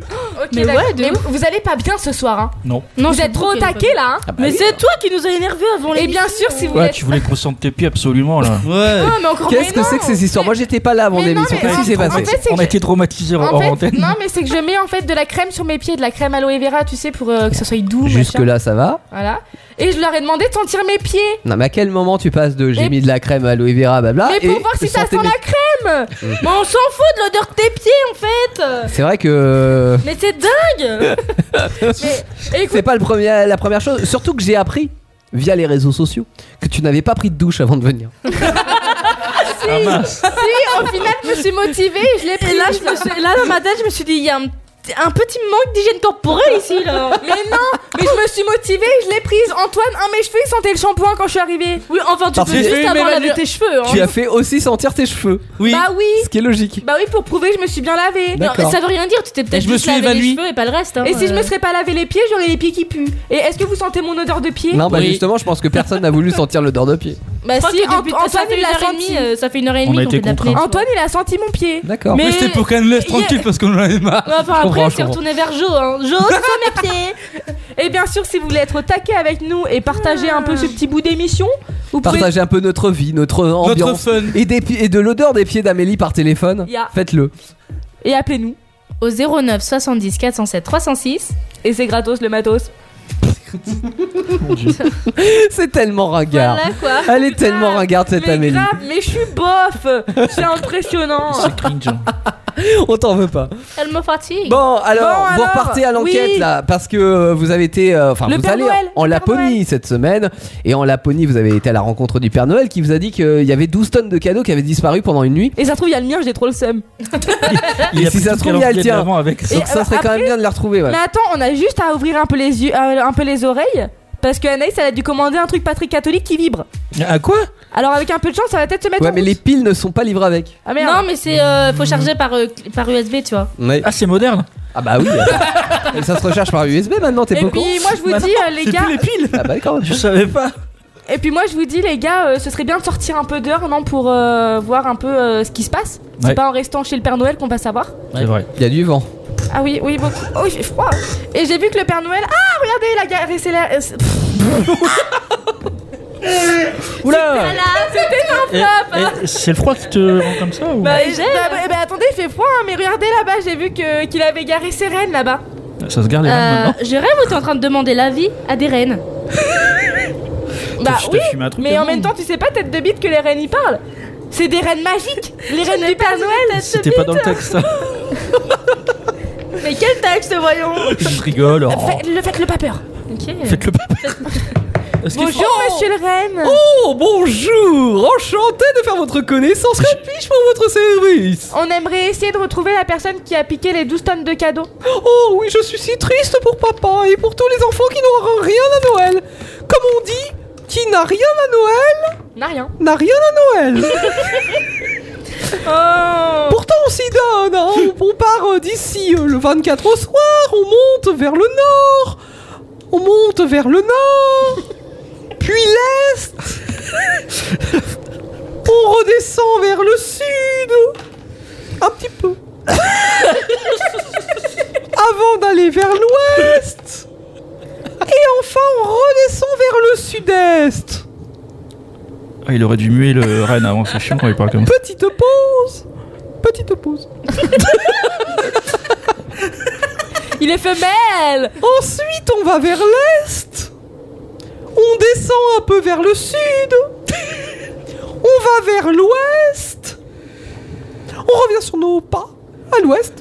Speaker 10: Mais ouais, de ouf.
Speaker 5: vous allez pas bien ce soir, hein
Speaker 6: Non.
Speaker 5: Non, vous
Speaker 10: c'est
Speaker 5: êtes trop au
Speaker 10: vous qui allez
Speaker 5: taquet là, hein
Speaker 6: Ah bah
Speaker 10: Mais
Speaker 6: oui.
Speaker 10: c'est toi qui nous a énervés avant les.
Speaker 5: Et bien sûr, si vous
Speaker 6: Ouais,
Speaker 5: voulez.
Speaker 6: tu voulais qu'on sente tes pieds absolument là. Ouais.
Speaker 5: Non, Ah, mais encore
Speaker 3: Qu'est-ce
Speaker 5: mais
Speaker 3: que c'est que ces histoires Moi, j'étais pas là avant l'émission.
Speaker 5: mais
Speaker 3: Qu'est-ce
Speaker 5: en-
Speaker 3: qui s'est
Speaker 5: en
Speaker 3: passé
Speaker 5: fait, c'est
Speaker 6: On
Speaker 5: que-
Speaker 6: a été traumatisés hors
Speaker 5: En fait,
Speaker 6: antenne.
Speaker 5: non, mais c'est que je mets en fait de la crème sur mes pieds, de la crème aloe vera, tu sais, pour euh, que ça soit doux.
Speaker 3: Jusque
Speaker 5: machin.
Speaker 3: là, ça va.
Speaker 5: Voilà. Et je leur ai demandé de sentir mes pieds.
Speaker 3: Non, mais à quel moment tu passes de j'ai mis de la crème à aloe vera, blabla
Speaker 5: mais
Speaker 3: et
Speaker 5: pour voir si ça
Speaker 3: sentez
Speaker 5: sent la
Speaker 3: mes-
Speaker 5: crème
Speaker 3: Mm.
Speaker 5: Mais on s'en fout de l'odeur de tes pieds en fait
Speaker 3: C'est vrai que.
Speaker 5: Mais c'est dingue
Speaker 3: C'est pas le premier, la première chose. Surtout que j'ai appris via les réseaux sociaux que tu n'avais pas pris de douche avant de venir.
Speaker 5: Si,
Speaker 9: Ah,
Speaker 5: si, au final, je me suis motivée et je l'ai pris.
Speaker 10: Et là, je me suis- là, dans ma tête, je me suis dit, il y a un, petit- un petit manque d'hygiène corporelle ici, là.
Speaker 5: Mais non, mais je me suis motivée et je l'ai prise. Antoine, un mes cheveux, il sentait le shampoing quand je suis arrivée.
Speaker 10: Oui, enfin, tu
Speaker 3: Parce
Speaker 10: peux
Speaker 3: que-
Speaker 10: juste
Speaker 3: Oui, mais
Speaker 10: avoir
Speaker 3: Manu-
Speaker 10: lavé tes cheveux. Hein.
Speaker 3: Tu as fait aussi sentir tes cheveux.
Speaker 4: Oui.
Speaker 5: Bah oui.
Speaker 3: Ce qui est logique.
Speaker 5: Bah oui, pour prouver que je me suis bien lavée.
Speaker 3: D'accord.
Speaker 10: Non, ça veut rien dire, tu t'es peut-être
Speaker 3: je me
Speaker 10: juste
Speaker 3: suis
Speaker 10: lavé
Speaker 3: évanoui.
Speaker 10: les cheveux et pas le reste. hein.
Speaker 5: Et si je me
Speaker 10: Euh,
Speaker 5: serais pas lavé les pieds, j'aurais les pieds qui puent. Et est-ce que vous sentez mon odeur de pied
Speaker 3: Non, bah justement, je pense que personne n'a voulu sentir l'odeur de pied.
Speaker 5: Bah
Speaker 10: Je crois
Speaker 5: si,
Speaker 10: que
Speaker 5: Ant-
Speaker 10: depuis- ça
Speaker 5: Antoine
Speaker 10: fait
Speaker 5: il
Speaker 10: une
Speaker 5: l'a
Speaker 10: heure et demie,
Speaker 5: senti.
Speaker 10: euh, ça fait une heure et
Speaker 6: On
Speaker 10: demie
Speaker 6: a
Speaker 10: qu'on
Speaker 6: été
Speaker 10: fait de la
Speaker 6: contraints.
Speaker 10: plaie.
Speaker 5: Antoine il a senti mon pied.
Speaker 3: D'accord.
Speaker 4: Mais,
Speaker 10: Mais-
Speaker 4: c'était pour qu'elle nous laisse tranquille parce qu'on en avait marre.
Speaker 10: Ouais, Enfin,
Speaker 3: Je comprends,
Speaker 10: après,
Speaker 3: je
Speaker 10: tu es
Speaker 3: comprends.
Speaker 10: retourné vers Jo. Hein. Jo, ça sent mes pieds.
Speaker 5: Et Eh bien sûr, si vous voulez être taqué avec nous et partager un peu ce petit bout d'émission, vous pouvez.
Speaker 3: Partagez un peu notre vie, notre ambiance.
Speaker 4: fun.
Speaker 3: Et, des pi- et de l'odeur des pieds d'Amélie par téléphone.
Speaker 5: Ya.
Speaker 3: Faites-le.
Speaker 5: Et appelez-nous.
Speaker 10: Au 09 70 407 306.
Speaker 5: Et c'est gratos le matos.
Speaker 3: C'est tellement ringard.
Speaker 5: Voilà quoi.
Speaker 3: Elle est tellement ringarde cette
Speaker 5: mais
Speaker 3: Amélie.
Speaker 5: grave, mais je suis bof. C'est impressionnant.
Speaker 6: C'est cringe. hein.
Speaker 3: On t'en veut pas.
Speaker 10: Elle me fatigue.
Speaker 3: Bon, alors,
Speaker 5: Bon,
Speaker 3: vous
Speaker 5: alors,
Speaker 3: repartez à l'enquête
Speaker 5: oui.
Speaker 3: là, parce que euh, vous avez été. euh, Enfin,
Speaker 5: Le
Speaker 3: vous
Speaker 5: Père
Speaker 3: allez
Speaker 5: Noël,
Speaker 3: en
Speaker 5: le Père
Speaker 3: Laponie
Speaker 5: Noël.
Speaker 3: cette semaine. Et en Laponie, vous avez été à la rencontre du Père Noël qui vous a dit qu'il y avait 12 tonnes de cadeaux qui avaient disparu pendant une nuit.
Speaker 5: Et ça se trouve, il y a le mien, j'ai trop le seum.
Speaker 3: Et
Speaker 6: a
Speaker 3: si
Speaker 6: pris
Speaker 3: ça
Speaker 6: tout
Speaker 3: se
Speaker 6: qu'elle
Speaker 3: trouve, il y a le
Speaker 6: voulait de
Speaker 3: tien.
Speaker 6: l'avant avec.
Speaker 5: Et
Speaker 3: Donc, ça
Speaker 5: alors,
Speaker 3: serait quand même
Speaker 5: après-
Speaker 3: bien de les retrouver. ouais.
Speaker 5: Mais attends, on a juste à ouvrir un peu les yeux, euh, un peu les oreilles. Parce que Anaïs, elle a dû commander un truc Patrick catholique qui vibre.
Speaker 6: À quoi
Speaker 5: Alors, avec un peu de chance, ça va peut-être se mettre
Speaker 3: Ouais,
Speaker 5: en
Speaker 3: mais
Speaker 5: route.
Speaker 3: les piles ne sont pas livrées avec.
Speaker 5: Ah merde.
Speaker 10: Non, mais c'est. euh, faut charger par, euh, cl- par USB, tu vois.
Speaker 3: Ouais.
Speaker 6: Ah, c'est moderne.
Speaker 3: Ah bah oui. Et ça se recharge par USB maintenant, t'es
Speaker 5: Et
Speaker 3: pas au
Speaker 5: puis, moi, je vous dis, euh, les
Speaker 4: C'est
Speaker 5: gars.
Speaker 4: plus les piles.
Speaker 3: courant Ah bah d'accord.
Speaker 6: Je savais pas.
Speaker 5: Et puis moi je vous dis les gars, euh, ce serait bien de sortir un peu dehors, non Pour euh, voir un peu euh, ce qui se passe. C'est
Speaker 6: Ouais.
Speaker 5: pas en restant chez le Père Noël qu'on va savoir.
Speaker 6: C'est vrai.
Speaker 3: Il y a du vent.
Speaker 5: Ah oui, oui, beaucoup. Oh, il fait froid. Et j'ai vu que le Père Noël. Ah, regardez, il a garé ses lèvres. Euh, pff,
Speaker 6: Oula
Speaker 5: C'était non
Speaker 6: Et- et C'est le froid qui te rend comme ça ou
Speaker 5: bah, et- bah, bah, bah, attendez, il fait froid, hein, mais regardez là-bas, j'ai vu que- qu'il avait garé ses rennes là-bas.
Speaker 6: Ça se garde les
Speaker 10: Euh,
Speaker 6: rames maintenant
Speaker 10: je rêve ou t'es en train de demander l'avis à des reines
Speaker 5: Bah
Speaker 6: Je te
Speaker 5: oui,
Speaker 6: fume un truc,
Speaker 5: mais en
Speaker 6: Amélie.
Speaker 5: même temps, tu sais pas, tête de bite, que les rennes y parlent. C'est des rennes magiques, les rennes du Père Noël.
Speaker 6: C'était pas dans le texte ça.
Speaker 5: Mais quel texte, voyons
Speaker 6: Je rigole. oh.
Speaker 5: Euh, Faites- le- Faites-le pas peur.
Speaker 10: Ok.
Speaker 6: Faites-le pas. Est-ce qu'il faut-
Speaker 5: Bonjour, monsieur le reine.
Speaker 3: Oh bonjour, enchanté de faire votre connaissance. Que puis-je pour votre service
Speaker 5: On aimerait essayer de retrouver la personne qui a piqué les 12 tonnes de cadeaux.
Speaker 3: Oh oui, je suis si triste pour papa et pour tous les enfants qui n'auront rien à Noël. Comme on dit, qui n'a rien à Noël
Speaker 5: N'a rien.
Speaker 3: n'a rien à Noël.
Speaker 5: Oh
Speaker 3: Pourtant on s'y donne. hein. On- On part euh, d'ici euh, le 24 au soir, on monte vers le nord, on monte vers le nord, puis l'est. On redescend vers le sud, un petit peu. Avant d'aller vers l'ouest. Et enfin,
Speaker 12: sud-est.
Speaker 6: Ah, il aurait dû muer le Rennes avant, c'est chiant quand il parle comme ça.
Speaker 12: Petite pause. Petite pause.
Speaker 5: Il est femelle
Speaker 12: Ensuite, on va vers l'est. On descend un peu vers le sud. On va vers l'ouest. On revient sur nos pas à l'ouest.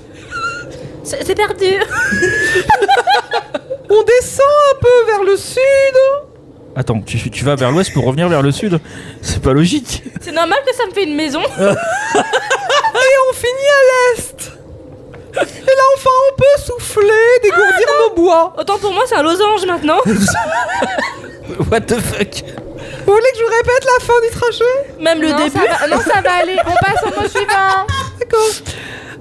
Speaker 7: C'est c'est perdu.
Speaker 12: On descend un peu vers le sud.
Speaker 6: Attends, tu, tu vas vers l'ouest pour revenir vers le sud C'est pas logique.
Speaker 7: C'est normal que ça me fait une maison.
Speaker 12: Et on finit à l'est. Et là, enfin, on peut souffler,
Speaker 5: Ah,
Speaker 12: dégourdir nos bois.
Speaker 7: Autant pour moi, c'est un losange maintenant.
Speaker 6: What the fuck
Speaker 12: Vous voulez que je vous répète la fin du trajet
Speaker 7: Même le
Speaker 5: non,
Speaker 7: début.
Speaker 5: ça va- non, ça va aller, on passe au mot suivant
Speaker 12: D'accord.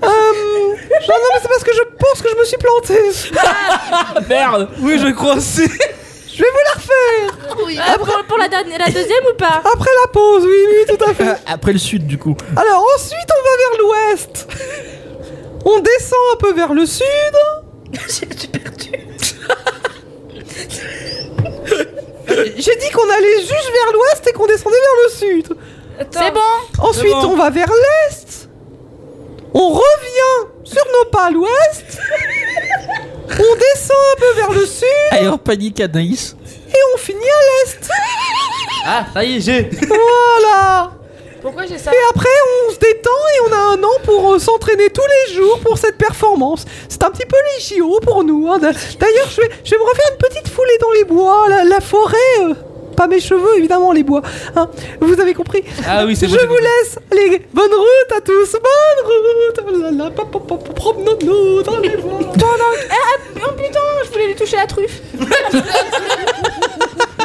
Speaker 12: Euh, non, non, mais c'est parce que je pense que je me suis plantée.
Speaker 7: Ah,
Speaker 14: Merde
Speaker 4: Oui, je crois aussi.
Speaker 12: Je vais vous la refaire.
Speaker 7: Euh, pour, pour la, dernière, la deuxième ou pas
Speaker 12: Après la pause, oui, oui, tout à fait.
Speaker 6: Après le sud, du coup.
Speaker 12: Alors Ah, ensuite, on va vers l'ouest. On descend un peu vers le sud.
Speaker 7: J'ai perdu.
Speaker 12: J'ai dit qu'on allait juste vers l'ouest et qu'on descendait vers le sud.
Speaker 5: C'est bon
Speaker 12: Ensuite,
Speaker 4: bon.
Speaker 12: on va vers l'est. On revient sur nos pas à l'ouest. on descend un peu vers le sud
Speaker 14: Allez, en panique, Anaïs.
Speaker 12: et on finit à l'est.
Speaker 14: Ah, ça y est, j'ai.
Speaker 12: Voilà.
Speaker 5: Pourquoi j'ai ça
Speaker 12: Et après, on se détend et on a un an pour euh, s'entraîner tous les jours pour cette performance. C'est un petit peu les JO pour nous. hein. D'ailleurs, je vais, je vais me refaire une petite foulée dans les bois, la, la forêt. euh, pas mes cheveux, évidemment, les bois. hein. Vous avez compris
Speaker 4: Ah oui, c'est bon,
Speaker 12: Je
Speaker 4: j'ai
Speaker 12: vous
Speaker 4: compris.
Speaker 12: laisse. Les... Bonne route à tous. Oh Bonne route. La, la, pa, pa, pa, pa, promenons-nous dans les bois.
Speaker 5: Oh putain, je voulais lui toucher la truffe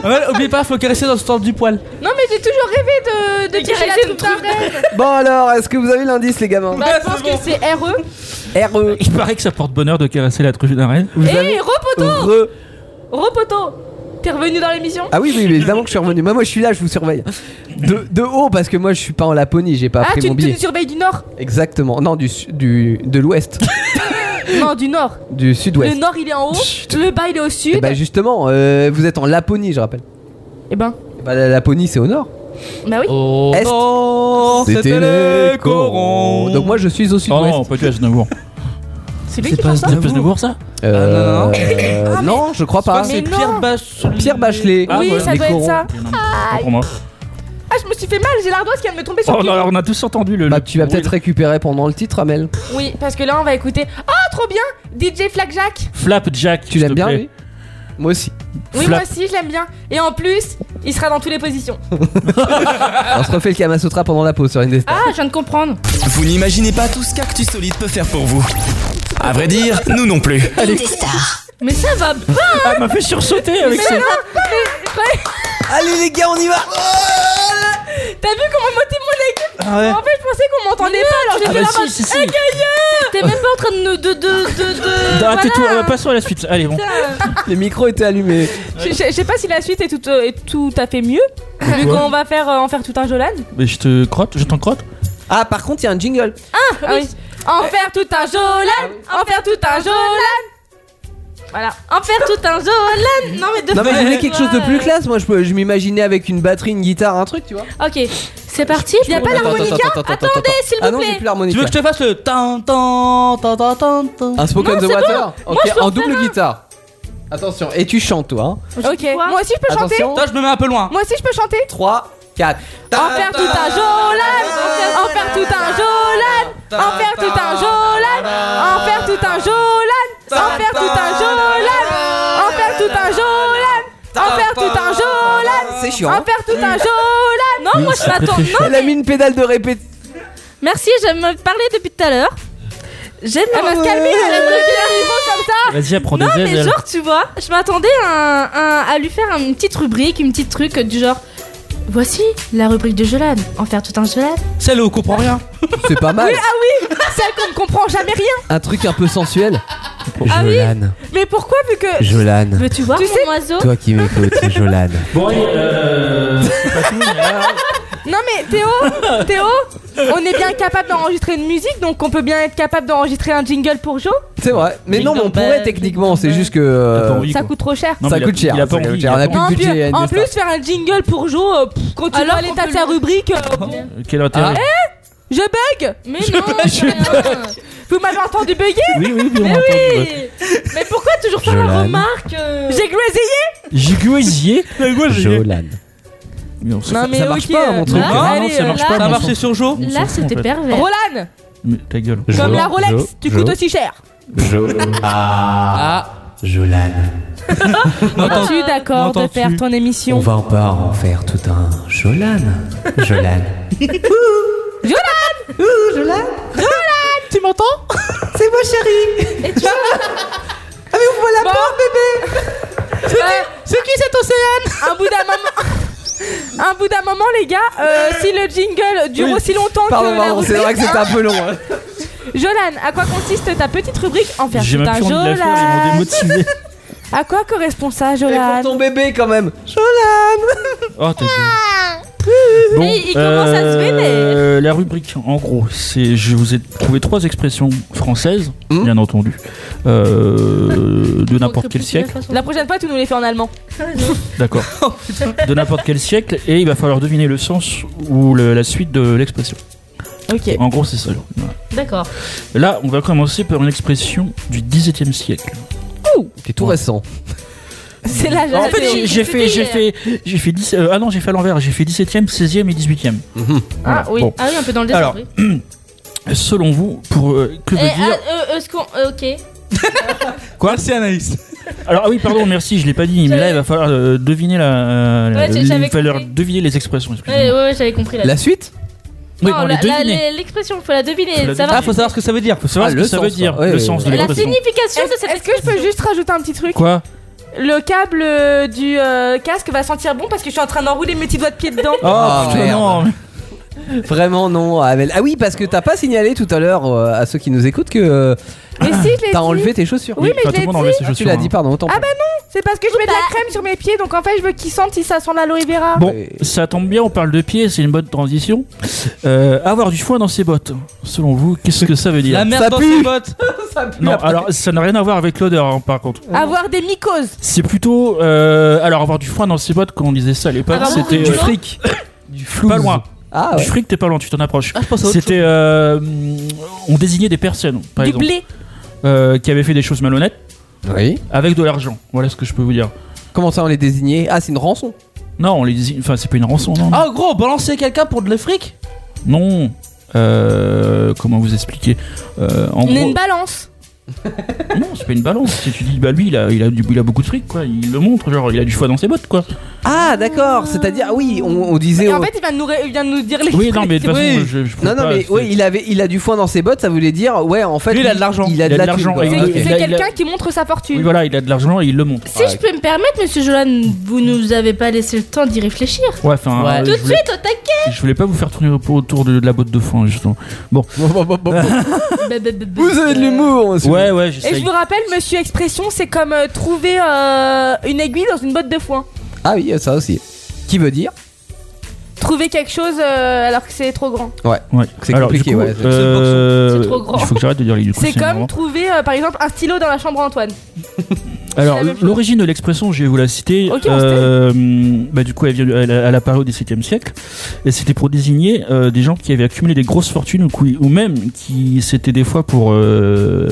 Speaker 4: Ah Ouais, oublie pas, faut caresser dans le sens du poil.
Speaker 5: Non mais j'ai toujours rêvé de, de
Speaker 7: De
Speaker 5: toucher la
Speaker 7: caresser
Speaker 5: truffe
Speaker 7: une
Speaker 5: d'un rêve.
Speaker 12: Bon, alors, est-ce que vous avez l'indice, les gamins
Speaker 5: Bah, je pense que E. c'est RE
Speaker 12: RE.
Speaker 6: Il paraît que ça porte bonheur de caresser la truffe d'un Rennes.
Speaker 5: Eh, repoto
Speaker 12: Re.
Speaker 5: Repoto T'es revenu dans l'émission
Speaker 12: Ah oui, oui, mais évidemment que je suis revenu. Moi, moi, je suis là, je vous surveille. De, de haut, parce que moi, je suis pas en Laponie, j'ai pas
Speaker 5: Ah,
Speaker 12: pris
Speaker 5: tu,
Speaker 12: mon
Speaker 5: tu
Speaker 12: billet.
Speaker 5: nous surveilles du nord
Speaker 12: Exactement. Non, du, su- du de l'ouest,
Speaker 5: Non, du nord
Speaker 12: du
Speaker 5: Le
Speaker 12: sud-ouest.
Speaker 5: nord il est en haut,
Speaker 12: Chut.
Speaker 5: le bas il est au sud.
Speaker 6: Eh ben,
Speaker 12: Et bah justement, euh, vous êtes en Laponie, je rappelle.
Speaker 5: Eh ben,
Speaker 12: Eh bah, la Laponie, c'est au nord.
Speaker 5: bah oui.
Speaker 4: Oh
Speaker 12: Est.
Speaker 4: non, c'était les corons.
Speaker 12: Donc moi, je suis au
Speaker 6: Oh
Speaker 12: sud-ouest.
Speaker 6: non, pas du Hasnavour.
Speaker 5: C'est lui qui pense ça
Speaker 6: C'est Hasnavour, ça
Speaker 12: Euh,
Speaker 4: Ah,
Speaker 12: euh,
Speaker 5: Ah, mais-
Speaker 12: non, je crois pas.
Speaker 5: Mais
Speaker 4: C'est
Speaker 5: non.
Speaker 4: Pierre Bachelet.
Speaker 12: Pierre Bachelet.
Speaker 6: Ah,
Speaker 5: oui,
Speaker 6: ouais,
Speaker 5: ça
Speaker 12: les
Speaker 5: doit être
Speaker 12: corons.
Speaker 5: ça.
Speaker 6: Pas pour moi.
Speaker 5: Ah, je me suis fait mal, j'ai l'ardoise qui vient de me tomber sur
Speaker 6: Oh,
Speaker 5: le
Speaker 6: non, alors, on a tous entendu le.
Speaker 12: Bah,
Speaker 6: le-
Speaker 12: tu vas peut-être récupérer pendant le titre, Amel.
Speaker 5: pied. Oui, parce que là on va écouter. Oh, trop bien DJ Flapjack
Speaker 6: Flap Jack.
Speaker 12: Tu l'aimes bien, lui Moi aussi.
Speaker 5: Oui, moi
Speaker 6: Flap.
Speaker 5: aussi, je l'aime bien. Et en plus, il sera dans toutes les positions.
Speaker 12: On se refait le Kama Sutra pendant la pause sur une
Speaker 7: Ah, je viens de comprendre.
Speaker 3: Vous n'imaginez pas tout ce qu'Actu Solide peut faire pour vous. À vrai dire, nous non plus.
Speaker 10: Indestar.
Speaker 7: Mais ça va pas.
Speaker 5: hein.
Speaker 6: Ah, elle m'a fait sursauter avec ça.
Speaker 12: Allez, les gars, on y va
Speaker 5: T'as vu comment monter mon équipe
Speaker 4: Ah ouais.
Speaker 5: En fait, je pensais qu'on m'entendait pas, alors j'étais
Speaker 6: Ah, bah,
Speaker 5: là-bas.
Speaker 6: si, si, si.
Speaker 7: T'es même pas en train de nous- de de de. de-
Speaker 6: Ah, t'es
Speaker 7: voilà.
Speaker 6: tout. ah, bah, Passons à la suite. Allez, bon.
Speaker 12: Les micros étaient allumés.
Speaker 5: Je- Je je sais pas si la suite est tout, euh, est tout à fait mieux, vu
Speaker 6: Pourquoi
Speaker 5: qu'on va faire, euh, en faire tout un Jolan.
Speaker 6: Mais je te crotte, je t'en crotte.
Speaker 12: Ah, par contre, il y a un jingle.
Speaker 5: Ah oui. En faire tout un Jolan En faire tout un Jolan Voilà.
Speaker 7: En faire tout un Zolan. Non mais de.
Speaker 12: Non mais je voulais quelque chose de plus
Speaker 7: clair.
Speaker 12: classe, moi je, peux- je m'imaginais avec une batterie, une guitare, un truc, tu vois.
Speaker 7: Ok, c'est parti.
Speaker 5: Il y a pas l'harmonica
Speaker 7: Attendez, s'il
Speaker 12: Ah
Speaker 7: vous
Speaker 12: non, j'ai
Speaker 7: plaît.
Speaker 12: plus
Speaker 4: Tu
Speaker 12: l'harmonica.
Speaker 4: veux que je te fasse le tan tan tan tan tan tan
Speaker 12: Un spoken
Speaker 5: Non,
Speaker 12: the
Speaker 5: c'est
Speaker 12: water
Speaker 5: bon.
Speaker 12: Ok,
Speaker 5: Moi, je peux
Speaker 12: en
Speaker 5: en
Speaker 12: double guitare. Attention, et tu chantes toi. hein.
Speaker 5: Ok. Moi aussi, je peux chanter
Speaker 12: Attention,
Speaker 4: Toi, je me mets un peu loin.
Speaker 5: Moi aussi, je peux chanter
Speaker 12: 3, 4.
Speaker 5: En faire tout un Jolan En faire tout un Jolan En faire tout un Jolan En faire tout un Jolan En faire tout un Jolan En faire tout un Jolan En faire tout un Jolan
Speaker 12: C'est
Speaker 5: En
Speaker 12: chiant.
Speaker 5: faire tout un Jolan Non, moi je m'attends. Non,
Speaker 12: Elle a mis une pédale de répète.
Speaker 7: Merci, j'aime me parler depuis tout à l'heure. J'aime
Speaker 5: elle va se
Speaker 7: me
Speaker 5: calmer, elle va bloquer la micro comme ça.
Speaker 6: Vas-y, apprends des
Speaker 7: Non
Speaker 6: ailes.
Speaker 7: mais
Speaker 6: elle.
Speaker 7: genre tu vois, je m'attendais à, un- à lui faire une petite rubrique, une petite truc euh, du genre. Voici la rubrique de Jolan. En faire tout un ah Jolan.
Speaker 4: Celle où on comprend rien.
Speaker 12: C'est pas mal.
Speaker 5: ah. Celle qu'on ne comprend jamais rien.
Speaker 12: Un truc un peu sensuel.
Speaker 7: Ah oui.
Speaker 12: Jolan,
Speaker 5: Mais pourquoi, vu que.
Speaker 12: Jolan,
Speaker 7: Veux-tu voir
Speaker 5: Tu
Speaker 7: mon oiseau
Speaker 12: toi qui m'écoutes, Jolan.
Speaker 6: Bon, allez, euh. c'est pas fini, mais là,
Speaker 5: Non mais Théo, Théo, on est bien capable d'enregistrer une musique, donc on peut bien être capable d'enregistrer un jingle pour Joe.
Speaker 3: C'est vrai. Mais non, mais on pourrait techniquement, c'est juste que. euh,
Speaker 5: Ça coûte trop cher.
Speaker 3: ça coûte cher. ça coûte cher. On n'a
Speaker 5: En
Speaker 3: plus de
Speaker 5: plus,
Speaker 3: budget. à
Speaker 5: en
Speaker 3: Indestar.
Speaker 5: plus, faire un jingle pour Joe, euh, pff, quand tu
Speaker 10: Alors
Speaker 5: vois l'état de sa rubrique. euh, bon.
Speaker 6: Quel intérêt
Speaker 12: Ah.
Speaker 5: Eh Je bug Mais non Vous m'avez entendu bugger
Speaker 6: Oui, oui, bien
Speaker 5: Mais
Speaker 6: entendu,
Speaker 5: oui Mais pourquoi toujours faire la
Speaker 6: Jolane.
Speaker 5: remarque euh, J'ai grésillé
Speaker 8: J'ai goisier.
Speaker 6: Jolan. Non,
Speaker 5: Non, mais
Speaker 6: marche
Speaker 5: ok,
Speaker 6: pas, mon
Speaker 5: euh,
Speaker 6: truc. Ah,
Speaker 5: là,
Speaker 6: Non, non,
Speaker 5: allez,
Speaker 6: ça marche
Speaker 5: euh,
Speaker 6: pas.
Speaker 5: là-
Speaker 6: mon
Speaker 5: Ça marchait
Speaker 6: son.
Speaker 5: sur Joe.
Speaker 6: Mon
Speaker 5: Là,
Speaker 6: son, en
Speaker 5: c'était
Speaker 6: fait.
Speaker 5: pervers. Roland
Speaker 6: Mais Ta gueule.
Speaker 5: Comme la Rolex, tu coûtes aussi cher
Speaker 15: Ah. Jolan.
Speaker 5: Es-tu d'accord de
Speaker 15: M'entends-tu
Speaker 5: faire ton émission
Speaker 15: On va en part en faire tout un Jolan. Jolan.
Speaker 3: Ah
Speaker 5: Jolan
Speaker 12: Ouh, Jolan
Speaker 5: Jolan
Speaker 12: Tu m'entends C'est moi, chérie Et tu Ah, mais ouvre-moi la porte, bébé
Speaker 3: Euh,
Speaker 12: C'est qui-
Speaker 5: C'est qui cet océan Un bout d'un moment. Un bout d'un moment, les gars, euh, si le jingle dure
Speaker 3: Oui.
Speaker 5: aussi longtemps
Speaker 3: Pardon,
Speaker 5: que la
Speaker 3: pardon, c'est vrai que
Speaker 5: rubrique,
Speaker 3: c'était un peu long. hein.
Speaker 5: hein. Jolan, à quoi consiste ta petite rubrique en faire
Speaker 3: J'ai
Speaker 5: tout
Speaker 3: même
Speaker 5: un
Speaker 3: plus envie de la faire,
Speaker 5: Jolan
Speaker 3: ils m'ont démotivé.
Speaker 5: À quoi correspond ça, Jolan
Speaker 3: Et pour ton bébé quand même.
Speaker 5: Jolan
Speaker 6: Oh, ta gueule.
Speaker 5: Bon, Mais il commence à se vénérer.
Speaker 6: euh, La rubrique, en gros, c'est je vous ai trouvé trois expressions françaises,
Speaker 5: Mmh.
Speaker 6: bien entendu, euh, de n'importe quel siècle.
Speaker 5: La prochaine fois, tu nous les fais en allemand.
Speaker 6: D'accord.
Speaker 5: Oh,
Speaker 6: de n'importe quel siècle, et il va falloir deviner le sens ou le- la suite de l'expression.
Speaker 5: Ok.
Speaker 6: En gros, c'est ça. genre. Voilà.
Speaker 10: D'accord.
Speaker 6: Là, on va commencer par une expression du XVIIe siècle.
Speaker 3: C'est tout récent.
Speaker 5: C'est la
Speaker 6: En fait, j'ai- j'ai fait, j'ai fait, j'ai fait 10, euh, ah non, j'ai fait à l'envers, j'ai fait 17e, 16e et 18e.
Speaker 10: Ah
Speaker 3: Mhm.
Speaker 6: Voilà,
Speaker 10: oui.
Speaker 6: bon.
Speaker 10: Ah oui, un peu dans le désordre.
Speaker 6: Alors,
Speaker 10: oui.
Speaker 6: selon vous, pour euh, que veut
Speaker 10: Eh,
Speaker 6: dire
Speaker 10: ah, euh, est-ce qu'on. euh, ok.
Speaker 6: Quoi Merci Anaïs. Alors ah oui, pardon, merci, je l'ai pas dit, mais là il va falloir euh, deviner la, euh,
Speaker 10: Ouais, j'ai-
Speaker 6: il va
Speaker 10: j'avais
Speaker 6: falloir deviner les expressions. excusez-moi.
Speaker 10: Ouais, ouais, ouais, j'avais compris là.
Speaker 3: suite
Speaker 6: Oui,
Speaker 10: Non,
Speaker 6: bon, les
Speaker 10: la- la-
Speaker 6: deviner.
Speaker 10: les- l'expression, faut la deviner.
Speaker 6: Faut la
Speaker 10: ça va.
Speaker 6: deviner. Ah, faut savoir ce que ça veut dire. Faut savoir
Speaker 3: Ah,
Speaker 6: ce
Speaker 3: le
Speaker 6: que ça
Speaker 3: sens,
Speaker 6: veut dire,
Speaker 3: quoi. Ouais,
Speaker 6: le
Speaker 3: ouais,
Speaker 6: sens de
Speaker 3: ouais.
Speaker 5: La
Speaker 6: l'expression.
Speaker 5: signification de cette Est-ce que je peux juste rajouter un petit truc
Speaker 6: Quoi
Speaker 5: Le câble euh, du euh, casque va sentir bon parce que je suis en train d'enrouler mes petits doigts de pied dedans.
Speaker 6: Oh,
Speaker 3: Ah, merde. Vraiment non, Amel. Ah oui, parce que t'as pas signalé tout à l'heure euh, à ceux qui nous écoutent que euh,
Speaker 5: Mais si, je l'ai
Speaker 3: t'as
Speaker 5: dit.
Speaker 3: enlevé tes chaussures.
Speaker 5: Oui,
Speaker 6: bah,
Speaker 5: mais je l'ai dit.
Speaker 3: Ah,
Speaker 6: hein.
Speaker 3: Tu l'as dit, pardon, autant.
Speaker 5: Ah bah non, c'est parce que je mets
Speaker 10: Bah.
Speaker 5: de la crème sur mes pieds, donc en fait je veux qu'ils sentent si ça sent l'aloe vera.
Speaker 6: Bon, ça tombe bien, on parle de pied, c'est une bonne transition. Euh, avoir du foin dans ses bottes, selon vous, qu'est-ce que ça veut dire
Speaker 4: La merde
Speaker 6: Ça
Speaker 4: dans
Speaker 6: pue.
Speaker 4: ses bottes
Speaker 6: Non, alors ça n'a rien à voir avec l'odeur, hein, par contre.
Speaker 5: Avoir des mycoses.
Speaker 6: C'est plutôt. euh, alors, avoir du foin dans ses bottes, quand on disait ça à l'époque,
Speaker 4: Avoir
Speaker 6: c'était.
Speaker 4: beaucoup de
Speaker 6: euh,
Speaker 4: Ah, foin
Speaker 6: du flou. Pas loin.
Speaker 3: Ah,
Speaker 6: Du fric, t'es pas loin, tu t'en approches.
Speaker 4: Ah, à autre
Speaker 6: c'était. euh, on désignait des personnes, par
Speaker 4: Du
Speaker 6: exemple.
Speaker 4: blé.
Speaker 6: euh, qui avaient fait des choses malhonnêtes.
Speaker 3: Oui.
Speaker 6: Avec de l'argent. Voilà ce que je peux vous dire.
Speaker 3: Comment ça, on les désignait Ah, c'est une rançon
Speaker 6: Non, on les désigne. Enfin, c'est pas une rançon, non.
Speaker 4: Ah, en gros, balancer quelqu'un pour de l'Afrique
Speaker 6: Non. Euh, comment vous expliquer Euh, En
Speaker 5: On est
Speaker 6: gros,
Speaker 5: une balance.
Speaker 6: non, c'est pas une balance. Si tu dis, bah lui, il a, il a, du, il a beaucoup de fric, quoi. Il le montre, genre, il a du foie dans ses bottes, quoi.
Speaker 3: Ah, d'accord, c'est-à-dire, oui, on, on disait.
Speaker 5: Et en
Speaker 3: on-
Speaker 5: fait, il vient de nous, ré- il vient de nous dire les
Speaker 6: Oui, non, mais de toute façon,
Speaker 3: Oui.
Speaker 6: je- je
Speaker 3: non, non,
Speaker 6: pas,
Speaker 3: mais
Speaker 6: c'est-
Speaker 3: oui, il, avait, il a du foin dans ses bottes, ça voulait dire, ouais, en fait.
Speaker 6: Lui, il a de l'argent.
Speaker 3: Il a de l'argent.
Speaker 6: et il-
Speaker 5: C'est
Speaker 6: il a- il a-
Speaker 5: quelqu'un qui montre sa fortune.
Speaker 6: Oui, voilà, Bah il a de l'argent et il le montre. Ah,
Speaker 10: Si je peux me permettre, monsieur Jolan, vous nous avez pas laissé le temps d'y réfléchir.
Speaker 6: Ouais, enfin, euh,
Speaker 10: Tout
Speaker 6: je
Speaker 10: de
Speaker 6: voulais-
Speaker 10: suite, au taquet
Speaker 6: Je voulais pas vous faire tourner au- autour de, de la botte de foin, justement. Bon.
Speaker 3: Vous avez de l'humour, hein,
Speaker 6: Ouais, ouais,
Speaker 5: Et je
Speaker 6: j'essaye.
Speaker 5: vous rappelle, monsieur Expression, c'est comme euh, trouver euh, une aiguille dans une botte de foin.
Speaker 3: Ah oui, ça aussi. Qui veut dire
Speaker 5: Trouver quelque chose euh, alors que c'est trop grand.
Speaker 3: Ouais. C'est
Speaker 6: Alors,
Speaker 3: compliqué,
Speaker 6: du coup,
Speaker 3: ouais.
Speaker 6: euh,
Speaker 5: C'est trop grand.
Speaker 6: Il faut que j'arrête de dire les du coup,
Speaker 5: C'est
Speaker 6: marrant.
Speaker 5: comme trouver, euh, par exemple, un stylo dans la chambre à Antoine.
Speaker 6: Alors, l'origine de l'expression, je vais vous la citer.
Speaker 5: Ok, on
Speaker 6: Euh, bah, du coup, elle, vient, du- elle, elle apparaît au XVIIe siècle. Et c'était pour désigner euh, des gens qui avaient accumulé des grosses fortunes ou, qui- ou même qui, c'était des fois pour. euh,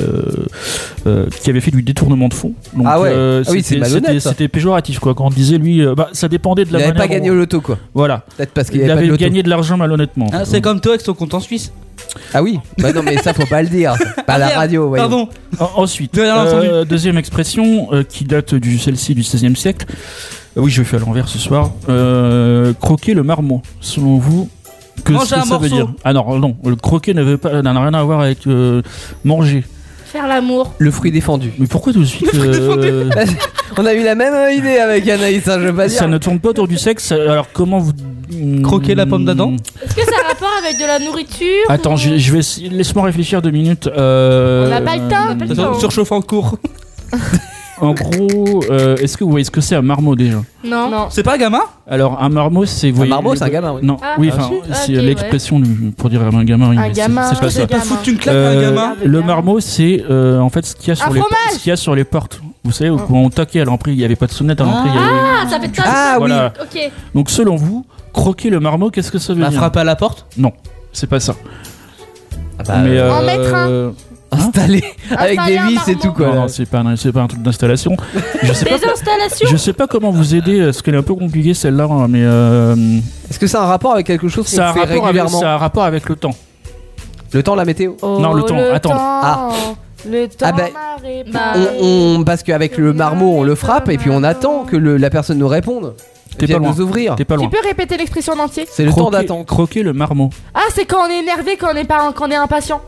Speaker 6: euh, qui avaient fait du détournement de fonds. Donc, euh,
Speaker 3: Ah ouais. Ah oui,
Speaker 6: c'était-
Speaker 3: c'est malhonnête,
Speaker 6: c'était-
Speaker 3: ça.
Speaker 6: C'était péjoratif, quoi. Quand on disait lui. euh, bah, ça dépendait de
Speaker 3: Il
Speaker 6: la
Speaker 3: avait
Speaker 6: manière.
Speaker 3: pas gagné
Speaker 6: dont-
Speaker 3: au loto, quoi.
Speaker 6: Voilà.
Speaker 3: Peut-être parce qu'il
Speaker 6: Il
Speaker 3: avait pas de
Speaker 6: avait
Speaker 3: loto.
Speaker 6: gagné de l'argent malhonnêtement.
Speaker 4: Ah, C'est comme toi avec ton compte en Suisse.
Speaker 3: Ah oui Bah non, mais ça, faut pas le dire. ça.
Speaker 5: Ah,
Speaker 3: Pas à la
Speaker 4: merde,
Speaker 3: radio, ouais.
Speaker 4: pardon.
Speaker 6: En- ensuite,
Speaker 4: J'ai rien
Speaker 6: euh,
Speaker 4: entendu.
Speaker 6: deuxième expression euh, qui date du celle-ci du XVIe siècle. Euh, oui, je vais faire à l'envers ce soir. Euh, croquer le marmot. Selon vous, que,
Speaker 4: Manger
Speaker 6: ce que
Speaker 4: un
Speaker 6: ça
Speaker 4: morceau.
Speaker 6: veut dire Ah non, non. Le croquer ne veut pas, n'a rien à voir avec euh, manger.
Speaker 10: Faire l'amour.
Speaker 3: Le fruit défendu.
Speaker 6: Mais pourquoi tout de suite euh,
Speaker 3: On a eu la même euh, idée avec Anaïs, hein, je veux pas dire.
Speaker 6: Ça ne tourne pas autour du sexe. Alors comment vous Hmm. croquer la pomme d'Adam
Speaker 10: Est-ce que ça a rapport avec de la nourriture
Speaker 6: Attends,
Speaker 10: ou-
Speaker 6: je, je vais laisse-moi réfléchir deux minutes. euh,
Speaker 10: On n'a pas le temps. On n'a pas le temps.
Speaker 4: Surchauffe en cours.
Speaker 6: En gros, euh, est-ce que vous voyez ce que c'est un marmot déjà
Speaker 5: Non. non.
Speaker 4: C'est pas un gamin
Speaker 6: Alors un marmot, c'est. vous
Speaker 4: Un
Speaker 6: voyez,
Speaker 4: marmot,
Speaker 6: les-
Speaker 4: c'est un gamin, oui.
Speaker 6: Non,
Speaker 4: Ah,
Speaker 6: oui,
Speaker 4: ah,
Speaker 6: enfin,
Speaker 4: si.
Speaker 6: c'est
Speaker 4: Ok, ouais.
Speaker 6: l'expression du- pour dire un gamin. oui,
Speaker 4: Un
Speaker 6: mais c'est-
Speaker 4: gamin,
Speaker 6: C'est pas
Speaker 4: un
Speaker 6: ça.
Speaker 4: gamin. Faut foutre une claque à un
Speaker 6: Euh,
Speaker 4: gamin.
Speaker 6: Le marmot, c'est euh, en fait ce qu'il y a
Speaker 4: Un
Speaker 6: sur les portes.
Speaker 4: fromage Oh.
Speaker 6: Ce qu'il y a sur les portes. Vous savez, où on toquait à l'entrée, il n'y avait pas de sonnette à l'entrée. il y avait-
Speaker 10: Ah, ça fait ça.
Speaker 6: Ah, oui. Voilà.
Speaker 10: Ok.
Speaker 6: Donc selon vous, croquer le marmot, qu'est-ce que ça veut
Speaker 4: Bah,
Speaker 6: dire
Speaker 4: frapper à la porte
Speaker 6: Non, c'est pas ça.
Speaker 4: bah, euh, En mettre un.
Speaker 6: Installer
Speaker 10: avec Installer des un vis et marmot. tout, quoi.
Speaker 6: Non, non, c'est pas, un- c'est pas un truc d'installation. Je sais pas.
Speaker 10: Des installations.
Speaker 6: Je sais pas comment vous aider, parce qu'elle est un peu compliquée celle-là, hein, mais euh,
Speaker 3: Est-ce que ça a un rapport avec quelque chose qu'on fait
Speaker 6: ça, a un rapport avec,
Speaker 3: régulièrement
Speaker 6: ça a un rapport avec le temps.
Speaker 3: Le temps, la météo
Speaker 6: Non, le
Speaker 5: Oh,
Speaker 6: temps,
Speaker 5: le
Speaker 6: attends.
Speaker 5: temps.
Speaker 3: Ah.
Speaker 5: Le temps
Speaker 3: Ah ben,
Speaker 5: marée
Speaker 3: On, on- parce qu'avec le marmot, on le frappe et puis on attend que le- la personne nous réponde.
Speaker 6: T'es
Speaker 3: Vienne
Speaker 6: pas loin.
Speaker 3: nous ouvrir.
Speaker 6: T'es pas
Speaker 5: Tu peux répéter l'expression en entier
Speaker 3: C'est le temps
Speaker 6: Croquer-
Speaker 3: d'attente.
Speaker 6: Croquer le marmot.
Speaker 5: Ah, c'est quand on est énervé, quand on est, pas, quand on est impatient.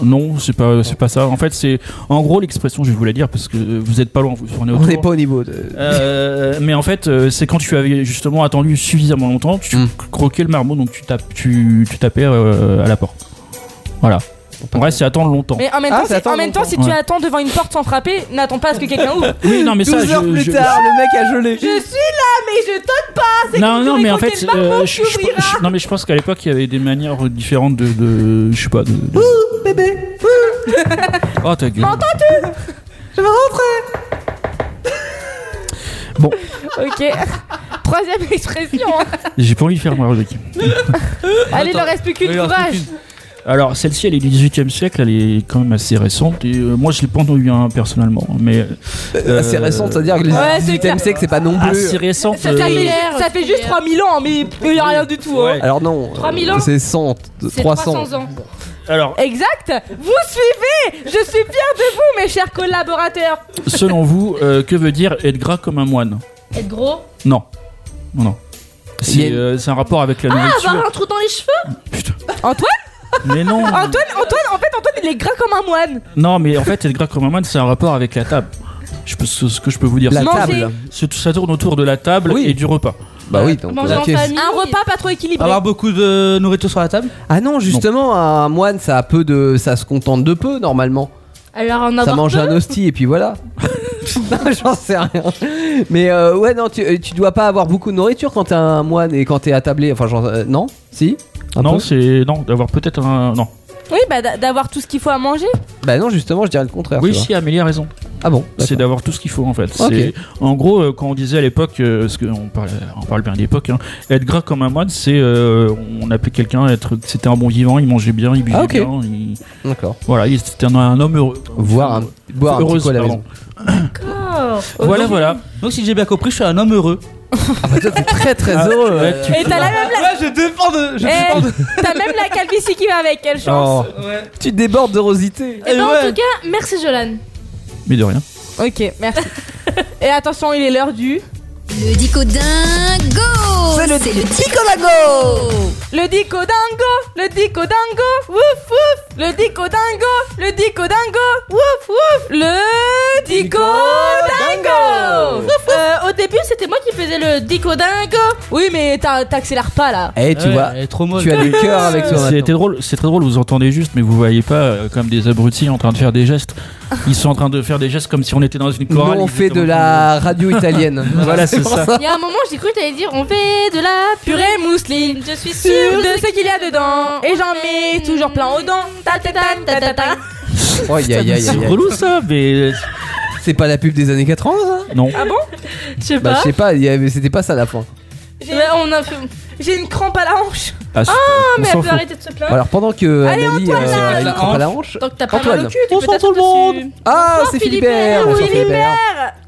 Speaker 6: Non, c'est pas, c'est pas ça. En fait, c'est en gros l'expression. Je vais vous la dire parce que euh, vous êtes pas loin. Vous, on est
Speaker 3: On
Speaker 6: autour.
Speaker 3: n'est pas au niveau de.
Speaker 6: Euh, mais en fait, euh, c'est quand tu avais justement attendu suffisamment longtemps,
Speaker 3: Hmm.
Speaker 6: tu croquais le marmot, donc tu, tapes, tu, tu tapais euh, à la porte. Voilà. En vrai, c'est attendre longtemps.
Speaker 5: Mais en même
Speaker 3: Ah,
Speaker 5: temps, si, en même temps, si tu
Speaker 6: Ouais.
Speaker 5: attends devant une porte sans frapper, n'attends pas à ce que quelqu'un ouvre.
Speaker 6: Oui, non, mais ça,
Speaker 3: 12 heures
Speaker 6: je-
Speaker 3: plus
Speaker 6: je-
Speaker 3: tard, le mec a gelé.
Speaker 5: Je suis là, mais je toque pas. C'est
Speaker 6: Ah, Non,
Speaker 5: comme
Speaker 6: non,
Speaker 5: si
Speaker 6: mais en
Speaker 5: j'écoutais
Speaker 6: fait,
Speaker 5: le marmot
Speaker 6: euh,
Speaker 5: qui
Speaker 6: je, je-
Speaker 5: ouvrira.
Speaker 6: je- non, mais je pense qu'à l'époque, il y avait des manières différentes de, de- je sais pas, de, de-
Speaker 12: Bébé,
Speaker 6: oh ta gueule.
Speaker 12: m'entends-tu Je veux rentrer.
Speaker 5: Ok. Troisième expression.
Speaker 6: J'ai pas envie de faire ma rubrique.
Speaker 5: Allez, il leur reste plus qu'une courage.
Speaker 6: Alors, celle-ci, elle est du 18 e siècle, elle est quand même assez récente. Et euh, moi, je l'ai pas entendu hein, personnellement, mais
Speaker 3: Euh, assez récente, c'est-à-dire que les
Speaker 5: Ouais, c'est
Speaker 3: 18e siècle, c'est pas non plus.
Speaker 6: assez récente.
Speaker 5: Ça, ça
Speaker 6: euh,
Speaker 5: fait, ça fait juste 3000 ans, mais il n'y a rien du tout. hein.
Speaker 3: Alors non,
Speaker 5: 3000
Speaker 3: euh,
Speaker 5: ans
Speaker 3: c'est 100,
Speaker 5: C'est
Speaker 3: 300.
Speaker 5: ans.
Speaker 6: Alors,
Speaker 5: Exact Vous suivez Je suis fière de vous, mes chers collaborateurs.
Speaker 6: selon vous, euh, que veut dire être gras comme un moine
Speaker 10: Être gros.
Speaker 6: Non, non, non.
Speaker 3: Il y a
Speaker 6: C'est
Speaker 3: une-
Speaker 6: euh, c'est un rapport avec la
Speaker 10: Ah,
Speaker 5: bah,
Speaker 6: nourriture.
Speaker 10: avoir un trou dans les cheveux.
Speaker 5: Antoine
Speaker 6: Mais non,
Speaker 5: Antoine, Antoine, en fait, Antoine, il est gras comme un moine.
Speaker 6: non, mais en fait, être gras comme un moine, c'est un rapport avec la table. Je peux, ce ce que je peux vous dire,
Speaker 3: La
Speaker 6: c'est-
Speaker 3: table.
Speaker 6: C'est- ça tourne autour de la table et du repas.
Speaker 3: Bah oui, donc. euh, ok.
Speaker 5: Un repas pas trop équilibré.
Speaker 4: Avoir beaucoup de nourriture sur la table
Speaker 3: Ah non, justement, un moine, ça a peu de, ça se contente de peu normalement.
Speaker 10: Alors en
Speaker 3: Ça
Speaker 10: avoir
Speaker 3: mange
Speaker 10: peu.
Speaker 3: un hostie et puis voilà. Non, J'en sais rien. Mais euh, ouais, non, tu, euh, tu dois pas avoir beaucoup de nourriture quand t'es un moine et quand t'es attablé. Enfin, genre, euh, non Si Un
Speaker 6: non,
Speaker 3: peu
Speaker 6: c'est non d'avoir peut-être un non.
Speaker 5: Oui, bah d'a- d'avoir tout ce qu'il faut à manger.
Speaker 3: Bah non, justement, je dirais le contraire.
Speaker 6: Oui,
Speaker 3: tu vois.
Speaker 6: si Amélie a raison.
Speaker 3: Ah bon
Speaker 6: C'est d'avoir tout ce qu'il faut en fait.
Speaker 3: Ok.
Speaker 6: C'est- En gros, euh, quand on disait à l'époque, euh, parce qu'on parle, on parle bien d'époque, hein, être gras comme un moine, c'est euh, on appelait quelqu'un être, c'était un bon vivant, il mangeait bien, il buvait
Speaker 3: Ah, ok.
Speaker 6: bien, il-
Speaker 3: D'accord.
Speaker 6: voilà, il- c'était un, un homme heureux.
Speaker 3: Voir un, boire un petit
Speaker 6: Heureuse,
Speaker 3: coup à la
Speaker 6: pardon.
Speaker 3: maison.
Speaker 6: Voilà, voilà.
Speaker 4: Donc si j'ai bien compris, je suis un homme heureux.
Speaker 3: Très très
Speaker 6: Ah,
Speaker 3: heureux.
Speaker 6: ouais,
Speaker 3: euh,
Speaker 6: tu-
Speaker 5: Et t'as la même la...
Speaker 4: je défends de... Je
Speaker 5: Eh,
Speaker 4: défends de...
Speaker 5: t'as même la calvitie qui va avec, quelle chance.
Speaker 3: Oh. Tu débordes d'horosité.
Speaker 10: Eh ben,
Speaker 4: Eh ouais.
Speaker 10: En tout cas, merci Jolan.
Speaker 6: Mais de rien.
Speaker 5: Ok, merci. Et attention, il est l'heure du...
Speaker 2: Le dico dingo C'est le, dico dingo
Speaker 5: Le dico dingo, le dico dingo, wouf wouf. Le dico dingo, le dico dingo, wouf wouf. Le dico dingo.
Speaker 10: Euh, au début, c'était moi qui faisais le dico dingo.
Speaker 5: Oui, mais t'as- t'accélères pas là.
Speaker 3: Eh, tu
Speaker 4: Ouais,
Speaker 3: vois,
Speaker 4: elle est trop molle.
Speaker 3: tu as du cœur avec toi.
Speaker 6: C'était
Speaker 3: maintenant.
Speaker 6: drôle, c'est très drôle, vous entendez juste, mais vous voyez pas euh, comme des abrutis en train de faire des gestes. Ils sont en train de faire des gestes comme si on était dans une
Speaker 3: Nous,
Speaker 6: chorale.
Speaker 3: on
Speaker 6: ils
Speaker 3: fait
Speaker 6: étaient
Speaker 3: de
Speaker 6: en-
Speaker 3: la radio italienne.
Speaker 6: Voilà, c'est
Speaker 3: pour
Speaker 6: ça.
Speaker 10: Il y a un moment, j'ai cru que t'allais dire on fait de la purée
Speaker 5: Purée mousseline,
Speaker 10: mouline. Je suis
Speaker 5: sûr
Speaker 10: sûre
Speaker 5: de ce qu'il y a dedans. Et j'en mets toujours plein aux dents. Ta ta ta ta ta ta.
Speaker 3: Oh, aïe, aïe, aïe,
Speaker 6: C'est
Speaker 3: aïe, aïe.
Speaker 6: relou ça, mais
Speaker 3: C'est pas la pub des années 80 ça
Speaker 6: non.
Speaker 5: Ah bon
Speaker 10: Je sais
Speaker 3: Bah
Speaker 10: pas.
Speaker 3: je sais pas, il y avait- c'était pas ça la fin.
Speaker 5: J'ai- on a fait- J'ai une crampe à la hanche.
Speaker 6: Ah, c'est- on
Speaker 10: mais
Speaker 6: s'en
Speaker 10: elle peut
Speaker 6: fout.
Speaker 10: arrêter de se plaindre.
Speaker 3: Bah, Alors pendant que
Speaker 5: Allez,
Speaker 3: Amélie
Speaker 5: Antoine,
Speaker 3: euh,
Speaker 5: là,
Speaker 3: a une
Speaker 4: la
Speaker 3: crampe à la
Speaker 4: hanche.
Speaker 3: hanche.
Speaker 10: Tant que t'as pas mal
Speaker 3: Antoine.
Speaker 10: au cul, tu peux
Speaker 4: Bonsoir
Speaker 10: peut-être
Speaker 4: tout le monde.
Speaker 10: dessus.
Speaker 3: Ah,
Speaker 10: Bonsoir,
Speaker 3: c'est
Speaker 10: Philibert.
Speaker 3: Philibert. Bonsoir
Speaker 10: Oui,
Speaker 3: Philibert.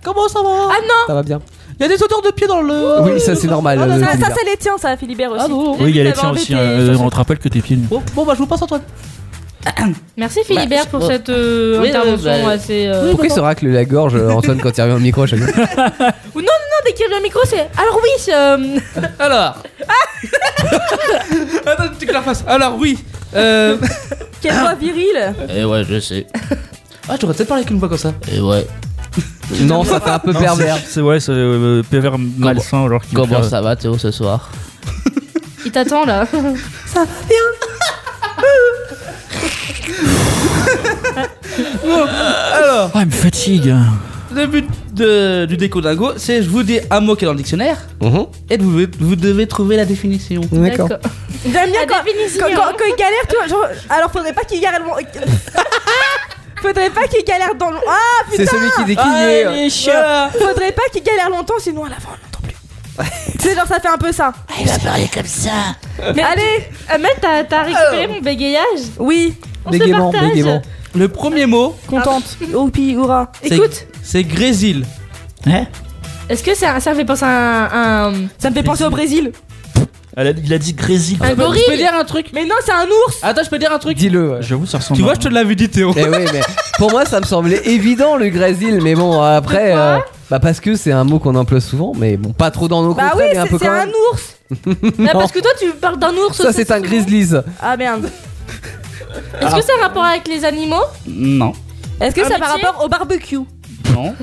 Speaker 4: Comment ça va
Speaker 5: Ah non
Speaker 3: Ça va bien.
Speaker 4: Il y a des odeurs de pied dans le...
Speaker 3: Oui, ça c'est normal. euh,
Speaker 5: Ah, Ça, ça
Speaker 3: Philibert.
Speaker 5: c'est les tiens, ça, Philibert aussi.
Speaker 4: Ah bon
Speaker 6: Oui, il y a les
Speaker 5: T'avais
Speaker 6: tiens aussi.
Speaker 5: embêté,
Speaker 6: hein, on te rappelle que t'es pieds nus.
Speaker 4: Bon, bon, bah je vous passe Antoine.
Speaker 10: Merci
Speaker 5: Bah,
Speaker 10: Philibert pour cette euh,
Speaker 4: Bah, Oui,
Speaker 10: intervention
Speaker 4: bah,
Speaker 10: assez. euh,
Speaker 3: Pourquoi il se racle la gorge euh, Antoine quand il revient au micro à chaque fois
Speaker 5: Oh,
Speaker 10: Ou Non, non, non, dès qu'il y a le micro, c'est. Alors oui, c'est, euh,
Speaker 4: Alors. Attends,
Speaker 10: euh,
Speaker 4: tu que la face. Alors oui. Euh...
Speaker 5: Quelle voix virile.
Speaker 4: Et ouais, je sais. Ah, j'aurais peut-être parlé qu'une voix comme ça. Et ouais.
Speaker 3: Non, ça fait un peu
Speaker 6: Non,
Speaker 3: pervers.
Speaker 6: c'est- C'est ouais, c'est euh, pervers malsain alors qu'il fait-
Speaker 4: va Théo ce soir
Speaker 10: il t'attend là.
Speaker 4: Alors,
Speaker 10: Oh,
Speaker 6: Ah, il me fatigue.
Speaker 4: Le but de- du déco dingo, c'est je vous dis un mot qui est dans le dictionnaire
Speaker 3: Mm-hmm.
Speaker 4: et vous, devez- vous devez trouver la définition.
Speaker 10: J'aime bien quand,
Speaker 5: quand, quand- quand il galère, tu vois, genre, alors faudrait pas qu'il galère. le- faudrait pas qu'il galère dans le. Ah putain
Speaker 3: C'est celui qui déquillait.
Speaker 5: Ah, il est chiant. Faudrait pas qu'il galère longtemps, sinon à la fin on l'entend plus. tu sais, genre ça fait un peu ça. il va parler comme ça. Ah,
Speaker 10: Mais
Speaker 5: Allez,
Speaker 10: Ahmed, t'as t'as récupéré mon bégayage
Speaker 5: Oui.
Speaker 10: On se partage.
Speaker 4: Le premier mot,
Speaker 5: Contente. Oupi, hurrah.
Speaker 4: c'est-
Speaker 10: Écoute,
Speaker 4: c'est grésil.
Speaker 10: est-ce que ça, ça me fait penser à un,
Speaker 5: Ça me fait penser au Brésil.
Speaker 6: Elle a- il a dit grésil.
Speaker 10: Un gorille.
Speaker 4: Je peux dire un truc
Speaker 5: Mais non, c'est un ours.
Speaker 4: Attends, je peux dire un truc
Speaker 3: Dis-le. ouais.
Speaker 6: J'avoue, ça ressemble.
Speaker 4: Tu vois, je te l'avais dit, Théo.
Speaker 3: Eh oui, mais pour moi, ça me semblait évident le grésil, mais bon, après. euh, bah, parce que c'est un mot qu'on emploie souvent, mais bon, pas trop dans nos
Speaker 10: Bah
Speaker 3: contrats,
Speaker 10: oui,
Speaker 3: mais un
Speaker 10: c'est-
Speaker 3: peu
Speaker 10: c'est
Speaker 3: quand
Speaker 10: un
Speaker 3: même.
Speaker 5: ours Bah,
Speaker 10: Mais
Speaker 3: Non.
Speaker 10: parce que toi, tu parles d'un ours
Speaker 3: Ça,
Speaker 10: aussi,
Speaker 3: c'est un grizzlies.
Speaker 5: Ah merde.
Speaker 10: Est-ce que ça a un rapport avec les animaux
Speaker 4: Non.
Speaker 10: Est-ce que
Speaker 5: Un
Speaker 10: ça a par
Speaker 5: métier
Speaker 10: rapport au barbecue
Speaker 4: Non.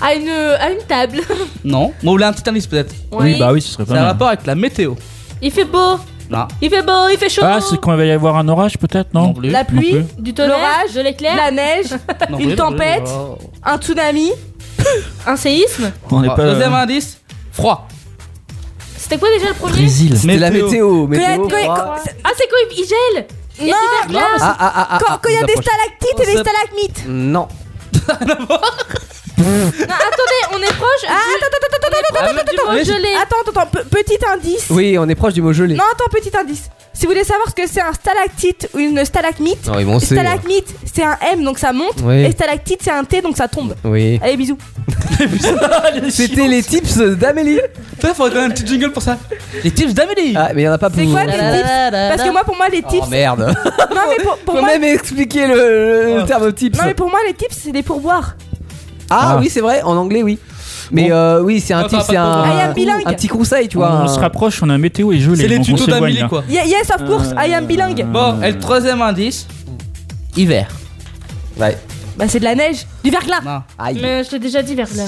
Speaker 10: à une, à une table.
Speaker 4: Non. Moi, vous voulez un petit indice peut-être
Speaker 10: Oui. Oui, bah oui, ce
Speaker 6: serait pas
Speaker 4: Ça a
Speaker 6: mal.
Speaker 4: rapport avec la météo.
Speaker 10: Il fait beau,
Speaker 4: Non.
Speaker 10: il fait beau, il fait chaud.
Speaker 6: Ah, c'est quand il va y avoir un orage, peut-être, non,
Speaker 10: La pluie.
Speaker 6: Non plus.
Speaker 10: Du tonnerre,
Speaker 5: L'orage,
Speaker 10: de l'éclair,
Speaker 5: la neige,
Speaker 4: Non,
Speaker 5: une
Speaker 4: oui,
Speaker 5: tempête,
Speaker 6: Oh.
Speaker 4: non, oui,
Speaker 5: un tsunami.
Speaker 10: un séisme.
Speaker 6: On n'est
Speaker 4: Ah,
Speaker 6: pas.
Speaker 4: Deuxième indice, froid.
Speaker 10: C'était quoi déjà le premier
Speaker 6: Brésil.
Speaker 3: C'était la météo,
Speaker 10: Quand il y a-
Speaker 3: météo.
Speaker 10: quand il y a-
Speaker 3: froid.
Speaker 10: quand- Ah, c'est quand il il gèle Il y a
Speaker 5: Non,
Speaker 10: du verglas.
Speaker 3: non, Ah, ah, ah, ah, ah,
Speaker 5: Quand il y a
Speaker 3: vous
Speaker 5: des
Speaker 3: approchez.
Speaker 5: stalactites et des
Speaker 3: On se-
Speaker 5: stalagmites.
Speaker 3: Non.
Speaker 10: Non, attendez, on est proche.
Speaker 5: Ah, attends, attends, attends, attends, attends, attends, attends,
Speaker 10: mot
Speaker 5: attends,
Speaker 10: gelé.
Speaker 5: attends, attends, attends, pe- petit indice.
Speaker 3: Oui, on est proche du mot gelé.
Speaker 5: Non, attends, petit indice. Si vous voulez savoir ce que c'est un stalactite ou une stalagmite,
Speaker 3: Ah oui, bon, c'est-
Speaker 5: stalagmite c'est un M donc ça monte,
Speaker 3: Oui.
Speaker 5: et stalactite c'est un T donc ça tombe.
Speaker 3: Oui.
Speaker 5: Allez, bisous.
Speaker 4: Eh,
Speaker 3: C'était les tips d'Amélie.
Speaker 4: Putain, faudrait quand même un petit jingle pour ça. Les tips d'Amélie.
Speaker 3: Ah, mais il y en a pas
Speaker 5: C'est
Speaker 3: pour-
Speaker 5: quoi les tips Parce que moi, pour moi, les tips.
Speaker 3: Oh merde.
Speaker 5: Non, mais pour, pour
Speaker 3: Faut
Speaker 5: moi.
Speaker 3: même expliquer le,
Speaker 4: Oh.
Speaker 3: le terme tips.
Speaker 5: Non, mais pour moi, les tips c'est des pourboires.
Speaker 3: Ah,
Speaker 6: Ah.
Speaker 3: oui, c'est vrai, en anglais, oui. Mais euh, oui, c'est un
Speaker 6: Ah,
Speaker 3: tip,
Speaker 6: ça va
Speaker 3: c'est
Speaker 6: pas
Speaker 3: un,
Speaker 6: trop loin.
Speaker 5: I am bilingue.
Speaker 3: un petit conseil, tu vois.
Speaker 6: on
Speaker 3: un-
Speaker 6: se rapproche, on a météo et gelé.
Speaker 4: C'est les
Speaker 6: donc on
Speaker 4: tutos
Speaker 6: s'éloigne,
Speaker 4: d'Amélie,
Speaker 6: là.
Speaker 4: quoi.
Speaker 5: Ye- Yes, of course, I am bilingue.
Speaker 3: Mmh.
Speaker 4: Bon, et le troisième indice, hiver.
Speaker 3: Ouais.
Speaker 5: Bah, c'est de la neige, du verglas.
Speaker 4: Non.
Speaker 3: Aïe.
Speaker 10: Mais je t'ai déjà dit verglas.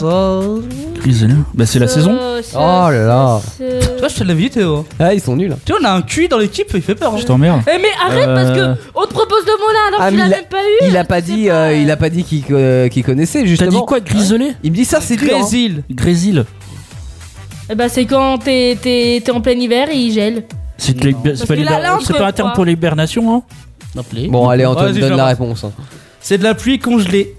Speaker 6: Grisélien. Bah, c'est la
Speaker 10: Euh,
Speaker 6: saison.
Speaker 3: Oh là là.
Speaker 4: Tu vois, je te l'avais dit, Théo.
Speaker 3: Ah, ils sont nuls.
Speaker 4: Tu vois, on a un QI dans l'équipe, il fait peur. hein.
Speaker 6: Je t'emmerde.
Speaker 10: Eh, mais arrête, parce
Speaker 6: Euh.
Speaker 10: que on te propose le mot là alors
Speaker 3: Ah,
Speaker 10: que tu l'as
Speaker 3: mais il a-
Speaker 10: même pas eu.
Speaker 3: Il a pas dit, euh, il a pas dit qu'il euh, qu'il connaissait
Speaker 6: T'as
Speaker 3: justement.
Speaker 6: dit quoi, griselé
Speaker 3: Il me dit ça, c'est dur. hein.
Speaker 4: Grésil.
Speaker 6: Grésil.
Speaker 10: Eh bah, c'est quand t'es t'es- t'es en plein hiver et il gèle.
Speaker 6: C'est de l'hib- c'est
Speaker 10: Parce
Speaker 6: pas,
Speaker 10: que là,
Speaker 6: l'hib-
Speaker 10: là, on
Speaker 6: c'est
Speaker 10: te
Speaker 6: pas un
Speaker 10: croit.
Speaker 6: terme pour l'hibernation, hein
Speaker 4: Non plus.
Speaker 3: Bon, allez, Antoine,
Speaker 4: Vas-y,
Speaker 3: donne la
Speaker 4: j'avance.
Speaker 3: réponse. hein.
Speaker 4: C'est de la pluie congelée.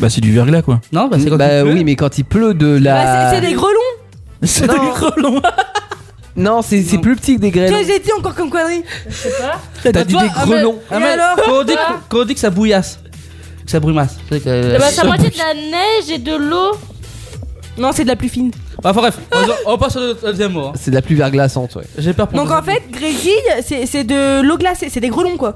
Speaker 6: Bah, c'est du verglas, quoi.
Speaker 4: Non, bah c'est quand
Speaker 3: bah
Speaker 4: il pleut.
Speaker 3: oui, mais quand il pleut
Speaker 5: Bah,
Speaker 3: de la.
Speaker 5: c'est- c'est des grelons.
Speaker 6: C'est
Speaker 3: Non.
Speaker 6: des grelons.
Speaker 3: Non, c'est c'est plus petit que des
Speaker 5: Tu
Speaker 3: grêlons.
Speaker 5: vois, j'ai dit encore comme connerie.
Speaker 3: T'as dit
Speaker 4: Toi,
Speaker 3: des
Speaker 4: ah, mais-
Speaker 3: grelons.
Speaker 4: ah,
Speaker 5: Et
Speaker 4: mais
Speaker 5: alors
Speaker 4: quand, on dit, quand on dit que ça bouillasse, que ça brumasse. c'est que-
Speaker 10: Eh
Speaker 5: ben,
Speaker 10: bah, c'est à moitié de la neige et de l'eau.
Speaker 5: Non, c'est de la plus fine.
Speaker 4: Bah, enfin, bref, on, on passe au deuxième mot. hein.
Speaker 3: C'est de la pluie verglaçante, ouais.
Speaker 4: J'ai peur pour
Speaker 5: Donc
Speaker 4: le
Speaker 5: en fait, grésille, c'est c'est de l'eau glacée, c'est des grelons quoi.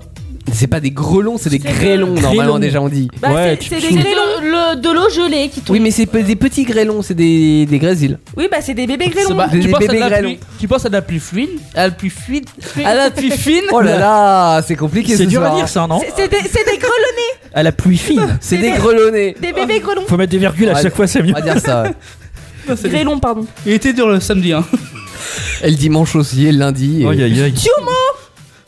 Speaker 3: C'est pas des grelons, c'est des grêlons, normalement,
Speaker 6: grêlons.
Speaker 3: déjà on dit.
Speaker 5: Bah,
Speaker 6: Ouais,
Speaker 5: c'est-
Speaker 6: tu
Speaker 5: c'est
Speaker 6: te
Speaker 5: des
Speaker 6: fous.
Speaker 5: grêlons.
Speaker 10: Le- de l'eau gelée qui tombe.
Speaker 3: Oui, mais c'est pas des petits grêlons, c'est des, des grésils.
Speaker 5: Oui, bah c'est des bébés
Speaker 4: C'est
Speaker 5: grêlons.
Speaker 4: pas-
Speaker 3: Des-
Speaker 4: tu,
Speaker 3: des
Speaker 4: penses à de
Speaker 3: bébés
Speaker 4: la
Speaker 3: grêlons.
Speaker 4: pluie, tu penses à de la pluie fluide, à la pluie fluide, à la pluie fine.
Speaker 3: Oh là là, c'est compliqué
Speaker 6: C'est
Speaker 3: ce
Speaker 6: dur à
Speaker 3: soir.
Speaker 6: dire, ça, non
Speaker 5: C'est- C'est des, c'est des grelonnés,
Speaker 6: À la pluie fine.
Speaker 3: C'est
Speaker 5: C'est
Speaker 3: des
Speaker 5: des-
Speaker 3: grelonnés.
Speaker 5: des bébés grelons.
Speaker 6: Faut mettre des virgules à
Speaker 3: Ouais.
Speaker 6: chaque fois, c'est
Speaker 3: On
Speaker 6: mieux.
Speaker 3: va dire Ah. ça. ouais.
Speaker 5: Grêlons, pardon.
Speaker 4: Il était dur le samedi. Hein.
Speaker 3: Et le dimanche aussi, et le lundi. et-
Speaker 6: Aïe, aïe, aïe.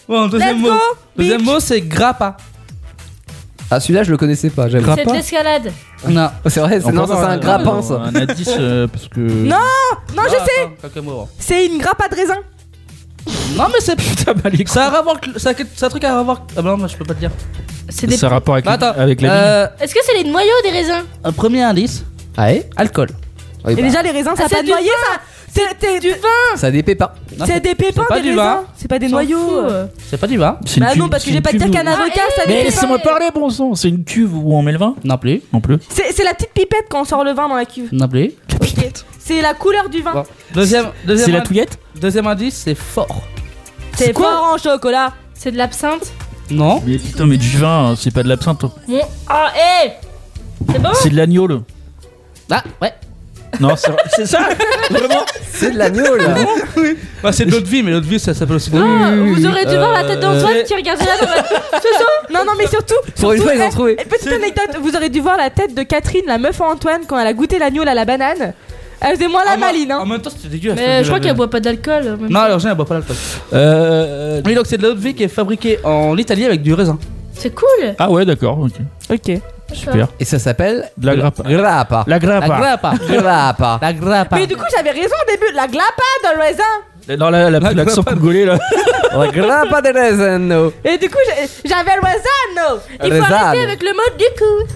Speaker 4: Bon, deuxième
Speaker 5: Let's
Speaker 4: mot.
Speaker 5: go,
Speaker 4: Deuxième
Speaker 5: bitch.
Speaker 4: mot, c'est grappa.
Speaker 3: Ah, celui-là, je le connaissais pas, j'aime.
Speaker 10: C'est de l'escalade.
Speaker 4: Non.
Speaker 3: Oh, C'est vrai, c'est non, ça, c'est un grappin, ça.
Speaker 6: euh, Un indice, euh, parce que.
Speaker 5: Non. Non,
Speaker 4: Ah,
Speaker 5: je sais,
Speaker 4: Non,
Speaker 5: c'est une grappa de raisin.
Speaker 4: hein. mais c'est.
Speaker 6: Putain, bah, les
Speaker 4: Ça a, un rapport... ça, a... ça a un truc à avoir. Ah bah non, bah, je peux pas te dire.
Speaker 10: C'est des-
Speaker 6: Ça a rapport
Speaker 3: Bah,
Speaker 6: avec,
Speaker 4: Attends.
Speaker 6: avec la ligne. Ah
Speaker 4: euh,
Speaker 10: Est-ce que c'est les noyaux des raisins
Speaker 4: un premier indice
Speaker 3: Ouais.
Speaker 4: alcool.
Speaker 3: Oui,
Speaker 5: Et
Speaker 3: bah,
Speaker 5: déjà, les raisins, ça
Speaker 10: Ah,
Speaker 5: a
Speaker 10: c'est
Speaker 5: pas de
Speaker 10: du
Speaker 5: noyer, ça. C'est t'es-
Speaker 3: Ça a des pépins.
Speaker 4: Non,
Speaker 5: c'est des pépins,
Speaker 4: pas
Speaker 5: des
Speaker 4: du
Speaker 5: raisins.
Speaker 4: vin.
Speaker 5: C'est pas des
Speaker 10: S'en fout,
Speaker 5: noyaux.
Speaker 10: euh.
Speaker 4: C'est pas du vin.
Speaker 6: C'est une
Speaker 5: Bah non,
Speaker 6: cuve-
Speaker 5: parce que
Speaker 6: c'est
Speaker 5: j'ai
Speaker 6: une
Speaker 5: pas de
Speaker 6: cuve
Speaker 5: dire qu'un
Speaker 6: d'eau.
Speaker 5: avocat, ça a des
Speaker 6: Mais
Speaker 5: pépins.
Speaker 6: laissez-moi parler, bon sang. C'est une cuve où on met le vin
Speaker 4: Non plus.
Speaker 6: Non plus.
Speaker 5: C'est c'est la petite pipette quand on sort le vin dans la cuve.
Speaker 4: Non plus.
Speaker 5: C'est la couleur du vin.
Speaker 4: Bon. Deuxième, deuxième,
Speaker 6: C'est la
Speaker 4: ind-
Speaker 6: touillette
Speaker 4: deuxième indice, c'est fort.
Speaker 5: C'est fort en chocolat.
Speaker 10: C'est de l'absinthe.
Speaker 4: Non.
Speaker 6: Mais putain, mais du vin, hein, c'est pas de l'absinthe.
Speaker 10: Mon... Ah, hé C'est
Speaker 3: Oh.
Speaker 10: bon
Speaker 6: C'est de l'agneau, là.
Speaker 4: Ah, ouais.
Speaker 6: Non, c'est c'est ça
Speaker 3: C'est de l'agneau, là.
Speaker 4: Bah, c'est de l'eau de vie, mais l'eau de vie, ça s'appelle aussi.
Speaker 10: Ah, vous aurez dû voir la
Speaker 4: Euh,
Speaker 10: tête d'Antoine
Speaker 4: c'est-
Speaker 10: qui regarde là dans la-
Speaker 5: Non, non, mais surtout.
Speaker 3: Pour une
Speaker 5: surtout,
Speaker 3: fois, ils ont
Speaker 5: eh,
Speaker 3: trouvé.
Speaker 5: eh, Petite anecdote, vous aurez dû voir la tête de Catherine, la meuf à Antoine, quand elle a goûté l'agneau à la banane. Elle faisait moins la
Speaker 4: En-
Speaker 5: maline,
Speaker 4: En
Speaker 5: hein.
Speaker 4: même temps, c'était dégueulasse.
Speaker 10: Mais je crois qu'elle
Speaker 4: qu'elle
Speaker 10: boit pas d'alcool. en même
Speaker 4: Non,
Speaker 10: temps.
Speaker 4: alors, elle boit pas l'alcool.
Speaker 6: Euh.
Speaker 4: Oui, donc c'est de l'eau de vie qui est fabriquée en Italie avec du raisin.
Speaker 10: C'est cool
Speaker 6: Ah ouais, d'accord, ok.
Speaker 5: Ok.
Speaker 6: Super.
Speaker 3: Et ça s'appelle
Speaker 6: La grappa.
Speaker 3: Grappa.
Speaker 6: La grappa.
Speaker 4: La grappa.
Speaker 3: Grappa.
Speaker 4: La grappa.
Speaker 5: Mais du coup, j'avais raison au début. La glapa de raisin.
Speaker 6: Non, là, elle a pris l'accent congolais, là.
Speaker 3: La grappa de raisin.
Speaker 5: Et du coup, j'ai- j'avais le raisin.
Speaker 10: Il faut
Speaker 3: Rezan.
Speaker 10: arrêter avec le mot du coup.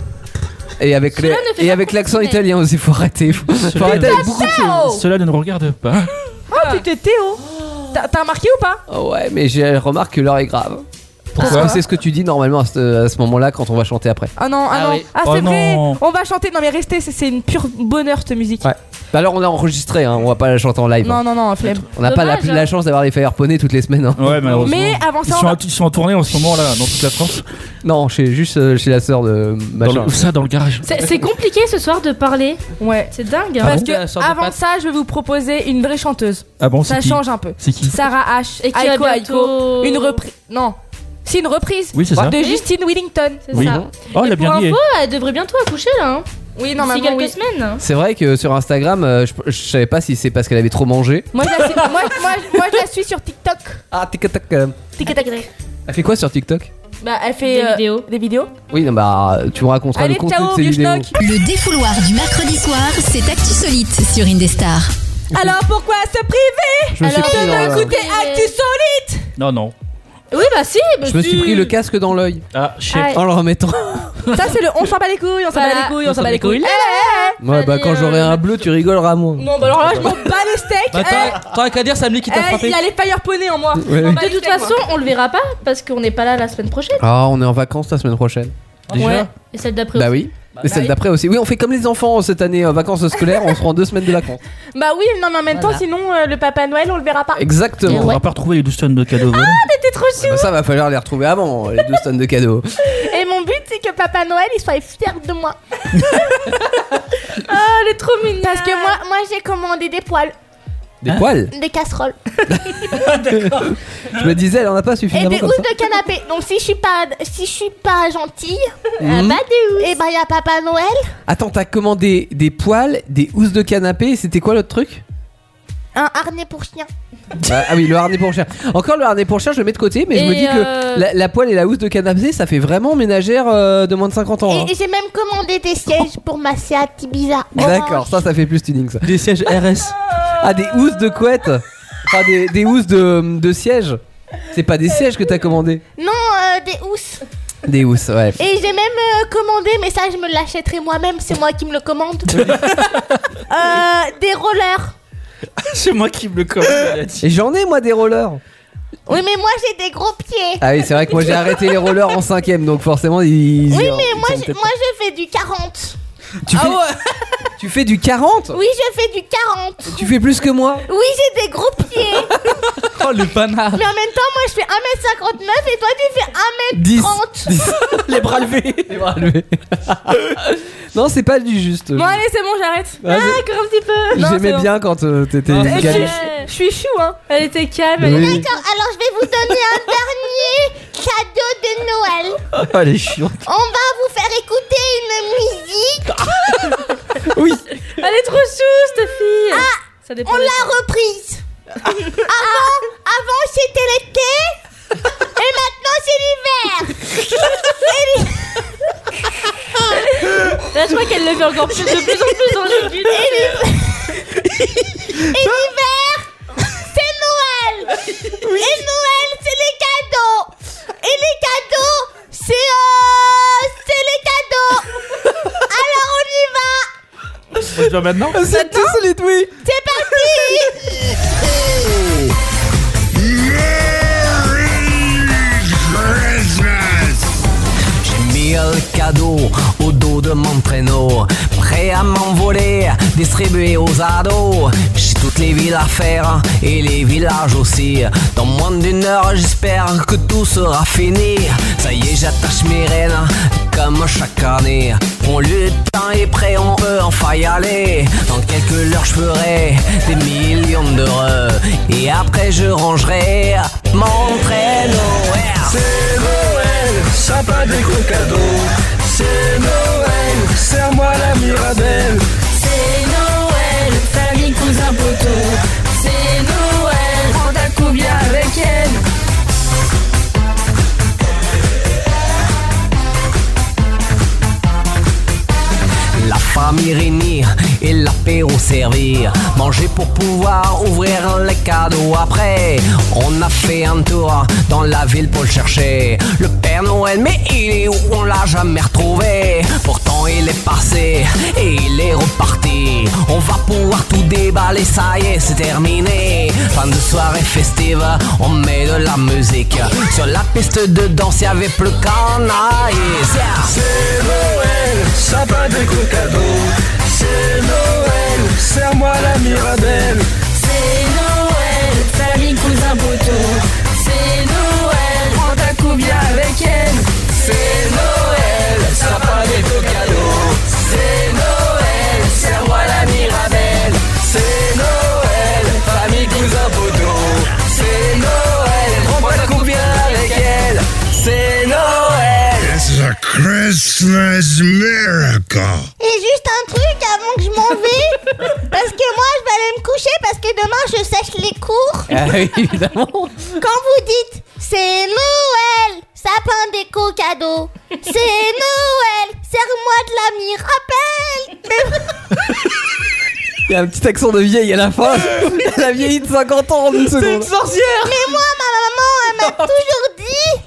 Speaker 3: Et avec, les-
Speaker 10: Cela ne fait
Speaker 3: et
Speaker 10: pas
Speaker 3: avec l'accent
Speaker 10: fonctionner.
Speaker 3: italien aussi, faut arrêter. Faut, faut
Speaker 6: Cela-
Speaker 3: arrêter avec beaucoup de choses.
Speaker 6: Cela ne nous regarde pas.
Speaker 5: Oh, putain, Théo. T'as- T'as remarqué ou pas
Speaker 3: Oh ouais, mais j'ai remarque que l'heure est grave.
Speaker 5: Pourquoi
Speaker 3: Parce que c'est ce que tu dis normalement à ce, à ce moment-là quand on va chanter après.
Speaker 5: Ah non, ah,
Speaker 3: Ah
Speaker 5: non.
Speaker 3: oui.
Speaker 5: Ah,
Speaker 3: Oh
Speaker 5: c'est vrai.
Speaker 3: non.
Speaker 5: On va chanter. Non, mais restez, c'est- c'est une pure bonheur cette musique.
Speaker 3: Ouais. Bah alors on l'a enregistré, hein, on va pas la chanter en live.
Speaker 5: Non,
Speaker 3: hein.
Speaker 5: non, non, flemme.
Speaker 3: On n'a pas la,
Speaker 5: Dommage, hein.
Speaker 3: la chance d'avoir les Fire Poney toutes les semaines. hein.
Speaker 6: Ouais, malheureusement.
Speaker 5: Mais avant
Speaker 6: Ils
Speaker 5: ça, on
Speaker 6: sont,
Speaker 5: va-
Speaker 6: en- ils sont en tournée en ce moment, là, dans toute la France.
Speaker 3: Non, chez, juste euh, chez la sœur de machin.
Speaker 6: le- ça, dans le garage.
Speaker 10: C'est c'est compliqué ce soir de parler.
Speaker 5: Ouais.
Speaker 10: C'est dingue. hein.
Speaker 5: Parce que avant ça, je vais vous proposer une vraie chanteuse.
Speaker 6: Ah bon, c'est
Speaker 5: Ça
Speaker 6: qui
Speaker 5: change un peu.
Speaker 6: C'est qui
Speaker 5: Sarah H.
Speaker 10: Et qui
Speaker 5: Aiko
Speaker 10: va
Speaker 5: Aiko.
Speaker 10: bientôt-
Speaker 5: Une reprise. Non. C'est une reprise.
Speaker 6: Oui, c'est ça.
Speaker 5: De
Speaker 6: Oui.
Speaker 5: Justine Willington.
Speaker 10: C'est
Speaker 6: Oui.
Speaker 10: ça.
Speaker 6: Oh, elle a
Speaker 10: Pour
Speaker 6: bien dit.
Speaker 10: info,
Speaker 6: elle.
Speaker 10: elle devrait bientôt accoucher là. hein.
Speaker 5: Oui,
Speaker 10: D'ici
Speaker 5: normalement,
Speaker 10: quelques
Speaker 5: oui.
Speaker 10: semaines.
Speaker 3: C'est vrai que sur Instagram, euh, je, je savais pas si c'est parce qu'elle avait trop mangé.
Speaker 5: Moi, je la suis, moi, moi, moi, je la suis sur TikTok.
Speaker 3: Ah, tic-tac. euh, Elle fait quoi sur TikTok
Speaker 5: Bah, elle fait
Speaker 10: Des
Speaker 5: euh, des vidéos.
Speaker 3: Oui, non, bah tu me raconteras
Speaker 5: Allez,
Speaker 3: le contenu
Speaker 5: ciao,
Speaker 3: de ces
Speaker 5: vieux
Speaker 3: vidéos.
Speaker 5: schnock.
Speaker 2: Le défouloir du mercredi soir, c'est Actu Solite sur Indestar.
Speaker 5: Alors pourquoi se priver
Speaker 3: Je me suis
Speaker 5: Alors,
Speaker 3: pris
Speaker 6: hein.
Speaker 3: dans le-
Speaker 5: écoutez Actu Solide
Speaker 6: Non, non.
Speaker 10: Oui, bah si. bah
Speaker 3: Je me suis
Speaker 10: si.
Speaker 3: pris le casque dans l'œil
Speaker 6: Ah, shit.
Speaker 10: Ah,
Speaker 3: en le remettant.
Speaker 5: Ça, c'est le on s'en bat les couilles, on s'en bat
Speaker 10: Voilà.
Speaker 5: les couilles, on s'en bat
Speaker 10: bat
Speaker 5: les
Speaker 10: les
Speaker 5: couilles.
Speaker 10: couilles.
Speaker 3: Ouais, bah quand j'aurai un bleu, tu rigoleras moins.
Speaker 5: Eh, euh, Non, bah alors là, je m'en bats les steaks.
Speaker 4: Bah, t'aurais- t'aurais qu'à dire, c'est Amélie qui
Speaker 5: Eh,
Speaker 4: t'a
Speaker 5: eh, il
Speaker 4: frappé.
Speaker 5: y a les fire poney en moi.
Speaker 3: Ouais,
Speaker 5: Je m'en
Speaker 3: ouais.
Speaker 5: bats les
Speaker 10: De toute
Speaker 5: steaks,
Speaker 10: façon, on le verra pas parce qu'on n'est pas là la semaine prochaine.
Speaker 3: Ah, on est en vacances la semaine prochaine.
Speaker 10: Ouais. Et celle d'après
Speaker 3: Bah
Speaker 10: aussi.
Speaker 3: oui. Et celle d'après aussi. Oui, on fait comme les enfants cette année, euh, vacances scolaires, on se rend deux semaines de vacances.
Speaker 5: moi. Bah oui, non, mais en même temps,
Speaker 10: Voilà.
Speaker 5: sinon, euh, le Papa Noël, on le verra pas. Eh Ah,
Speaker 6: On
Speaker 3: Exactement.
Speaker 6: va pas retrouver les 12 tonnes de cadeaux. volés.
Speaker 5: T'es trop chou.
Speaker 3: Bah, ça va falloir les retrouver avant, Oh, les deux tonnes de cadeaux.
Speaker 5: Et mon but, c'est que Papa Noël, il soit fier de moi.
Speaker 10: Ah, elle est trop mignonne.
Speaker 5: Parce que moi, moi j'ai commandé des poils,
Speaker 3: Des poils
Speaker 5: des casseroles
Speaker 3: Ah, Je me disais, elle en a pas
Speaker 5: et
Speaker 7: Eh,
Speaker 3: suffisamment
Speaker 5: des
Speaker 3: comme
Speaker 5: housses
Speaker 3: ça.
Speaker 5: de ben, canapé. Donc si je suis pas, si je suis pas gentille,
Speaker 10: Ah bah des ouf.
Speaker 5: et bah il y a Papa Noël.
Speaker 3: Attends, t'as commandé des poils, des housses de canapé, et c'était quoi l'autre truc
Speaker 5: Un harnais pour chien.
Speaker 3: ah, ah oui, le harnais pour chien. Encore le harnais pour chien, je le mets de côté, mais je
Speaker 10: Et
Speaker 3: me dis
Speaker 10: euh,
Speaker 3: que la, la poêle et la housse de canapé, ça fait vraiment ménagère euh, de moins de 50
Speaker 10: Oh.
Speaker 3: ans. hein.
Speaker 5: Et, et j'ai même commandé des sièges pour ma Seat Ibiza.
Speaker 3: D'accord, ça, ça fait plus tuning ça.
Speaker 4: Oh. Des sièges RS.
Speaker 3: Ah, des housses de couette Enfin, des, des housses de, de siège C'est pas des sièges que t'as commandé
Speaker 5: Non, euh, des housses.
Speaker 3: Des housses, ouais.
Speaker 5: Et j'ai même euh, commandé, mais ça je me l'achèterai moi-même, c'est moi qui me le commande. Euh, des rollers.
Speaker 4: C'est moi qui me le commande. elle a dit.
Speaker 3: Et j'en ai, moi, des rollers
Speaker 5: Oui, mais moi j'ai des gros pieds.
Speaker 3: Ah oui, c'est vrai que moi, j'ai arrêté les rollers en cinquième, donc forcément,
Speaker 5: Oui,
Speaker 3: ils... ils-
Speaker 5: mais
Speaker 3: ils
Speaker 5: moi
Speaker 3: sont
Speaker 5: je,
Speaker 3: peut-être-
Speaker 5: moi je fais du 40.
Speaker 3: Tu
Speaker 4: Ah
Speaker 3: fais, tu fais du 40
Speaker 5: Oui, je fais du 40.
Speaker 3: Tu fais plus que moi
Speaker 5: Oui, j'ai des gros pieds.
Speaker 4: Oh le panard.
Speaker 5: Mais en même temps, moi je fais 1m59 et toi tu fais
Speaker 3: 10
Speaker 5: 1m30.
Speaker 3: 10
Speaker 4: Les bras levés.
Speaker 3: Les bras levés. Non, c'est pas du juste.
Speaker 5: Bon, allez, c'est bon, j'arrête.
Speaker 3: Ah, j'ai-
Speaker 10: Encore un petit peu.
Speaker 5: non, c'est
Speaker 3: J'aimais
Speaker 5: bon.
Speaker 3: bien quand euh, t'étais
Speaker 4: Non,
Speaker 3: une
Speaker 4: c'est
Speaker 3: galine.
Speaker 10: Ouais.
Speaker 5: Je suis chou, hein.
Speaker 10: Elle était calme. elle
Speaker 3: Oui.
Speaker 5: D'accord, alors je vais vous donner un dernier cadeau de Noël.
Speaker 6: Ah, elle est chiante.
Speaker 5: On va vous faire écouter une musique.
Speaker 10: est- Elle est trop chou, cette fille. Ça dépend
Speaker 5: Ah, On
Speaker 10: des-
Speaker 5: l'a reprise. Avant, avant c'était l'été. Et maintenant c'est l'hiver.
Speaker 10: Là, je crois qu'elle le fait encore plus, de plus en plus dans le but.
Speaker 5: Et l'hiver, c'est Noël. Et Noël, c'est les cadeaux. Et les cadeaux, c'est euh, c'est les cadeaux. Alors on y va.
Speaker 6: On y va maintenant
Speaker 3: Euh, C'est tout solide, oui
Speaker 5: C'est parti.
Speaker 15: J'ai mis le cadeau au dos de mon traîneau, prêt à m'envoler, distribué aux ados. J'ai toutes les villes à faire et les villages aussi. Dans moins d'une heure, j'espère que tout sera fini. Ça y est, j'attache mes rênes comme chaque année. On le temps est prêt, on peut enfin y aller. Dans quelques heures, je ferai des millions d'heureux. Et après, je rangerai mon traîneau.
Speaker 14: C'est Noël, ça pas des gros cadeaux. C'est Noël, serre-moi la Mirabelle.
Speaker 10: C'est Noël, famille, cousin, poteau. C'est Noël, on t'accoupe bien avec elle.
Speaker 15: mirini et l'apéro servi. Manger pour pouvoir ouvrir les cadeaux après. On a fait un tour dans la ville pour le chercher. Le Père Noël, mais il est où On l'a jamais retrouvé. Pourtant il est passé et il est reparti. On va pouvoir tout déballer, ça y est, c'est terminé. Fin de soirée festive, on met de la musique. Sur la piste de danse, il y avait plus qu'un aïe.
Speaker 14: C'est Noël, sapin des gros cadeaux. C'est Noël, serre-moi la mirabelle.
Speaker 10: C'est Noël, famille, cousin, poteau. C'est Noël, prends ta coupe, viens avec elle.
Speaker 14: C'est Noël, sapin des gros cadeaux. C'est Noël, serre-moi la mirabelle. C'est Noël, famille, cousin, poteau. C'est Noël, prends-moi la coupe, viens avec elle. C'est Noël.
Speaker 16: This is a Christmas miracle.
Speaker 7: Et juste un truc avant que je m'en vais, parce que moi je vais aller me coucher parce que demain je sèche les cours.
Speaker 4: Ah oui, évidemment.
Speaker 7: Quand vous dites c'est Noël, sapin déco cadeau, c'est Noël, serre-moi de la mirabelle. Mais-
Speaker 3: Il y a un petit accent de vieille à la fin. Elle a vieilli de 50 ans en une seconde.
Speaker 7: Mais moi, ma maman, elle m'a toujours dit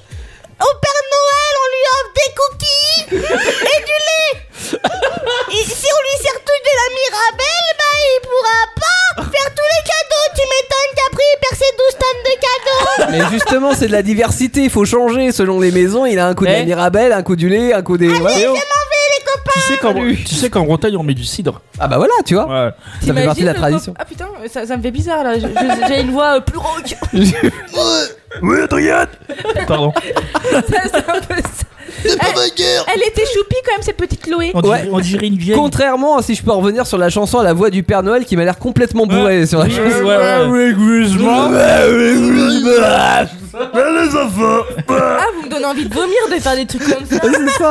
Speaker 7: au Père Noël, on lui offre des coquilles et du lait. Et si on lui sert tout de la Mirabelle, bah il pourra pas faire tous les cadeaux. Tu m'étonnes qu'après il perd ses 12 tonnes de cadeaux.
Speaker 3: Mais justement, c'est de la diversité, il faut changer selon les maisons. Il a un coup de la Mirabelle, un coup du lait, un coup des.
Speaker 7: Allez,
Speaker 3: Ouais. oh.
Speaker 7: je m'en vais, les copains.
Speaker 6: Tu sais qu'en tu sais qu'en Bretagne, on met du cidre.
Speaker 3: Ah bah voilà, tu vois.
Speaker 6: Ça fait partie de la
Speaker 5: le
Speaker 6: tradition.
Speaker 5: cop- Ah putain, ça, ça me fait bizarre là. Je- je- J'ai une voix euh, plus rock.
Speaker 6: Oui, Adrien Pardon.
Speaker 5: elle, elle était choupie quand même, cette petite Chloé.
Speaker 3: Ouais. Contrairement à si je peux revenir sur la chanson à la voix du Père Noël qui m'a l'air complètement bourré sur la
Speaker 6: Oui,
Speaker 3: chanson.
Speaker 6: ouais, ouais. Merry Christmas.
Speaker 3: Merry
Speaker 5: les Ah, vous me donnez envie de vomir de faire des trucs comme ça.
Speaker 3: Christmas. C'est ça.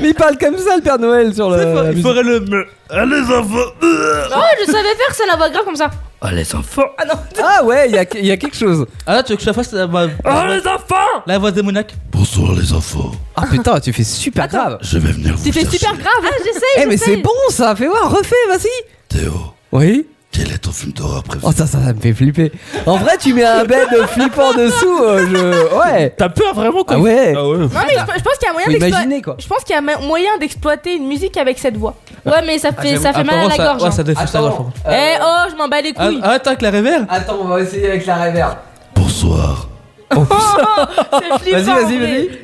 Speaker 3: Mais il parle comme ça le Père Noël sur le. la musique.
Speaker 4: le me.
Speaker 6: Ah,
Speaker 4: Allez,
Speaker 5: Oh, je savais faire ça, la voix grave comme ça.
Speaker 4: Oh les enfants
Speaker 5: Ah non
Speaker 3: Ah ouais, il y a, il y a quelque chose.
Speaker 4: Ah là, tu veux que je la fasse la voix.
Speaker 5: Oh les enfants
Speaker 4: La voix démoniaque
Speaker 16: Bonsoir les enfants.
Speaker 3: Ah putain, tu fais super grave.
Speaker 16: Je vais venir vous
Speaker 5: C'était
Speaker 16: chercher.
Speaker 5: super grave. Ah,
Speaker 3: Eh
Speaker 5: j'essaye.
Speaker 3: mais c'est bon ça, fais voir, refais, vas-y.
Speaker 16: Théo.
Speaker 3: Oui
Speaker 16: Quel est ton film d'horreur préféré
Speaker 3: Oh ça, ça, ça me fait flipper. En vrai, tu mets un bed flippant dessous, euh, je... Ouais.
Speaker 6: T'as peur vraiment
Speaker 3: quoi Ah ouais.
Speaker 5: Non, mais je, je pense qu'il y a moyen
Speaker 3: Faut
Speaker 5: d'exploiter.
Speaker 3: imaginer, quoi.
Speaker 5: Je pense qu'il y a ma- moyen d'exploiter une musique avec cette voix.
Speaker 10: Ouais, mais ça fait, ça fait mal à la gorge.
Speaker 4: Ouais,
Speaker 10: hein.
Speaker 4: ça défonce la gorge.
Speaker 5: Eh oh, je m'en bats les couilles.
Speaker 4: Ah, attends, avec la réverb
Speaker 3: Attends, on va essayer avec la réverb. Oh,
Speaker 16: Bonsoir.
Speaker 5: Oh, c'est flippant.
Speaker 3: Vas-y, vas-y,
Speaker 5: en vrai.
Speaker 3: vas-y.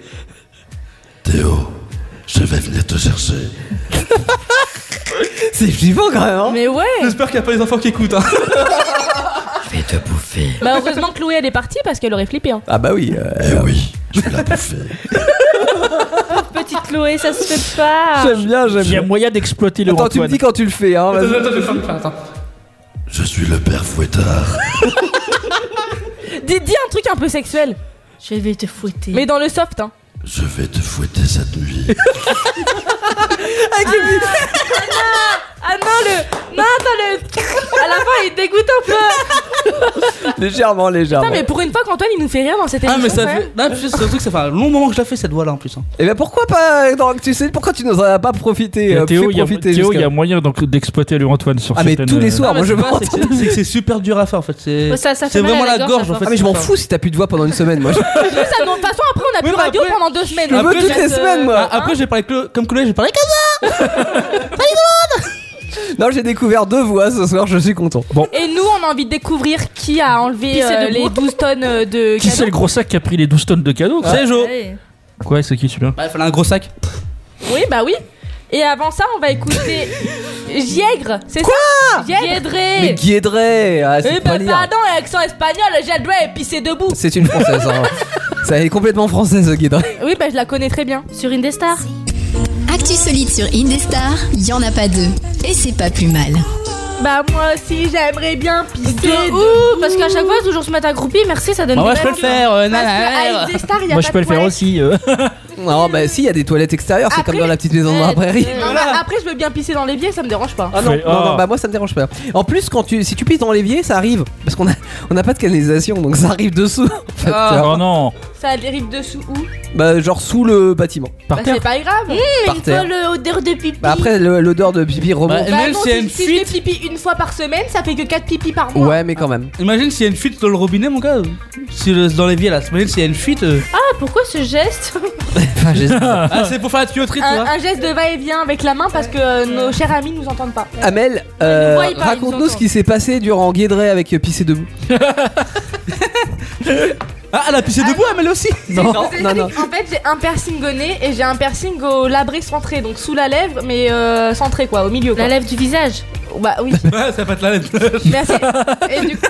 Speaker 16: Théo, je vais venir te chercher.
Speaker 3: C'est flippant quand même.
Speaker 5: Mais ouais.
Speaker 4: J'espère qu'il n'y a pas les enfants qui écoutent. Hein.
Speaker 5: Bah heureusement que Chloé elle est partie parce qu'elle aurait flippé. Hein.
Speaker 3: Ah bah oui.
Speaker 16: Eh oui, je vais la bouffer.
Speaker 5: Petite Chloé, ça se fait pas.
Speaker 3: J'aime bien, j'aime
Speaker 6: Il y a
Speaker 3: bien.
Speaker 6: moyen d'exploiter le
Speaker 3: Attends, tu me
Speaker 6: Antoine.
Speaker 3: dis quand tu le fais, hein. vas-y.
Speaker 16: Je suis le père fouettard.
Speaker 5: Dis, dis un truc un peu sexuel. Je vais te fouetter. Mais dans le soft, hein.
Speaker 16: Je vais te fouetter cette nuit.
Speaker 5: Ah non, le. Non, attends, le. À la fin, il dégoûte un
Speaker 4: Ah,
Speaker 5: peu.
Speaker 3: Légèrement, légèrement.
Speaker 5: Putain, mais pour une fois qu'Antoine il nous fait rire dans cette
Speaker 4: Ah,
Speaker 5: émission.
Speaker 4: mais ça
Speaker 5: quand même.
Speaker 4: fait. Non, tu sais, c'est un truc, ça fait un long moment que je la fais cette voix là en plus. hein.
Speaker 3: Et ben pourquoi pas dans- Tu sais pourquoi tu nous en as pas profité
Speaker 6: Et
Speaker 3: euh,
Speaker 6: Théo,
Speaker 3: fait
Speaker 6: il y a, Théo,
Speaker 3: profiter
Speaker 6: il y a
Speaker 3: jusqu'à-
Speaker 6: moyen donc d'exploiter le Antoine sur
Speaker 3: Ah, mais
Speaker 6: certaines,
Speaker 3: tous les
Speaker 6: euh,
Speaker 3: soirs, moi je
Speaker 4: Ah,
Speaker 3: m'en
Speaker 4: c'est que c'est- c'est que c'est super dur à faire en fait. C'est
Speaker 5: Ça- ça fait
Speaker 4: c'est
Speaker 5: mal à
Speaker 4: vraiment
Speaker 5: la
Speaker 4: la
Speaker 5: gorge,
Speaker 4: gorge
Speaker 5: ça
Speaker 4: en fait.
Speaker 3: Ah mais je m'en fous si t'as plus de voix pendant une semaine moi. je-
Speaker 5: Oui, ça, non, de toute façon, après, on a
Speaker 4: Oui,
Speaker 5: plus de
Speaker 4: mais
Speaker 5: radio
Speaker 4: après-
Speaker 5: pendant deux semaines.
Speaker 3: Je veux
Speaker 5: Après,
Speaker 3: toutes les
Speaker 5: cette, euh,
Speaker 3: semaines moi.
Speaker 4: Ah, Après, j'ai parlé que- comme Chloé, j'ai parlé comme
Speaker 3: Non j'ai découvert deux voix ce soir, je suis content.
Speaker 6: Bon,
Speaker 5: Et nous, on a envie de découvrir qui a enlevé
Speaker 10: Pisser
Speaker 5: euh,
Speaker 10: debout.
Speaker 5: les 12 tonnes euh, de.
Speaker 6: qui c'est le gros sac qui a pris les 12 tonnes de
Speaker 3: Ah.
Speaker 6: cadeaux
Speaker 4: C'est Jo.
Speaker 10: Allez.
Speaker 6: Quoi, c'est qui celui-là
Speaker 4: Bah, il fallait un gros sac.
Speaker 5: Oui, bah oui. Et avant ça, on va écouter Giègre, c'est ça
Speaker 3: Mais
Speaker 5: Gièdré
Speaker 3: Guédré, ah,
Speaker 5: Eh
Speaker 3: c'est
Speaker 5: bah
Speaker 3: pas lire.
Speaker 5: pardon, accent espagnol, Gièdré et puis c'est debout.
Speaker 3: C'est une française. Hein. Ça est complètement française Guédré.
Speaker 5: Oui, bah je la connais très bien. Sur Indestar
Speaker 2: Actu solide sur Indestar, il y en a pas deux. Et c'est pas plus mal.
Speaker 5: Bah moi aussi, j'aimerais bien pisser
Speaker 10: De
Speaker 5: debout.
Speaker 10: ouf, parce qu'à chaque fois, toujours se mettre accroupi, merci, ça donne
Speaker 4: Bah,
Speaker 10: des
Speaker 4: moi, je peux le
Speaker 10: belles-
Speaker 4: faire. euh,
Speaker 5: Parce
Speaker 4: nanana.
Speaker 5: que à Indestar, y a
Speaker 6: Moi
Speaker 5: pas
Speaker 6: je peux
Speaker 5: de
Speaker 6: le faire
Speaker 5: toilette.
Speaker 6: aussi. euh.
Speaker 3: Non, bah si, il y a des toilettes extérieures, c'est comme dans la petite maison dans la prairie.
Speaker 5: Non, bah, après, je veux bien pisser dans l'évier, ça me dérange pas.
Speaker 3: Ah non,
Speaker 6: oh.
Speaker 3: non, non, bah moi ça me dérange pas. En plus, quand tu, si tu pisses dans l'évier, ça arrive. Parce qu'on a, on a pas de canalisation, donc ça arrive dessous. en fait,
Speaker 5: Ah.
Speaker 3: tu vois.
Speaker 5: Oh Ça dérive dessous où
Speaker 3: Bah, genre sous le bâtiment.
Speaker 5: Bah, c'est pas grave.
Speaker 3: Par il terre. Bah, faut
Speaker 5: le odeur de pipi.
Speaker 3: Bah, après, le- l'odeur de pipi
Speaker 6: Bah,
Speaker 3: remonte.
Speaker 5: même si, Bah, une si je fais pipi une fois par semaine, ça fait que 4 pipis par mois.
Speaker 3: Ouais, mais quand même.
Speaker 4: Imagine s'il y a une fuite dans le robinet, mon gars. Si le- dans l'évier là, imagine s'il y a une fuite. euh.
Speaker 5: Ah, pourquoi ce geste
Speaker 4: ah, c'est pour faire la tuyauterie,
Speaker 5: un,
Speaker 4: toi.
Speaker 5: un geste de va-et-vient avec la main parce que euh, nos chers amis nous entendent pas.
Speaker 3: Amel,
Speaker 5: nous
Speaker 3: euh,
Speaker 5: voient pas, ils nous
Speaker 3: raconte-nous ce
Speaker 5: entendent.
Speaker 3: qui s'est passé durant Guédré avec euh, Pisser debout.
Speaker 4: Ah, elle a pissé debout, Amel aussi.
Speaker 3: Non, non,
Speaker 5: C'est-
Speaker 3: non.
Speaker 5: En fait, j'ai un piercing au nez et j'ai un piercing au labré centré, donc sous la lèvre, mais euh, centré quoi, au milieu. La lèvre du visage Bah oui.
Speaker 4: Ah, ça va te la lèvre.
Speaker 5: Merci. Et du coup,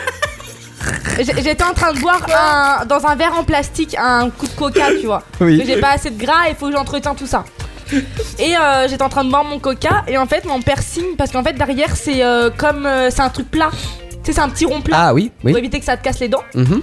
Speaker 5: j'ai- j'étais en train de boire un- dans un verre en plastique un coup de coca, tu vois.
Speaker 14: Oui.
Speaker 5: Mais J'ai pas assez de gras, il faut que j'entretiens tout ça. Et euh, j'étais en train de boire mon coca et en fait mon piercing parce qu'en fait derrière c'est euh, comme euh, c'est un truc plat. Tu sais, c'est un petit rond plat.
Speaker 3: Ah oui, oui.
Speaker 5: Pour éviter que ça te casse les dents.
Speaker 3: Mhm.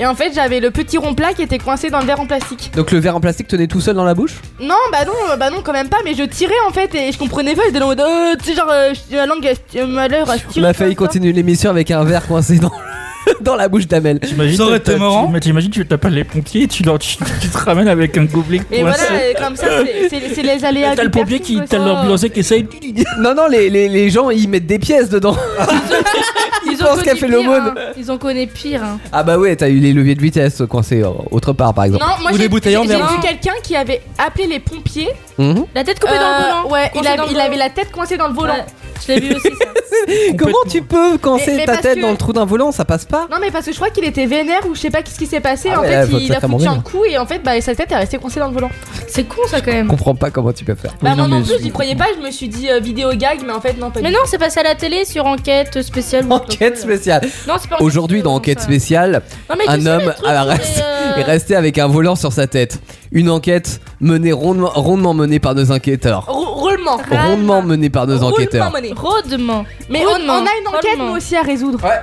Speaker 5: Et en fait, j'avais le petit rond plat qui était coincé dans le verre en plastique.
Speaker 3: Donc le verre en plastique tenait tout seul dans la bouche
Speaker 5: Non, bah non, euh, bah non, quand même pas, mais je tirais en fait et je comprenais pas, j'étais là en mode, euh, tu sais, genre, euh, je- la langue, euh, malheur, je tire
Speaker 3: On a
Speaker 5: comme
Speaker 3: failli
Speaker 5: ça.
Speaker 3: continuer l'émission avec un verre coincé dans, dans la bouche d'Amel.
Speaker 6: T'imagines, t'as- t'as- T'imagines, tu t'appelles les pompiers et tu, leur, tu, tu te ramènes avec un gobelet
Speaker 5: Et
Speaker 6: coincé.
Speaker 5: voilà, euh, comme ça, c'est- c'est c'est les aléas.
Speaker 6: T'as le
Speaker 5: Ah, du
Speaker 6: pompier
Speaker 5: piercing,
Speaker 6: qui.
Speaker 5: quoi,
Speaker 6: T'as
Speaker 5: ça.
Speaker 6: l'ambulancier qui essaye.
Speaker 3: Non, non, les, les, les gens ils mettent des pièces dedans.
Speaker 10: Ils
Speaker 3: pensent
Speaker 10: connu
Speaker 3: qu'elle fait
Speaker 10: pire,
Speaker 3: l'aumône.
Speaker 10: hein. Ils ont connu pire. hein.
Speaker 3: Ah bah ouais, t'as eu les leviers de vitesse coincés euh, autre part par exemple.
Speaker 5: Non, moi j'ai j'ai- j'ai vu quelqu'un qui avait appelé les pompiers.
Speaker 3: Mhm.
Speaker 5: La tête
Speaker 10: coupée dans le volant.
Speaker 5: Ouais, il,
Speaker 10: Coincée
Speaker 5: avait-
Speaker 10: dans le
Speaker 5: il
Speaker 10: volant.
Speaker 5: avait la tête coincée dans le volant.
Speaker 10: Je l'ai vu aussi.
Speaker 3: Comment tu peux
Speaker 5: Mais-
Speaker 3: coincer
Speaker 5: mais
Speaker 3: ta
Speaker 5: parce
Speaker 3: tête
Speaker 5: que-
Speaker 3: dans le trou d'un volant Ça passe pas
Speaker 5: Non mais parce que je crois qu'il était vénère ou je sais pas qu'est-ce qui s'est passé.
Speaker 3: Ah
Speaker 5: en
Speaker 3: ouais,
Speaker 5: fait,
Speaker 3: là, faut
Speaker 5: il, il a
Speaker 3: sacrément
Speaker 5: foutu un
Speaker 3: bien.
Speaker 5: coup et en fait, bah, sa tête est restée coincée dans le volant. C'est con ça quand
Speaker 3: Je
Speaker 5: même.
Speaker 3: comprends pas comment tu peux faire.
Speaker 5: Bah moi non plus, j'y croyais pas. Je me suis dit euh, vidéo gag, mais en fait non pas.
Speaker 10: Mais non, c'est passé à la télé sur enquête spéciale. ou autre
Speaker 3: Enquête
Speaker 10: chose.
Speaker 3: spéciale.
Speaker 10: Non, c'est pas enquête
Speaker 3: Aujourd'hui, dans Enquête spéciale,
Speaker 10: Non, mais tu
Speaker 3: un
Speaker 10: sais,
Speaker 3: homme
Speaker 10: le truc,
Speaker 3: a-
Speaker 10: c'est,
Speaker 3: reste-
Speaker 10: euh,
Speaker 3: est resté avec un volant sur sa tête. Une enquête menée rondement, rondement menée par nos enquêteurs.
Speaker 5: Roulement.
Speaker 3: Rondement menée par nos enquêteurs.
Speaker 5: Rodement. Mais on,
Speaker 10: Rodement.
Speaker 5: on a une enquête
Speaker 10: Rodement.
Speaker 5: nous aussi à résoudre. Ouais.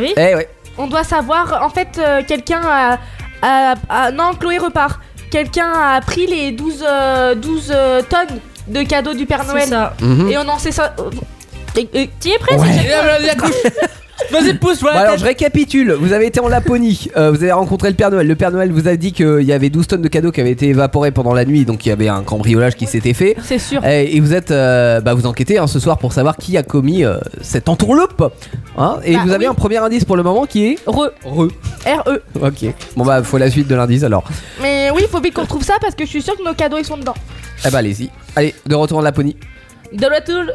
Speaker 10: oui.
Speaker 3: Eh ouais.
Speaker 5: On doit savoir, en fait, euh, quelqu'un a, a- a- Non, Chloé repart. Quelqu'un a pris les 12, euh, 12 euh, tonnes de cadeaux du Père
Speaker 10: C'est
Speaker 5: Noël.
Speaker 10: ça.
Speaker 3: Mhm.
Speaker 5: Et on en sait ça. euh, Tu es prêt
Speaker 3: Ouais.
Speaker 5: c'est
Speaker 4: Vas-y, pousse,
Speaker 3: Bon, alors je récapitule, vous avez été en Laponie, euh, vous avez rencontré le Père Noël, le Père Noël vous a dit qu'il y avait 12 tonnes de cadeaux qui avaient été évaporés pendant la nuit, donc il y avait un cambriolage qui s'était fait.
Speaker 5: C'est sûr.
Speaker 3: Et, et vous êtes, euh, bah, vous enquêtez hein, ce soir pour savoir qui a commis euh, cette entourloupe. Hein, et
Speaker 5: Bah,
Speaker 3: vous avez
Speaker 5: oui.
Speaker 3: un premier indice pour le moment qui est...
Speaker 5: Re.
Speaker 3: Re.
Speaker 5: RE.
Speaker 3: Ok, bon bah faut la suite de l'indice alors.
Speaker 5: E. Mais oui, faut vite qu'on retrouve ça parce que je suis sûre que nos cadeaux ils sont dedans.
Speaker 3: Eh bah allez-y. Allez, de retour en Laponie.
Speaker 5: De retour.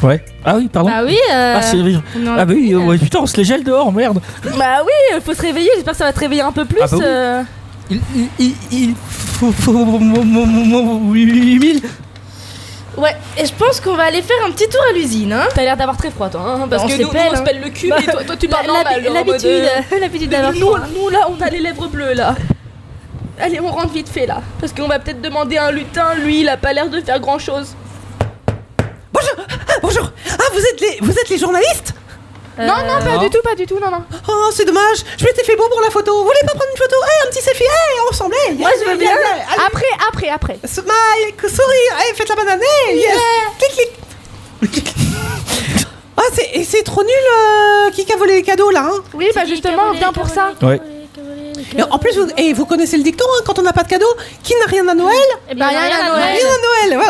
Speaker 6: Ouais. Ah oui, pardon.
Speaker 5: Bah oui, euh,
Speaker 6: Ah, c'est...
Speaker 5: on est en-
Speaker 6: ah bah oui, euh, ouais, putain, on se les gèle dehors, merde.
Speaker 5: Bah oui, faut se réveiller. J'espère que ça va te réveiller un peu plus.
Speaker 6: Ah bah oui.
Speaker 5: euh.
Speaker 4: Il. Il. Il. il- faut- faut- mo- mo- mo- mo- mo- huit mille.
Speaker 10: Ouais, et je pense qu'on va aller faire un petit tour à l'usine. Hein
Speaker 5: T'as l'air d'avoir très froid, toi. hein, parce
Speaker 10: Bah, on
Speaker 5: que
Speaker 10: se
Speaker 5: nous,
Speaker 10: pèle,
Speaker 5: nous, on se
Speaker 10: hein.
Speaker 5: pèle le cul,
Speaker 10: Bah,
Speaker 5: et toi, toi, tu
Speaker 10: la-
Speaker 5: parles
Speaker 10: la-
Speaker 5: normal. genre, en
Speaker 10: l'habitude,
Speaker 5: mode, euh,
Speaker 10: l'habitude d'avoir
Speaker 5: nous,
Speaker 10: froid.
Speaker 5: nous, là, on a les lèvres bleues, là. Allez, on rentre vite fait, là. Parce qu'on va peut-être demander à un lutin. Lui, il a pas l'air de faire grand-chose.
Speaker 12: Ah, bonjour. Ah, vous êtes les, vous êtes les journalistes
Speaker 10: Euh,
Speaker 5: Non, non, pas du tout, pas du tout, non, non.
Speaker 12: Oh, c'est dommage. Je m'étais fait beau pour la photo. Vous voulez pas prendre une photo Eh, un petit selfie. Eh, on ressemble. Eh,
Speaker 5: Moi, je veux
Speaker 12: allez,
Speaker 5: bien.
Speaker 12: allez, allez.
Speaker 5: Après, après, après.
Speaker 12: Smile, que sourire. Eh, faites la bonne année. Yes. Clic, clic. Ah, c'est, et c'est trop nul euh, qui a volé les cadeaux là. Hein
Speaker 5: oui, bah justement, bien pour ça.
Speaker 6: Ouais.
Speaker 12: Et en plus, vous, et vous connaissez le dicton hein, quand on n'a pas de cadeau, qui n'a rien à Noël
Speaker 10: Eh ben, rien à
Speaker 12: N'a
Speaker 10: Noël.
Speaker 12: Rien à Noël,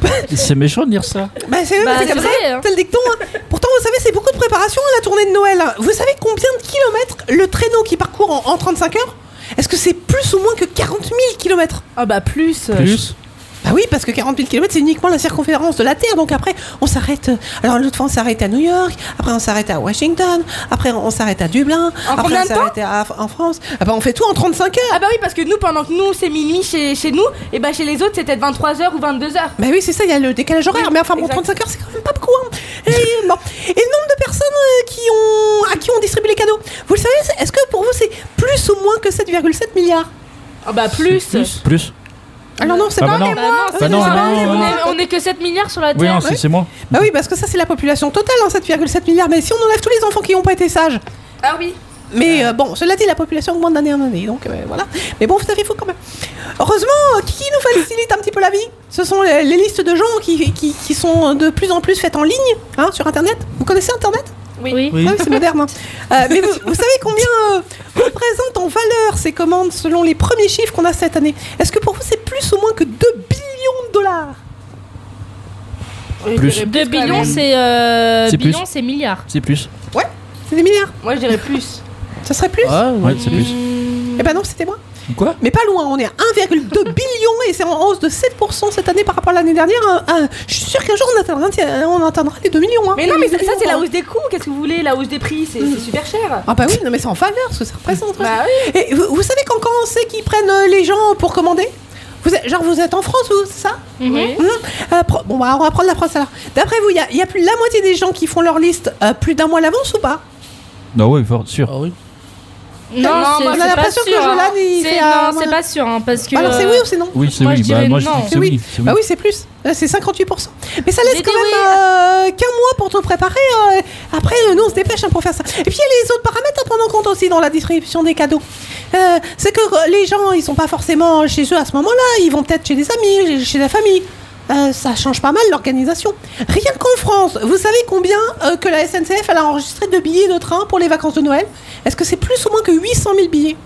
Speaker 12: voilà.
Speaker 6: C'est méchant de dire ça.
Speaker 12: Bah, c'est
Speaker 10: Bah,
Speaker 12: c'est
Speaker 10: c'est
Speaker 12: comme ça,
Speaker 10: vrai, hein.
Speaker 12: c'est le dicton. hein. Pourtant, vous savez, c'est beaucoup de préparation à la tournée de Noël. hein. Vous savez combien de kilomètres le traîneau qui parcourt en, en 35 heures Est-ce que c'est plus ou moins que 40 000 kilomètres
Speaker 5: Ah bah plus.
Speaker 6: Plus.
Speaker 12: Bah oui, parce que 40 000 kilomètres, c'est uniquement la circonférence de la Terre. Donc après, on s'arrête. euh, Alors l'autre fois, on s'arrête à New York. Après, on s'arrête à Washington. Après, on s'arrête à Dublin. après,
Speaker 5: combien
Speaker 12: on
Speaker 5: de temps
Speaker 12: s'arrête à- en France. Ah bah, on fait tout en 35 heures.
Speaker 5: Ah bah oui, parce que nous, pendant que nous, c'est minuit chez, chez nous, et bah chez les autres, c'était 23h ou 22h.
Speaker 12: Bah oui, c'est ça, il y a le décalage horaire, mais enfin, bon, 35 heures, c'est quand même pas beaucoup. hein. Et, bon. Et le nombre de personnes euh, qui ont, à qui on distribue les cadeaux, vous le savez, c'est- est-ce que pour vous, c'est plus ou moins que 7,7 milliards
Speaker 5: Ah bah plus.
Speaker 6: Plus.
Speaker 12: Alors non, c'est
Speaker 6: Ah bah
Speaker 12: pas
Speaker 6: non.
Speaker 12: mais moi,
Speaker 6: Bah
Speaker 12: c'est
Speaker 6: non,
Speaker 12: moi,
Speaker 6: bah non,
Speaker 12: c'est
Speaker 6: bah
Speaker 12: moi.
Speaker 6: non.
Speaker 10: On est que 7 milliards sur la
Speaker 6: Oui,
Speaker 10: Terre.
Speaker 6: non, c'est, c'est moi.
Speaker 12: Bah oui, parce que ça, c'est la population totale, hein, 7,7 milliards, mais si on enlève tous les enfants qui n'ont pas été sages.
Speaker 5: Ah oui.
Speaker 12: Mais euh, bon, cela dit, la population augmente d'année en année, donc euh, voilà. Mais bon, vous savez, il faut quand même. Heureusement, euh, qui nous facilite un petit peu la vie Ce sont les, les listes de gens qui, qui, qui sont de plus en plus faites en ligne, hein, sur Internet. Vous connaissez Internet
Speaker 10: Oui. Oui.
Speaker 12: Ah c'est moderne. hein. Euh, mais vous, vous savez combien euh, représentent en valeur ces commandes selon les premiers chiffres qu'on a cette année Est-ce que pour vous, c'est plus ou moins que 2 billions de dollars
Speaker 6: Plus. plus
Speaker 10: 2
Speaker 6: quand
Speaker 10: billions,
Speaker 6: même.
Speaker 10: c'est euh,
Speaker 6: C'est
Speaker 10: billions,
Speaker 6: plus.
Speaker 10: c'est milliards.
Speaker 6: C'est plus.
Speaker 12: Ouais, c'est des milliards.
Speaker 5: Moi, je dirais plus.
Speaker 12: Ça serait plus
Speaker 3: Ah
Speaker 6: Ouais, c'est plus.
Speaker 12: Eh ben non, c'était moi.
Speaker 6: Quoi
Speaker 12: Mais pas loin, on est à 1,2 billion et c'est en hausse de 7% cette année par rapport à l'année dernière. Hein, hein, je suis sûr qu'un jour on atteindra, on atteindra les 2 millions. hein.
Speaker 5: Mais non, mais ça, ça, c'est la
Speaker 12: Hein.
Speaker 5: hausse des coûts. Qu'est-ce que vous voulez La hausse des prix, c'est c'est super cher.
Speaker 12: Ah bah oui, non mais c'est en valeur ce que ça représente.
Speaker 10: Bah
Speaker 12: Et vous, vous savez quand, quand on sait qu'ils prennent euh, les gens pour commander vous êtes, Genre vous êtes en France ou c'est ça Mhm. Euh, pro- Bon bah on va prendre la France alors. D'après vous, il y a- il y, a plus la moitié des gens qui font leur liste euh, plus d'un mois à l'avance ou pas
Speaker 6: Non, ouais, fort, sûr. Ah oui.
Speaker 10: Non,
Speaker 12: Non,
Speaker 10: c'est-
Speaker 12: on a
Speaker 10: c'est pas
Speaker 12: l'impression que
Speaker 10: sûr,
Speaker 12: Jolan,
Speaker 10: hein.
Speaker 12: il
Speaker 10: C'est-
Speaker 12: fait à-
Speaker 10: Non, c'est pas sûr, hein, parce que.
Speaker 12: Alors c'est
Speaker 10: euh,
Speaker 12: oui ou c'est non
Speaker 6: Oui, c'est Moi, oui. je Bah, dirais moi, je non. dis que c'est
Speaker 12: oui.
Speaker 6: oui, c'est oui.
Speaker 12: Bah oui, c'est plus. Là, c'est 58%. Mais ça laisse
Speaker 10: J'ai
Speaker 12: quand
Speaker 10: dit
Speaker 12: même
Speaker 10: oui.
Speaker 12: euh, qu'un mois pour te préparer. euh, après, euh, nous, on se dépêche hein, pour faire ça. Et puis, il y a les autres paramètres à prendre en compte aussi dans la distribution des cadeaux. Euh, c'est que euh, les gens, ils sont pas forcément chez eux à ce moment-là. Ils vont peut-être chez des amis, chez la famille. Euh, ça change pas mal l'organisation. Rien qu'en France, vous savez combien euh, que la SNCF elle a enregistré de billets de train pour les vacances de Noël Est-ce que c'est plus ou moins que 800 000 billets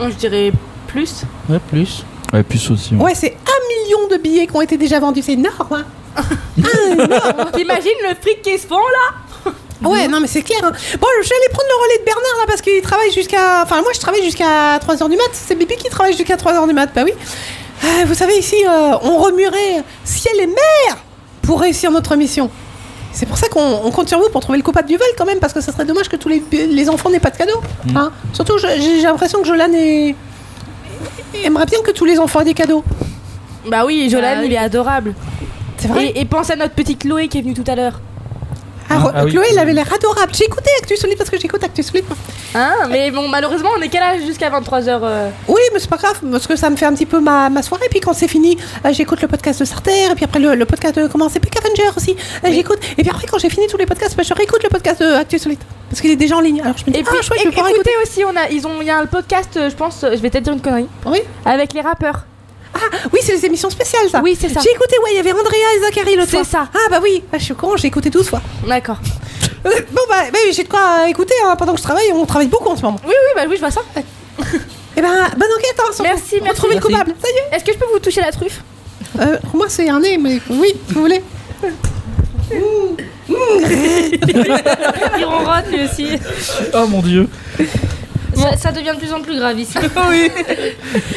Speaker 5: Je dirais plus.
Speaker 6: Ouais, plus. Ouais, plus aussi.
Speaker 5: Mm.
Speaker 12: Ouais, c'est un million de billets qui ont été déjà vendus, c'est énorme. hein.
Speaker 5: T'imagines le fric qui se font là
Speaker 12: Ah ouais, non, mais c'est clair. hein. Bon, je vais aller prendre le relais de Bernard là parce qu'il travaille jusqu'à. Enfin, moi je travaille jusqu'à 3h du mat. C'est Bibi qui travaille jusqu'à 3h du mat, bah oui. Euh, vous savez, ici, euh, on remuerait ciel et mer pour réussir notre mission. C'est pour ça qu'on on compte sur vous pour trouver le coupable du vol quand même, parce que ça serait dommage que tous les, les enfants n'aient pas de cadeaux.
Speaker 5: Mm.
Speaker 12: hein. Surtout, je- j'ai j'ai l'impression que Jolan est- aimerait bien que tous les enfants aient des cadeaux.
Speaker 5: Bah oui, Jolan,
Speaker 12: Bah oui.
Speaker 5: il est adorable.
Speaker 12: C'est vrai
Speaker 5: et, et pense à notre petite Chloé qui est venue tout à l'heure.
Speaker 12: Ah,
Speaker 5: Ah, ah oui.
Speaker 12: Chloé, elle avait l'air adorable. J'ai écouté Actu Solide parce que j'écoute Actu Solide.
Speaker 5: Hein Mais bon, malheureusement, on est qu'à là jusqu'à euh, 23h.
Speaker 12: Oui, mais c'est pas grave, parce que ça me fait un petit peu ma, ma soirée. Puis quand c'est fini, euh, j'écoute le podcast de Sartre, et puis après le, le podcast de comment c'est Peck Avenger aussi. Euh, J'écoute. Et puis après, quand j'ai fini tous les podcasts, bah, je réécoute le podcast de Actu Solide. Parce qu'il est déjà en ligne. Alors je me dis,
Speaker 5: Et
Speaker 12: ah,
Speaker 5: puis,
Speaker 12: chouette, je
Speaker 5: éc-
Speaker 12: vais pouvoir
Speaker 5: écoutez aussi, on a, ils ont, il y a un podcast, euh, je pense, euh, je vais peut-être dire une connerie.
Speaker 12: Oui.
Speaker 5: Avec les rappeurs.
Speaker 12: Ah, oui, c'est les émissions spéciales, ça.
Speaker 5: Oui, c'est ça.
Speaker 12: J'ai écouté, ouais, il y avait Andrea et Zachary l'autre fois.
Speaker 5: C'est ça.
Speaker 12: Ah, bah oui, Ah, je suis con, j'ai écouté 12 fois.
Speaker 5: D'accord.
Speaker 12: bon, bah, bah, j'ai de quoi euh, écouter hein, pendant que je travaille. On travaille beaucoup en ce moment.
Speaker 5: Oui, oui, bah oui, je vois ça.
Speaker 12: Et ben, bonne enquête, hein, sur-
Speaker 5: Merci,
Speaker 12: pour
Speaker 5: merci.
Speaker 12: trouver le
Speaker 5: Merci.
Speaker 12: coupable. Ça y est.
Speaker 5: Est-ce que je peux vous toucher la truffe
Speaker 12: Euh, pour moi, c'est un nez, mais oui, vous voulez.
Speaker 10: Il ronronne lui aussi.
Speaker 6: Oh mon dieu.
Speaker 10: Ça, ça devient de plus en plus grave ici.
Speaker 3: oui.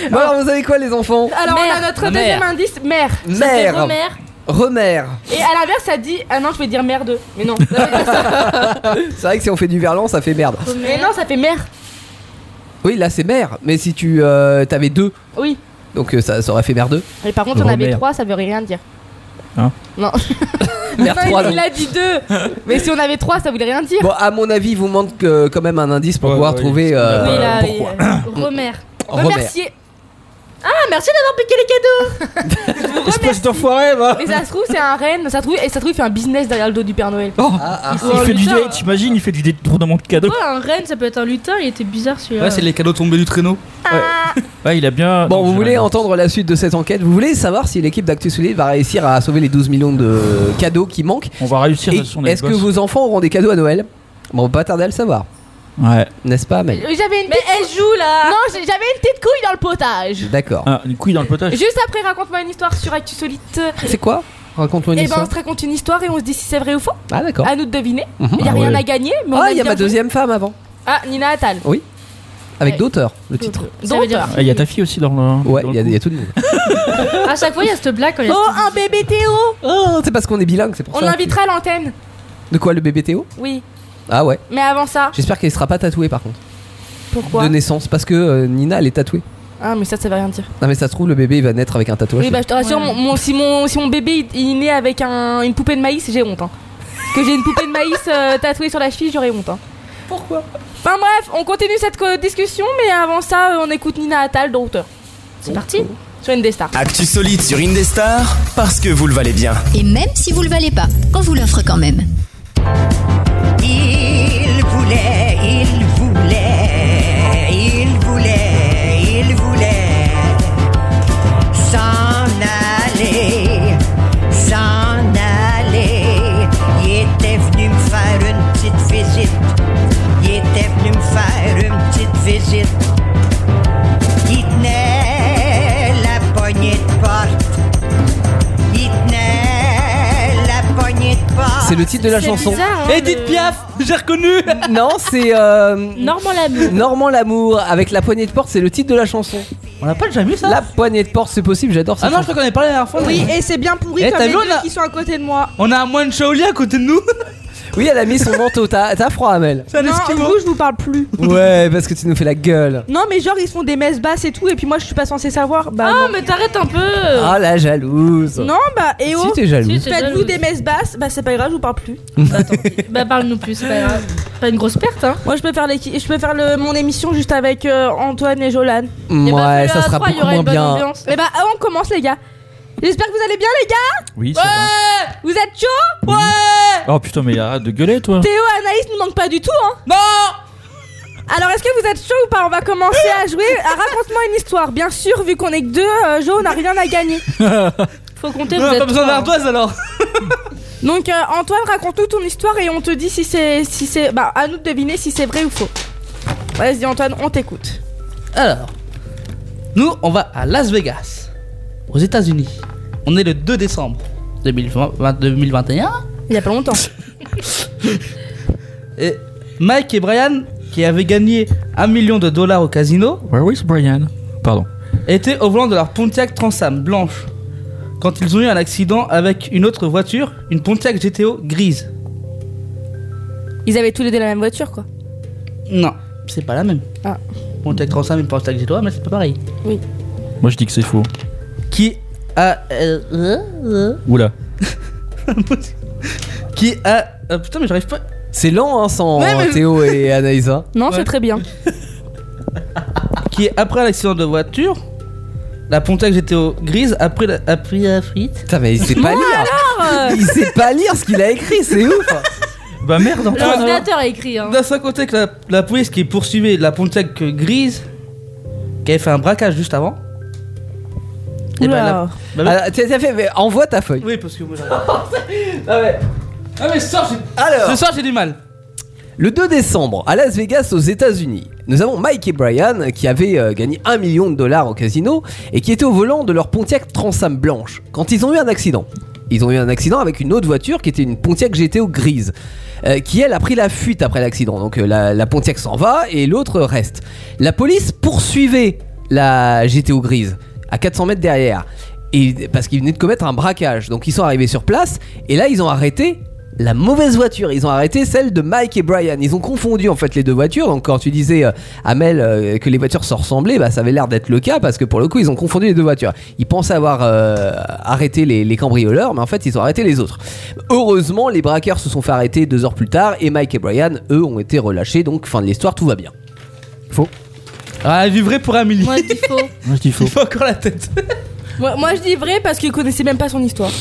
Speaker 3: Bon, alors, vous avez quoi, les enfants
Speaker 5: Alors, on a notre deuxième indice, mère.
Speaker 3: Mère.
Speaker 5: C'était Romère.
Speaker 3: Remère.
Speaker 5: Et à l'inverse, ça dit. Ah non, je vais dire mère 2. Mais non.
Speaker 3: C'est vrai que si on fait du verlan, ça fait merde.
Speaker 5: Mais non, ça fait mère.
Speaker 3: Oui, là, c'est mère. Mais si tu euh, t'avais deux,
Speaker 5: Oui.
Speaker 3: donc euh, ça, ça aurait fait mère deux.
Speaker 5: Mais par contre, on avait
Speaker 3: Romère.
Speaker 5: 3, ça veut rien dire.
Speaker 3: Hein
Speaker 5: Non.
Speaker 3: Mère
Speaker 5: Non,
Speaker 3: trois,
Speaker 5: il-
Speaker 3: donc.
Speaker 5: il a dit 2. Mais si on avait 3, ça voulait rien dire.
Speaker 3: Bon, ah, à mon avis, il vous manque euh, quand même un indice pour pouvoir trouver. euh,
Speaker 10: oui, là, oui,
Speaker 3: pourquoi.
Speaker 10: euh, Romère.
Speaker 3: Romère.
Speaker 5: Remercier. Ah, merci d'avoir piqué les cadeaux.
Speaker 6: Espèce d'enfoiré, va.
Speaker 5: Mais ça se trouve, c'est un renne. Ça se trouve, et ça se trouve, il fait un business derrière le dos du Père Noël.
Speaker 6: Oh,
Speaker 5: Oh,
Speaker 6: il fait du
Speaker 5: putain.
Speaker 6: date, t'imagines, il fait du détournement de cadeaux.
Speaker 10: Ouais, un renne, ça peut être un lutin, il était bizarre celui-là.
Speaker 6: Ouais, c'est les
Speaker 4: cadeaux tombés du traîneau.
Speaker 5: Ah.
Speaker 6: Ouais, il a bien.
Speaker 3: Bon, vous voulez entendre la suite de cette enquête Vous voulez savoir si l'équipe d'Actu Solide va réussir à sauver les 12 millions de cadeaux qui manquent
Speaker 6: On va réussir.
Speaker 3: Et Est-ce que vos enfants auront des cadeaux à Noël Bon, on va pas tarder à le savoir.
Speaker 6: Ouais.
Speaker 3: N'est-ce pas, Amélie
Speaker 5: J'avais une Mais elle joue là. Non, j'ai- j'avais une petite couille dans le potage.
Speaker 3: D'accord.
Speaker 6: Ah, une couille dans le potage.
Speaker 5: Juste après, raconte-moi une histoire sur Actu Solite.
Speaker 3: C'est quoi Raconte-moi une
Speaker 5: Et ben, on
Speaker 3: histoire.
Speaker 5: se raconte une histoire et on se dit si c'est vrai ou faux.
Speaker 3: Ah, d'accord.
Speaker 5: À nous de deviner. Il
Speaker 3: Mhm.
Speaker 5: y a
Speaker 3: Ah
Speaker 5: rien
Speaker 3: ouais.
Speaker 5: à gagner. Mais on
Speaker 3: Ah, il y a
Speaker 5: bien
Speaker 3: ma
Speaker 5: joué.
Speaker 3: deuxième femme avant.
Speaker 5: Ah, Nina Attal.
Speaker 3: Oui. Avec
Speaker 5: Ouais.
Speaker 3: d'auteurs, le titre.
Speaker 5: Ça veut dire.
Speaker 6: Ah, il y a ta fille aussi dans le.
Speaker 3: Ouais, il y, a- il y a tout le monde.
Speaker 10: À chaque fois, il y a cette blague quand il y a
Speaker 5: Oh, un bébé Théo.
Speaker 3: Oh, c'est parce qu'on est bilingue, c'est pour
Speaker 5: On
Speaker 3: ça.
Speaker 5: l'invitera à l'antenne.
Speaker 3: De quoi le bébé Théo
Speaker 5: Oui.
Speaker 3: Ah ouais.
Speaker 5: Mais avant ça,
Speaker 3: J'espère qu'elle sera pas tatouée par contre.
Speaker 5: pourquoi
Speaker 3: de naissance, parce que euh, Nina elle est tatouée.
Speaker 5: Ah, mais ça, ça veut rien dire.
Speaker 3: Non mais ça se trouve le bébé il va naître avec un tatouage.
Speaker 5: Oui, bah je te rassure, mon, mon- si, mon, si mon bébé il, il naît avec un- une poupée de maïs, j'ai honte. hein. Que j'ai une poupée de maïs euh, tatouée sur la cheville, j'aurais honte. hein.
Speaker 12: Pourquoi
Speaker 5: Enfin bref, on continue cette co- discussion, mais avant ça, euh, on écoute Nina Attal dans Hauteur. C'est parti Sur une des stars.
Speaker 3: Ah.
Speaker 17: Actu solide sur Indestar, parce que vous le valez bien.
Speaker 2: Et même si vous le valez pas, on vous l'offre quand même.
Speaker 14: Il vous
Speaker 18: voulait, il voulait, il voulait, il voulait s'en aller, s'en aller. Il était venu me faire une petite visite, il était venu me faire une petite visite. Il tenait la poignée de porte, il tenait la poignée de porte.
Speaker 3: C'est hein, le titre de la chanson.
Speaker 18: hein,
Speaker 4: Edith Piaf, j'ai reconnu.
Speaker 3: Non, c'est euh,
Speaker 10: Normand Lamour.
Speaker 3: Normand l'amour avec la poignée de porte, c'est le titre de la chanson.
Speaker 4: On l'a pas déjà vu ça
Speaker 3: La poignée de porte, c'est possible, j'adore ça.
Speaker 4: Ah non, je te connais pas la dernière fois.
Speaker 5: Oui, et c'est bien pourri
Speaker 4: Eh,
Speaker 5: comme
Speaker 4: t'as
Speaker 5: les
Speaker 4: vu,
Speaker 5: deux
Speaker 4: on a-
Speaker 5: qui sont à côté de moi.
Speaker 4: On a un moine Shaolin à côté de nous.
Speaker 3: Oui, elle a mis son manteau. T'as t'as froid, Amel.
Speaker 4: C'est un
Speaker 5: Non, en
Speaker 4: esquimau.
Speaker 5: gros, je vous parle plus.
Speaker 3: Ouais, parce que tu nous fais la gueule.
Speaker 5: Non, mais genre, ils font des messes basses et tout, et puis moi, je suis pas censée savoir. Bah,
Speaker 10: Ah,
Speaker 5: non.
Speaker 10: mais t'arrêtes un peu.
Speaker 3: Ah la jalouse.
Speaker 5: Euh. Non, bah, et
Speaker 3: Si,
Speaker 5: oh,
Speaker 3: t'es jalouse. Si,
Speaker 10: t'es
Speaker 5: faites-vous
Speaker 10: jalouse.
Speaker 5: des messes basses, bah, c'est pas grave, je vous parle plus.
Speaker 10: Bah, parle-nous plus, c'est pas grave. Pas une grosse perte, hein.
Speaker 5: Moi, je peux faire, les... je peux faire le... mon émission juste avec euh, Antoine et Jolan.
Speaker 10: Eh
Speaker 3: Ouais,
Speaker 10: bah,
Speaker 3: ça sera beaucoup moins bien.
Speaker 5: Et bah, on commence, les gars. J'espère que vous allez bien, les gars.
Speaker 6: Oui, ça va.
Speaker 5: Vous êtes chaud Ouais
Speaker 6: Oh putain, mais arrête de gueuler, toi.
Speaker 5: Théo, Anaïs nous manque pas du tout, hein Non Alors, est-ce que vous êtes chaud ou pas On va commencer à jouer. Ah, Raconte-moi une histoire. Bien sûr, vu qu'on est que deux, euh, Jo, on n'a rien à gagner.
Speaker 10: Faut compter,
Speaker 4: Non,
Speaker 10: vous
Speaker 4: pas besoin
Speaker 10: êtes trois, hein.
Speaker 4: d'ardoise alors.
Speaker 5: Donc, euh, Antoine, raconte-nous ton histoire et on te dit si c'est. Si c'est bah, à nous de deviner si c'est vrai ou faux. Vas-y, Antoine, on t'écoute.
Speaker 4: Alors, nous, on va à Las Vegas, aux États-Unis. On est le 2 décembre 2020 2021.
Speaker 5: Il y a pas longtemps.
Speaker 4: Et Mike et Brian, qui avaient gagné un million de dollars au casino,
Speaker 6: Where is Brian Pardon.
Speaker 4: étaient au volant de leur Pontiac Transam blanche quand ils ont eu un accident avec une autre voiture, une Pontiac GTO grise.
Speaker 5: Ils avaient tous les deux la même voiture, quoi.
Speaker 4: Non, c'est pas la même.
Speaker 5: Ah.
Speaker 4: Pontiac Transam et Pontiac GTO, mais c'est pas pareil.
Speaker 6: Moi, je dis que c'est faux.
Speaker 4: Qui a. euh, euh, euh,
Speaker 6: Oula.
Speaker 4: qui a. euh, putain, mais j'arrive pas.
Speaker 3: C'est lent, hein, sans
Speaker 4: Ouais, mais-
Speaker 3: Théo et Anaïs. hein.
Speaker 5: Non, c'est
Speaker 4: Ouais.
Speaker 5: très bien.
Speaker 4: qui après l'accident de voiture, la Pontiac GTO grise a pris la, a pris la frite.
Speaker 3: Putain, mais il sait pas lire.
Speaker 5: Alors euh
Speaker 3: Il sait pas lire ce qu'il a écrit, c'est ouf.
Speaker 6: Bah merde, Antoine.
Speaker 10: L'ordinateur a écrit, hein.
Speaker 4: D'un seul côté que la, la police qui poursuivait la Pontiac grise, qui avait fait un braquage juste avant. Et ben, la-
Speaker 5: Oula.
Speaker 4: bah, oui.
Speaker 3: Ah, t'as- t'as fait, mais envoie ta feuille.
Speaker 4: oui, parce que moi j'arrive. Ah mais ce soir j'ai
Speaker 3: Alors,
Speaker 4: ce soir, j'ai du mal.
Speaker 3: le 2 décembre, à Las Vegas, aux États-Unis, nous avons Mike et Brian qui avaient euh, gagné 1 million de dollars au casino et qui étaient au volant de leur Pontiac Transam blanche quand ils ont eu un accident. Ils ont eu un accident avec une autre voiture qui était une Pontiac GTO grise, euh, qui elle a pris la fuite après l'accident. Donc euh, la, la Pontiac s'en va et l'autre reste. La police poursuivait la GTO grise à 400 mètres derrière. Et parce qu'ils venaient de commettre un braquage. Donc ils sont arrivés sur place et là ils ont arrêté la mauvaise voiture. Ils ont arrêté celle de Mike et Brian. Ils ont confondu en fait les deux voitures. Donc quand tu disais euh, Amel euh, que les voitures se ressemblaient, bah, ça avait l'air d'être le cas parce que pour le coup ils ont confondu les deux voitures. Ils pensaient avoir euh, arrêté les, les cambrioleurs, mais en fait ils ont arrêté les autres. Heureusement, les braqueurs se sont fait arrêter deux heures plus tard et Mike et Brian, eux, ont été relâchés. Donc fin de l'histoire, tout va bien.
Speaker 4: Ah, elle vivrait pour Amélie.
Speaker 10: Moi, je dis faux.
Speaker 6: Moi, je dis faux.
Speaker 4: Il faut encore la tête.
Speaker 5: Moi, moi, je dis vrai parce qu'il connaissait même pas son histoire.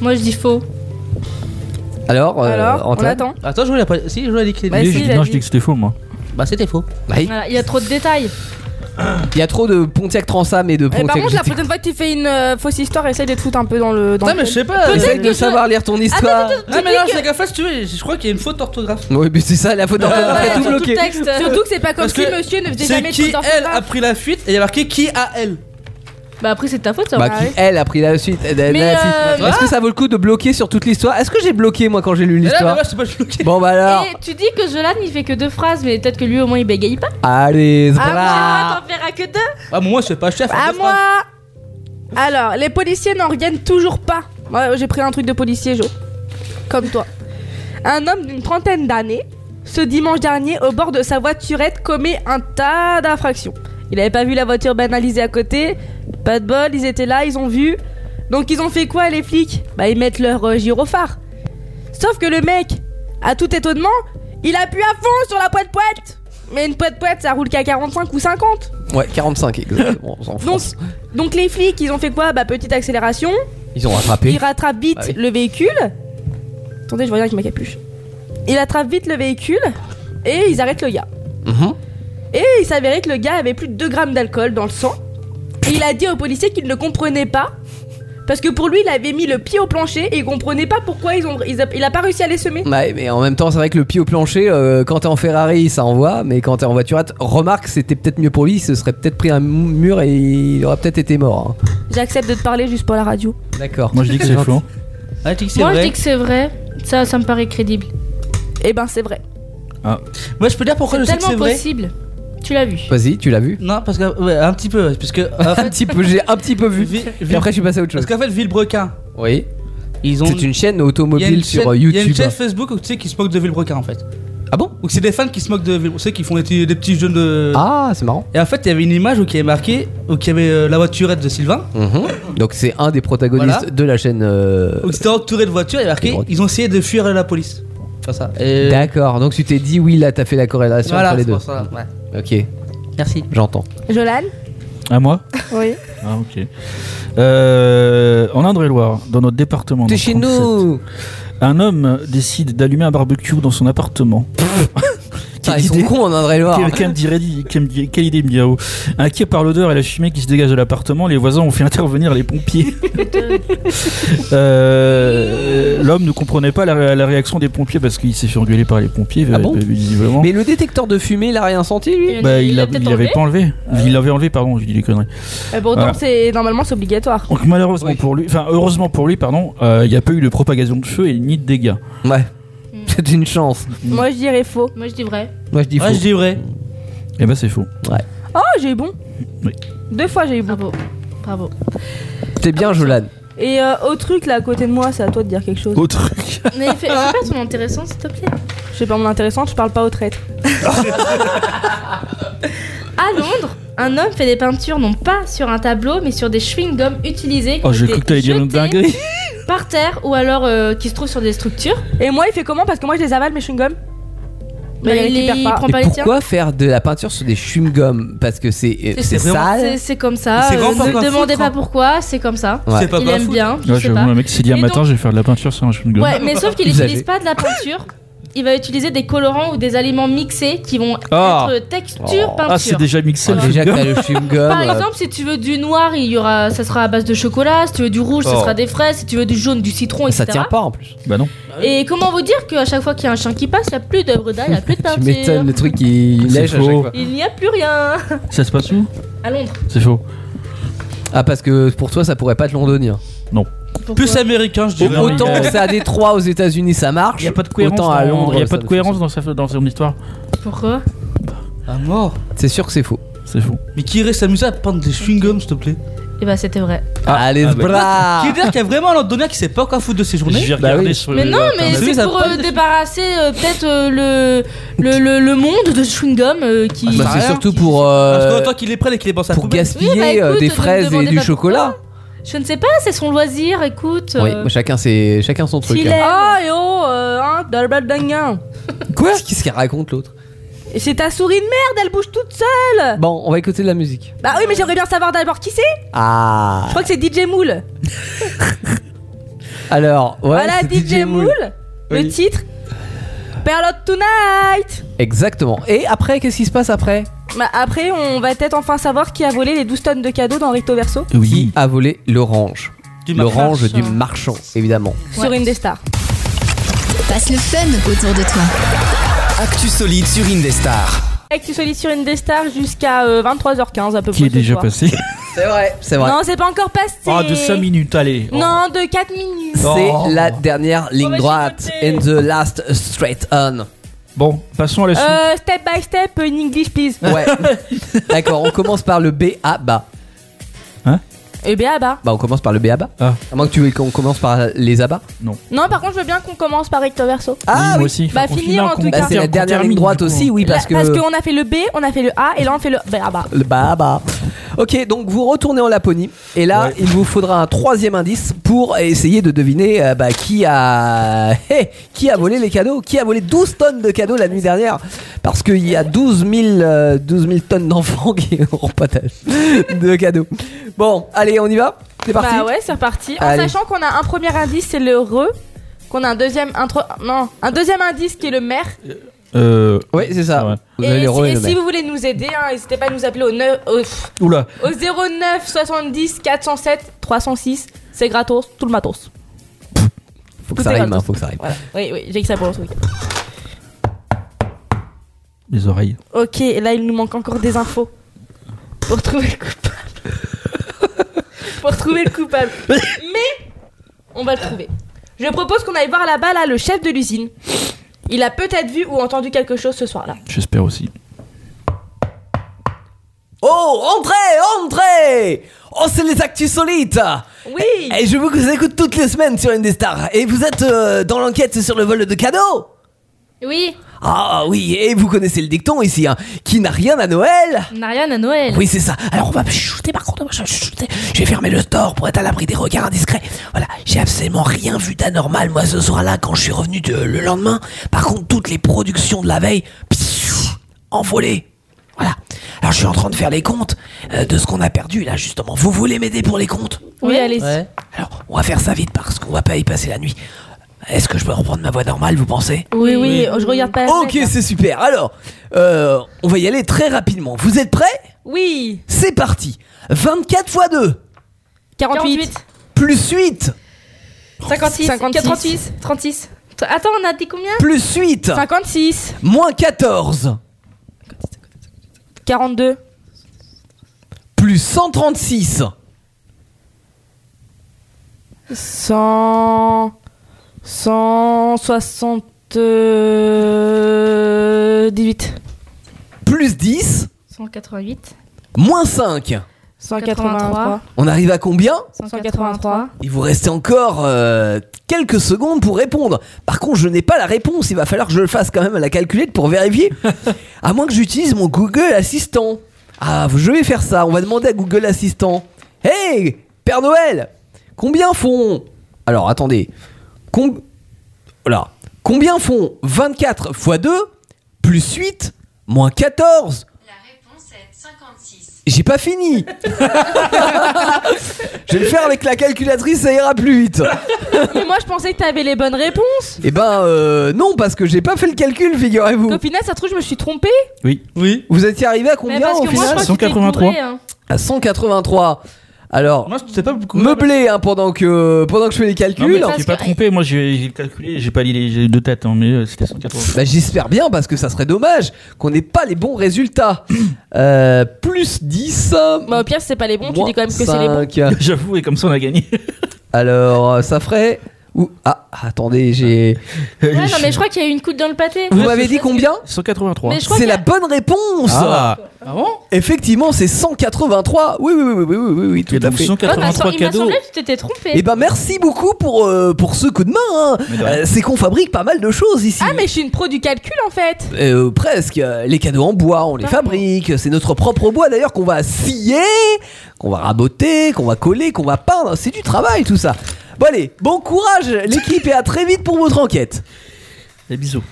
Speaker 10: Moi, je dis faux.
Speaker 3: Alors, euh,
Speaker 5: Alors, on
Speaker 3: Antoine
Speaker 5: attend.
Speaker 4: Attends, je voulais pas. Si, je voulais dire qu'il
Speaker 5: Bah,
Speaker 6: Lui,
Speaker 5: si,
Speaker 6: je
Speaker 5: il
Speaker 6: dis,
Speaker 5: a
Speaker 6: non,
Speaker 5: dit.
Speaker 6: je dis que c'était faux, moi.
Speaker 4: Bah c'était faux.
Speaker 3: Bah, il
Speaker 10: Voilà, il y a trop de détails.
Speaker 3: il y a trop de Pontiac Transam
Speaker 4: Euh,
Speaker 3: et de
Speaker 5: Et
Speaker 3: Pontiac.
Speaker 5: Eh, par contre, la
Speaker 3: GT.
Speaker 5: prochaine fois que tu fais une euh, fausse histoire, essaye de te foutre un peu dans le. Dans
Speaker 4: Non
Speaker 5: le-
Speaker 4: mais je sais pas.
Speaker 10: Peut-être
Speaker 3: Essaye de
Speaker 10: que-
Speaker 3: savoir lire
Speaker 5: Ah,
Speaker 3: ton histoire.
Speaker 4: Non Ah, mais là, c'est qu'à face, tu veux, je crois qu'il y a une faute d'orthographe.
Speaker 3: Oui, mais c'est ça, la faute d'orthographe
Speaker 10: Ouais,
Speaker 3: est tout
Speaker 10: sur
Speaker 3: bloqué.
Speaker 10: le texte.
Speaker 5: Surtout que c'est pas comme
Speaker 4: Parce
Speaker 5: si
Speaker 4: que
Speaker 5: monsieur ne faisait
Speaker 4: C'est
Speaker 5: jamais
Speaker 4: qui
Speaker 5: de faute
Speaker 4: elle a
Speaker 5: d'orthographe.
Speaker 4: pris la fuite et il y a marqué qui a elle.
Speaker 10: Bah, après, c'est de ta faute, ça.
Speaker 3: Bah,
Speaker 10: va.
Speaker 3: qui, elle a pris la suite. elle a-
Speaker 10: Mais,
Speaker 3: la suite.
Speaker 10: euh,
Speaker 3: Est-ce que ça vaut le coup de bloquer sur toute l'histoire Est-ce que j'ai bloqué moi quand j'ai lu
Speaker 4: Et là, bah,
Speaker 3: l'histoire
Speaker 4: moi, je sais pas, je suis bloqué.
Speaker 3: Bon bah alors,
Speaker 10: Et tu dis que Jolan il fait que deux phrases, mais peut-être que lui au moins il bégaye pas.
Speaker 3: allez,
Speaker 10: Ah,
Speaker 3: zbra.
Speaker 10: moi, t'en feras que deux.
Speaker 4: Ah, moi, je sais pas chef.
Speaker 5: À
Speaker 4: je sais
Speaker 5: moi
Speaker 4: pas.
Speaker 5: Alors, les policiers n'en reviennent toujours pas. Moi, j'ai pris un truc de policier, Jo. Comme toi. Un homme d'une trentaine d'années, ce dimanche dernier, au bord de sa voiturette, commet un tas d'infractions. Il n'avait pas vu la voiture banalisée à côté. Pas de bol, ils étaient là, ils ont vu. Donc, ils ont fait quoi, les flics Bah, ils mettent leur euh, gyrophare. Sauf que le mec, à tout étonnement, il appuie à fond sur la poète-poète. Mais une poète-poète, ça roule qu'à 45 ou 50.
Speaker 3: Ouais, 45 exactement. en
Speaker 5: Donc,
Speaker 3: France.
Speaker 5: donc les flics, ils ont fait quoi Bah petite accélération,
Speaker 3: Ils ont rattrapé.
Speaker 5: ils rattrapent vite
Speaker 4: Ah
Speaker 3: Bah oui.
Speaker 5: le véhicule. Attendez, je reviens avec ma capuche. Ils rattrapent vite le véhicule et ils arrêtent le gars.
Speaker 14: Mhm.
Speaker 5: Et il s'avérait que le gars avait plus de 2 grammes d'alcool dans le sang. Et il a dit aux policiers qu'il ne comprenait pas. Parce que pour lui, il avait mis le pied au plancher et il comprenait pas pourquoi ils ont, ils a- il a pas réussi à les semer.
Speaker 3: Ouais, Bah mais en même temps, c'est vrai que le pied au plancher, euh, quand t'es en Ferrari, ça envoie, mais quand t'es en voiturette, remarque, c'était peut-être mieux pour lui, il se serait peut-être pris un mur et il aurait peut-être été mort. hein.
Speaker 5: J'accepte de te parler juste pour la radio.
Speaker 3: D'accord.
Speaker 6: Moi, je dis que c'est faux.
Speaker 4: Ah, tu dis que c'est
Speaker 10: Moi, je
Speaker 4: vrai.
Speaker 10: dis que c'est vrai. Ça, ça me paraît crédible.
Speaker 5: Eh ben, c'est vrai.
Speaker 6: Ah.
Speaker 4: Moi, je peux dire pourquoi je sais que
Speaker 10: Tellement
Speaker 4: c'est vrai.
Speaker 10: possible. Tu l'as vu.
Speaker 3: Vas-y, tu l'as vu
Speaker 4: Non, parce que ouais, un petit peu, parce que euh,
Speaker 3: Un petit peu, j'ai un petit peu vu. Et après, je suis passé à autre chose.
Speaker 4: Parce qu'en fait, Villebrequin,
Speaker 3: Oui.
Speaker 4: Ils ont.
Speaker 3: C'est une chaîne
Speaker 4: il y a
Speaker 3: automobile
Speaker 4: une
Speaker 3: sur
Speaker 4: chaîne-
Speaker 3: euh,
Speaker 4: Il y a une
Speaker 3: YouTube.
Speaker 4: chaîne Facebook où tu sais qui se moque de Villebrequin en fait.
Speaker 3: Ah bon
Speaker 4: Ou que c'est des fans qui se moquent de Villebrequin, tu sais, qui font des, petits- des petits jeux de.
Speaker 3: Ah, c'est marrant.
Speaker 4: Et en fait, il y avait une image où qui est marqué, où qui avait euh, la voiturette de Sylvain,
Speaker 3: Mhm. Donc, c'est un des protagonistes
Speaker 4: Voilà.
Speaker 3: de la chaîne. euh,
Speaker 4: où c'était entouré de voitures, et marqué, ils ont essayé de fuir la police. Enfin, ça.
Speaker 3: Euh,
Speaker 4: Et-
Speaker 3: D'accord, donc tu t'es dit, oui, là, t'as fait la corrélation
Speaker 4: Voilà,
Speaker 3: entre les
Speaker 4: c'est
Speaker 3: deux.
Speaker 4: pour ça, ouais.
Speaker 3: Ok.
Speaker 4: Merci.
Speaker 3: J'entends.
Speaker 5: Jolan
Speaker 6: À moi
Speaker 5: Oui.
Speaker 6: Ah, ok. Euh, en Indre-et-Loire, dans notre département. T'es
Speaker 3: chez nous
Speaker 6: Un homme décide d'allumer un barbecue dans son appartement.
Speaker 3: Putain, Ah, ils sont cons en Indre-et-Loire.
Speaker 6: Quelle- Quelle dirait- quelle dirait- quelle idée, Miao. Inquiet par l'odeur et la fumée qui se dégage de l'appartement, les voisins ont fait intervenir les pompiers. Euh, L'homme ne comprenait pas la, la réaction des pompiers parce qu'il s'est fait engueuler par les pompiers,
Speaker 3: Ah bon
Speaker 6: visiblement.
Speaker 3: Mais le détecteur de fumée, il a rien senti, lui
Speaker 6: Bah, il l'a- il l'avait pas enlevé.
Speaker 10: Ah
Speaker 6: Il l'avait enlevé, pardon, je dis des conneries.
Speaker 5: Eh ben, autant
Speaker 6: Voilà.
Speaker 5: c'est normalement c'est obligatoire.
Speaker 6: Donc malheureusement pour lui, enfin heureusement pour lui, pardon, euh, il n'y a pas eu de propagation de feu et ni de dégâts.
Speaker 3: Ouais.
Speaker 10: Hmm.
Speaker 3: C'est une chance.
Speaker 5: Moi je dirais faux.
Speaker 10: Moi je dis vrai.
Speaker 3: Moi je dis
Speaker 6: Ouais, faux. je dis
Speaker 4: vrai.
Speaker 6: Et bah c'est faux.
Speaker 3: Ouais.
Speaker 5: Oh j'ai eu bon.
Speaker 6: Oui.
Speaker 5: Deux fois j'ai eu bon.
Speaker 10: Bravo. Bravo.
Speaker 3: T'es
Speaker 10: Ah
Speaker 3: bien, Jolan.
Speaker 5: Et euh, au truc là à côté de moi, c'est à toi de dire quelque chose.
Speaker 6: Au truc.
Speaker 10: Mais fais, fais pas ton intéressant, s'il te plaît.
Speaker 5: Je sais pas mon intéressant, je parle pas au traître.
Speaker 10: À Londres, un homme fait des peintures non pas sur un tableau, mais sur des chewing-gums utilisés.
Speaker 6: Oh, j'ai
Speaker 10: qui ont
Speaker 6: cru que
Speaker 10: été
Speaker 6: t'allais dire une
Speaker 10: jetés
Speaker 6: dinguerie.
Speaker 10: Par terre ou alors euh, qui se trouvent sur des structures.
Speaker 5: Et moi il fait comment Parce que moi je les avale mes chewing-gums.
Speaker 10: Bah,
Speaker 5: Mais il
Speaker 10: il,
Speaker 5: récupère
Speaker 10: il
Speaker 5: pas.
Speaker 10: prend
Speaker 3: Mais
Speaker 10: pas les tiens.
Speaker 3: pourquoi faire de la peinture sur des chewing-gums Parce que c'est euh,
Speaker 10: C'est-
Speaker 3: c'est sale.
Speaker 10: C'est comme ça.
Speaker 3: C'est
Speaker 10: euh,
Speaker 3: vraiment pas
Speaker 10: ne
Speaker 3: quoi
Speaker 10: demandez
Speaker 3: foutre,
Speaker 10: pas pourquoi, c'est comme ça.
Speaker 3: Ouais. C'est pas
Speaker 10: Il
Speaker 3: quoi
Speaker 10: aime
Speaker 3: foutre.
Speaker 10: bien. je
Speaker 6: Ouais,
Speaker 10: sais
Speaker 6: j'avoue,
Speaker 10: pas.
Speaker 6: le mec s'est dit ah, un
Speaker 10: Et
Speaker 6: matin,
Speaker 10: donc-
Speaker 6: je vais faire de la peinture sur un chewing-gum.
Speaker 10: Ouais, mais sauf qu'il
Speaker 6: Usagé.
Speaker 10: n'utilise pas de la peinture. Il va utiliser des colorants ou des aliments mixés qui vont
Speaker 6: Ah.
Speaker 10: être texture
Speaker 6: Oh.
Speaker 10: peinture.
Speaker 6: Ah, c'est déjà mixé le
Speaker 3: Déjà que
Speaker 6: chewing-gum.
Speaker 3: t'as le chewing-gum.
Speaker 10: Par
Speaker 3: euh,
Speaker 10: exemple, si tu veux du noir, il y aura, ça sera à base de chocolat. Si tu veux du rouge, ça
Speaker 3: Oh.
Speaker 10: sera des fraises. Si tu veux du jaune, du citron, etc.
Speaker 3: ça tient pas en plus.
Speaker 6: Bah non.
Speaker 10: Et comment vous dire qu'à chaque fois qu'il y a un chien qui passe, il n'y a plus d'œuvre d'art, il n'y a plus de
Speaker 3: Tu
Speaker 10: peinture.
Speaker 3: m'étonnes, le truc il
Speaker 6: C'est
Speaker 3: lèche à
Speaker 6: faux.
Speaker 3: chaque fois.
Speaker 10: Il n'y a plus rien.
Speaker 6: Ça se passe où
Speaker 10: À Londres.
Speaker 6: C'est faux.
Speaker 3: Ah, parce que pour toi, ça pourrait pas être
Speaker 10: Ah,
Speaker 3: londonien.
Speaker 6: Non.
Speaker 4: Plus américain, je dirais.
Speaker 3: Autant c'est à Détroit aux États-Unis ça marche.
Speaker 6: Il n'y a pas de cohérence.
Speaker 3: Autant à
Speaker 6: dans-
Speaker 3: Londres.
Speaker 6: y a
Speaker 3: ça
Speaker 6: pas de
Speaker 3: ne
Speaker 6: cohérence dans, sa, dans son histoire.
Speaker 10: Pourquoi
Speaker 4: Ah, mort.
Speaker 3: C'est sûr que c'est faux.
Speaker 6: C'est faux.
Speaker 4: Mais qui irait s'amuser à peindre des chewing-gums, s'il te plaît
Speaker 10: Et bah, c'était vrai.
Speaker 3: Allez, bah,
Speaker 4: ah,
Speaker 3: bra
Speaker 4: Qui veut dire qu'il y a vraiment un londonien qui sait pas quoi foutre de ses journées
Speaker 6: Je vais
Speaker 3: Bah
Speaker 6: regarder sur
Speaker 10: Mais
Speaker 6: le-
Speaker 10: non, mais
Speaker 4: Internet.
Speaker 10: c'est
Speaker 4: Ça
Speaker 10: pour
Speaker 4: prend
Speaker 10: euh, débarrasser euh, peut-être euh, le, le, le, le monde de chewing-gum euh, qui.
Speaker 3: Bah, c'est surtout pour, euh,
Speaker 4: Parce qu'autant qu'il est prêt et qu'il est dans sa
Speaker 3: pour
Speaker 4: poubelle.
Speaker 3: gaspiller
Speaker 10: Oui, bah, écoute,
Speaker 3: euh,
Speaker 10: ne
Speaker 3: des
Speaker 10: me
Speaker 3: fraises et
Speaker 10: demandez
Speaker 3: du
Speaker 10: pas
Speaker 3: chocolat.
Speaker 10: Je ne sais pas, c'est son loisir, écoute.
Speaker 3: Oui,
Speaker 10: euh,
Speaker 3: moi, chacun, ses- chacun son truc.
Speaker 5: S'il
Speaker 3: hein.
Speaker 5: aime. Oh et oh, euh, hein, dalbaldinguin.
Speaker 3: Quoi Qu'est-ce qu'elle raconte l'autre
Speaker 5: Et c'est ta souris de merde, elle bouge toute seule.
Speaker 3: Bon, on va écouter de la musique.
Speaker 5: Bah oui, mais j'aimerais bien savoir d'abord qui c'est.
Speaker 3: Ah
Speaker 5: Je crois que c'est DJ Moule.
Speaker 3: Alors, ouais,
Speaker 5: voilà
Speaker 3: c'est
Speaker 5: DJ, Moule. Le
Speaker 3: Oui.
Speaker 5: titre Perlotte Tonight.
Speaker 3: Exactement. Et après, qu'est-ce qui se passe après
Speaker 5: Bah, après, on va peut-être enfin savoir qui a volé les 12 tonnes de cadeaux dans Recto Verso
Speaker 3: Qui a volé l'orange L'orange du marchand, évidemment.
Speaker 5: sur une des stars.
Speaker 2: Passe le fun autour de toi.
Speaker 17: Actu solide sur Indestar.
Speaker 5: Actu solide sur une des stars jusqu'à euh, 23h15 à peu près.
Speaker 6: Qui est
Speaker 5: ce
Speaker 6: déjà
Speaker 5: soir.
Speaker 6: passé.
Speaker 3: C'est vrai, c'est vrai.
Speaker 5: Non, c'est pas encore passé.
Speaker 6: Ah, de 5 minutes, allez.
Speaker 5: Non, de 4 minutes.
Speaker 3: C'est
Speaker 6: Oh.
Speaker 3: la dernière ligne droite. And the last straight on.
Speaker 6: Bon, passons à la suite.
Speaker 5: Euh, step by step in English, please.
Speaker 3: Ouais. D'accord, on commence par le B à bas.
Speaker 5: Eh bien, ah bah.
Speaker 3: Bah, on commence par le B à bas. À moins que tu veux qu'on commence par les abats.
Speaker 6: Ah. Non.
Speaker 5: Non, par contre, je veux bien qu'on commence par recto verso.
Speaker 3: Ah oui.
Speaker 5: Bah, finir en tout cas. Bah,
Speaker 3: c'est la dernière ligne droite aussi, oui, parce que.
Speaker 5: Parce qu'on a fait le B, on a fait le A, et là, on fait le B. Ah bah.
Speaker 3: Le baba. Ok, donc vous retournez en Laponie et là il vous faudra un troisième indice pour essayer de deviner euh, bah, qui a Hé, qui a volé les cadeaux, qui a volé 12 tonnes de cadeaux la nuit dernière parce qu'il y a 12 000, euh, 12 000 tonnes d'enfants qui auront pas de cadeaux. Bon, allez, on y va C'est parti
Speaker 5: Bah ouais, c'est reparti. En
Speaker 3: Allez.
Speaker 5: sachant qu'on a un premier indice, c'est le re. Qu'on a un deuxième intro. Non, un deuxième indice qui est le mer.
Speaker 6: Euh...
Speaker 10: Ouais, c'est ça.
Speaker 5: Et, si, et si vous voulez nous aider, hein, n'hésitez pas à nous appeler au, 9, au, pff,
Speaker 6: Oula.
Speaker 5: au 09 70 407 306. C'est gratos, tout le matos.
Speaker 10: Faut que ça
Speaker 5: Tout est
Speaker 10: rime,
Speaker 5: gratos.
Speaker 10: hein, faut que ça rime.
Speaker 5: Voilà. Oui, oui, j'ai dit ça pour le truc.
Speaker 6: Les oreilles.
Speaker 5: Ok, et là, il nous manque encore des infos. Pour trouver le coupable. pour trouver le coupable. Mais, on va le trouver. Je propose qu'on aille voir là-bas, là, le chef de l'usine. Il a peut-être vu ou entendu quelque chose ce soir-là.
Speaker 6: J'espère aussi.
Speaker 10: Oh, entrez, entrez Oh, c'est les actus solites
Speaker 5: Oui
Speaker 10: Et je vous vous écoute toutes les semaines sur Indestar. Et vous êtes euh, dans l'enquête sur le vol de cadeaux
Speaker 3: Oui,
Speaker 10: Ah oui, et vous connaissez le dicton ici, hein, qui n'a rien à Noël
Speaker 3: n'a rien à Noël.
Speaker 10: Oui, c'est ça. Alors on va shooter par contre, je vais shooter. Je vais fermer le store pour être à l'abri des regards indiscrets. Voilà, j'ai absolument rien vu d'anormal moi ce soir-là quand je suis revenu de- le lendemain. Par contre, toutes les productions de la veille, pfiou, envolées. Voilà. Alors je suis en train de faire les comptes euh, de ce qu'on a perdu là justement. Vous voulez m'aider pour les comptes
Speaker 3: Oui, allez-y.
Speaker 10: Alors on va faire ça vite parce qu'on va pas y passer la nuit. Est-ce que je peux reprendre ma voix normale, vous pensez
Speaker 5: Oui, oui, Oh, je regarde pas la hein.
Speaker 10: Ok, c'est super. Alors, euh, on va y aller très rapidement. Vous êtes prêts
Speaker 5: Oui.
Speaker 10: C'est parti. 24 x 2.
Speaker 5: 48.
Speaker 10: Plus 8.
Speaker 3: 56,
Speaker 5: 56.
Speaker 3: 46, 36.
Speaker 5: Attends, on a dit combien
Speaker 10: Plus 8.
Speaker 5: 56.
Speaker 10: Moins 14.
Speaker 5: 42.
Speaker 10: Plus 136.
Speaker 5: 100. 178.
Speaker 10: Plus 10.
Speaker 3: 188,
Speaker 10: Moins 5.
Speaker 3: 183,
Speaker 10: On arrive à combien
Speaker 3: 183.
Speaker 10: Il vous reste encore euh, quelques secondes pour répondre. Par contre, je n'ai pas la réponse. Il va falloir que je le fasse quand même à la calculette pour vérifier. à moins que j'utilise mon Google Assistant. Ah, je vais faire ça. On va demander à Google Assistant. Hey, Père Noël, combien font. Alors, attendez. Com- Voilà. Combien font 24 x 2 plus 8 moins 14 j'ai pas fini Je vais le faire avec la calculatrice, ça ira plus vite
Speaker 5: Mais moi, je pensais que t'avais les bonnes réponses.
Speaker 10: Eh ben euh, non, parce que j'ai pas fait le calcul, figurez-vous.
Speaker 5: Au final, ça se trouve, je me suis trompée.
Speaker 6: Oui.
Speaker 10: Oui. Vous étiez arrivé à
Speaker 5: Mais
Speaker 10: combien
Speaker 5: parce
Speaker 10: au
Speaker 5: que moi, je
Speaker 10: final
Speaker 5: crois que t'étais bourrée, hein.
Speaker 10: À 183. Alors,
Speaker 6: moi, pas beaucoup.
Speaker 10: Meublé hein, pendant que pendant que je fais les
Speaker 6: Non, mais
Speaker 10: calculs.
Speaker 6: t'es pas trompé, moi j'ai j'ai calculé, j'ai pas lié les j'ai deux têtes, hein, mais euh, c'était 180.
Speaker 10: Bah, j'espère bien parce que ça serait dommage qu'on n'ait pas les bons résultats. Euh, plus 10.
Speaker 5: Bah, au pire, si c'est pas les bons, tu
Speaker 10: moins
Speaker 5: dis quand même que c'est les bons.
Speaker 10: 5.
Speaker 6: J'avoue, et comme ça on a gagné.
Speaker 10: Alors, euh, ça ferait. Ou... Ah, attendez, j'ai.
Speaker 3: Ouais, non, mais je crois qu'il y a eu une coupe dans le pâté.
Speaker 10: Vous m'avez dit combien
Speaker 6: 183.
Speaker 3: Mais je crois
Speaker 10: C'est
Speaker 3: qu'il y
Speaker 10: la
Speaker 3: a-
Speaker 10: bonne réponse
Speaker 6: Ah.
Speaker 10: Effectivement, c'est 183. Oui, oui, oui, oui, oui, oui, oui, oui, tout à fait.
Speaker 3: Ouais, bah, il m'a semblé que tu t'étais trompé.
Speaker 10: Eh ben merci beaucoup pour, euh, pour ce coup de main. hein. Euh, c'est qu'on fabrique pas mal de choses ici.
Speaker 5: Ah, mais je suis une pro du calcul en fait.
Speaker 10: Euh, presque. Euh, Les cadeaux en bois, on les fabrique. C'est notre propre bois d'ailleurs qu'on va scier, qu'on va raboter, qu'on va coller, qu'on va peindre. C'est du travail tout ça. Bon allez, bon courage l'équipe et à très vite pour votre enquête.
Speaker 6: Des bisous.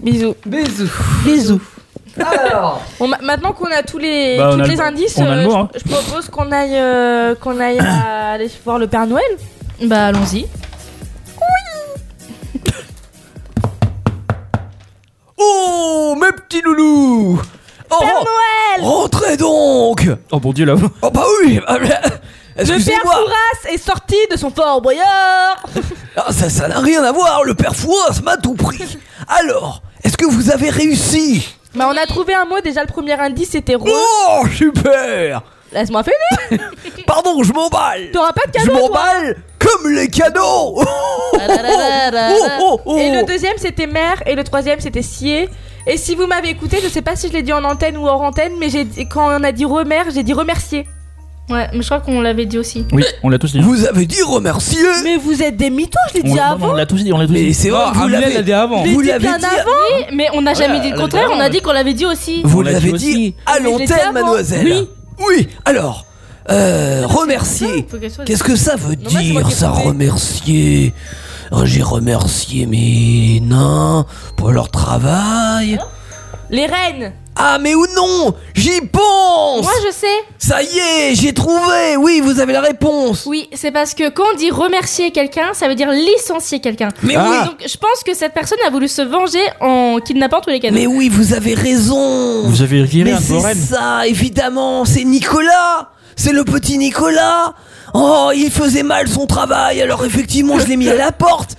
Speaker 5: Bisous.
Speaker 10: Bisous.
Speaker 5: Bisous.
Speaker 10: Alors.
Speaker 5: Bon, ma- maintenant qu'on a tous les,
Speaker 6: Bah, on
Speaker 5: tous
Speaker 6: a
Speaker 5: les
Speaker 6: le-
Speaker 5: indices, euh,
Speaker 6: on a le
Speaker 5: je,
Speaker 6: mot, hein.
Speaker 5: je propose qu'on aille, euh, qu'on aille à- aller voir le Père Noël.
Speaker 3: Bah, allons-y.
Speaker 10: Oh mes petits loulous. Oh,
Speaker 5: Père Noël
Speaker 10: Rentrez donc
Speaker 6: Oh bon Dieu là.
Speaker 10: Oh bah oui ah, mais-
Speaker 5: Le Père
Speaker 10: Excusez-moi
Speaker 5: Fouras est sorti de son fort boyard
Speaker 10: Ah, ça, ça n'a rien à voir, le père Fouras m'a tout pris Alors, est-ce que vous avez réussi
Speaker 5: Bah, on a trouvé un mot déjà, le premier indice c'était rose.
Speaker 10: Oh, super
Speaker 5: Laisse-moi finir
Speaker 10: Pardon, je m'emballe
Speaker 5: T'auras pas de
Speaker 10: Oh, Je
Speaker 5: cadeau
Speaker 10: m'emballe comme les cadeaux Oh,
Speaker 5: Et le deuxième c'était mère et le troisième c'était scier. Et si vous m'avez écouté, je sais pas si je l'ai dit en antenne ou hors antenne, mais j'ai dit- quand on a dit remère, j'ai dit remercier.
Speaker 3: Ouais, mais je crois qu'on l'avait dit aussi.
Speaker 6: Oui, on l'a tous dit. hein.
Speaker 10: Vous avez dit remercier
Speaker 5: Mais vous êtes des mythos, je l'ai
Speaker 6: On
Speaker 5: dit
Speaker 6: l'a- non,
Speaker 5: avant
Speaker 6: on l'a tous dit, on l'a tous dit.
Speaker 10: Mais c'est vrai, que vous l'avez
Speaker 3: Je
Speaker 10: Vous
Speaker 3: l'ai dit
Speaker 10: l'avez
Speaker 3: bien
Speaker 10: dit,
Speaker 3: avant. Oui, mais on n'a jamais
Speaker 10: Ouais,
Speaker 3: dit le
Speaker 10: elle a
Speaker 3: contraire,
Speaker 10: dit
Speaker 3: on a dit qu'on l'avait dit aussi.
Speaker 10: vous l'avez dit à
Speaker 3: Mais je l'ai dit
Speaker 10: l'antenne,
Speaker 3: avant.
Speaker 10: mademoiselle
Speaker 3: Oui.
Speaker 10: Oui, alors, euh, remercier
Speaker 3: Faut soit-
Speaker 10: Qu'est-ce que ça veut
Speaker 3: Non, moi, c'est moi
Speaker 10: dire,
Speaker 3: qui ai
Speaker 10: ça,
Speaker 3: trouvé.
Speaker 10: remercier Euh, Ah, J'ai remercié mes nains pour leur travail.
Speaker 5: Les reines
Speaker 10: Ah mais ou non J'y pense
Speaker 5: Moi je sais
Speaker 10: Ça y est, j'ai trouvé Oui, vous avez la réponse
Speaker 5: Oui, c'est parce que quand on dit remercier quelqu'un, ça veut dire licencier quelqu'un.
Speaker 10: Mais oui.
Speaker 5: Donc je pense que cette personne a voulu se venger en kidnappant tous les cadeaux.
Speaker 10: Mais oui, vous avez raison
Speaker 6: Vous avez
Speaker 10: Mais
Speaker 6: viré un de vos
Speaker 10: c'est
Speaker 6: reines.
Speaker 10: ça, évidemment C'est Nicolas C'est le petit Nicolas Oh, il faisait mal son travail, alors effectivement, je l'ai mis à la porte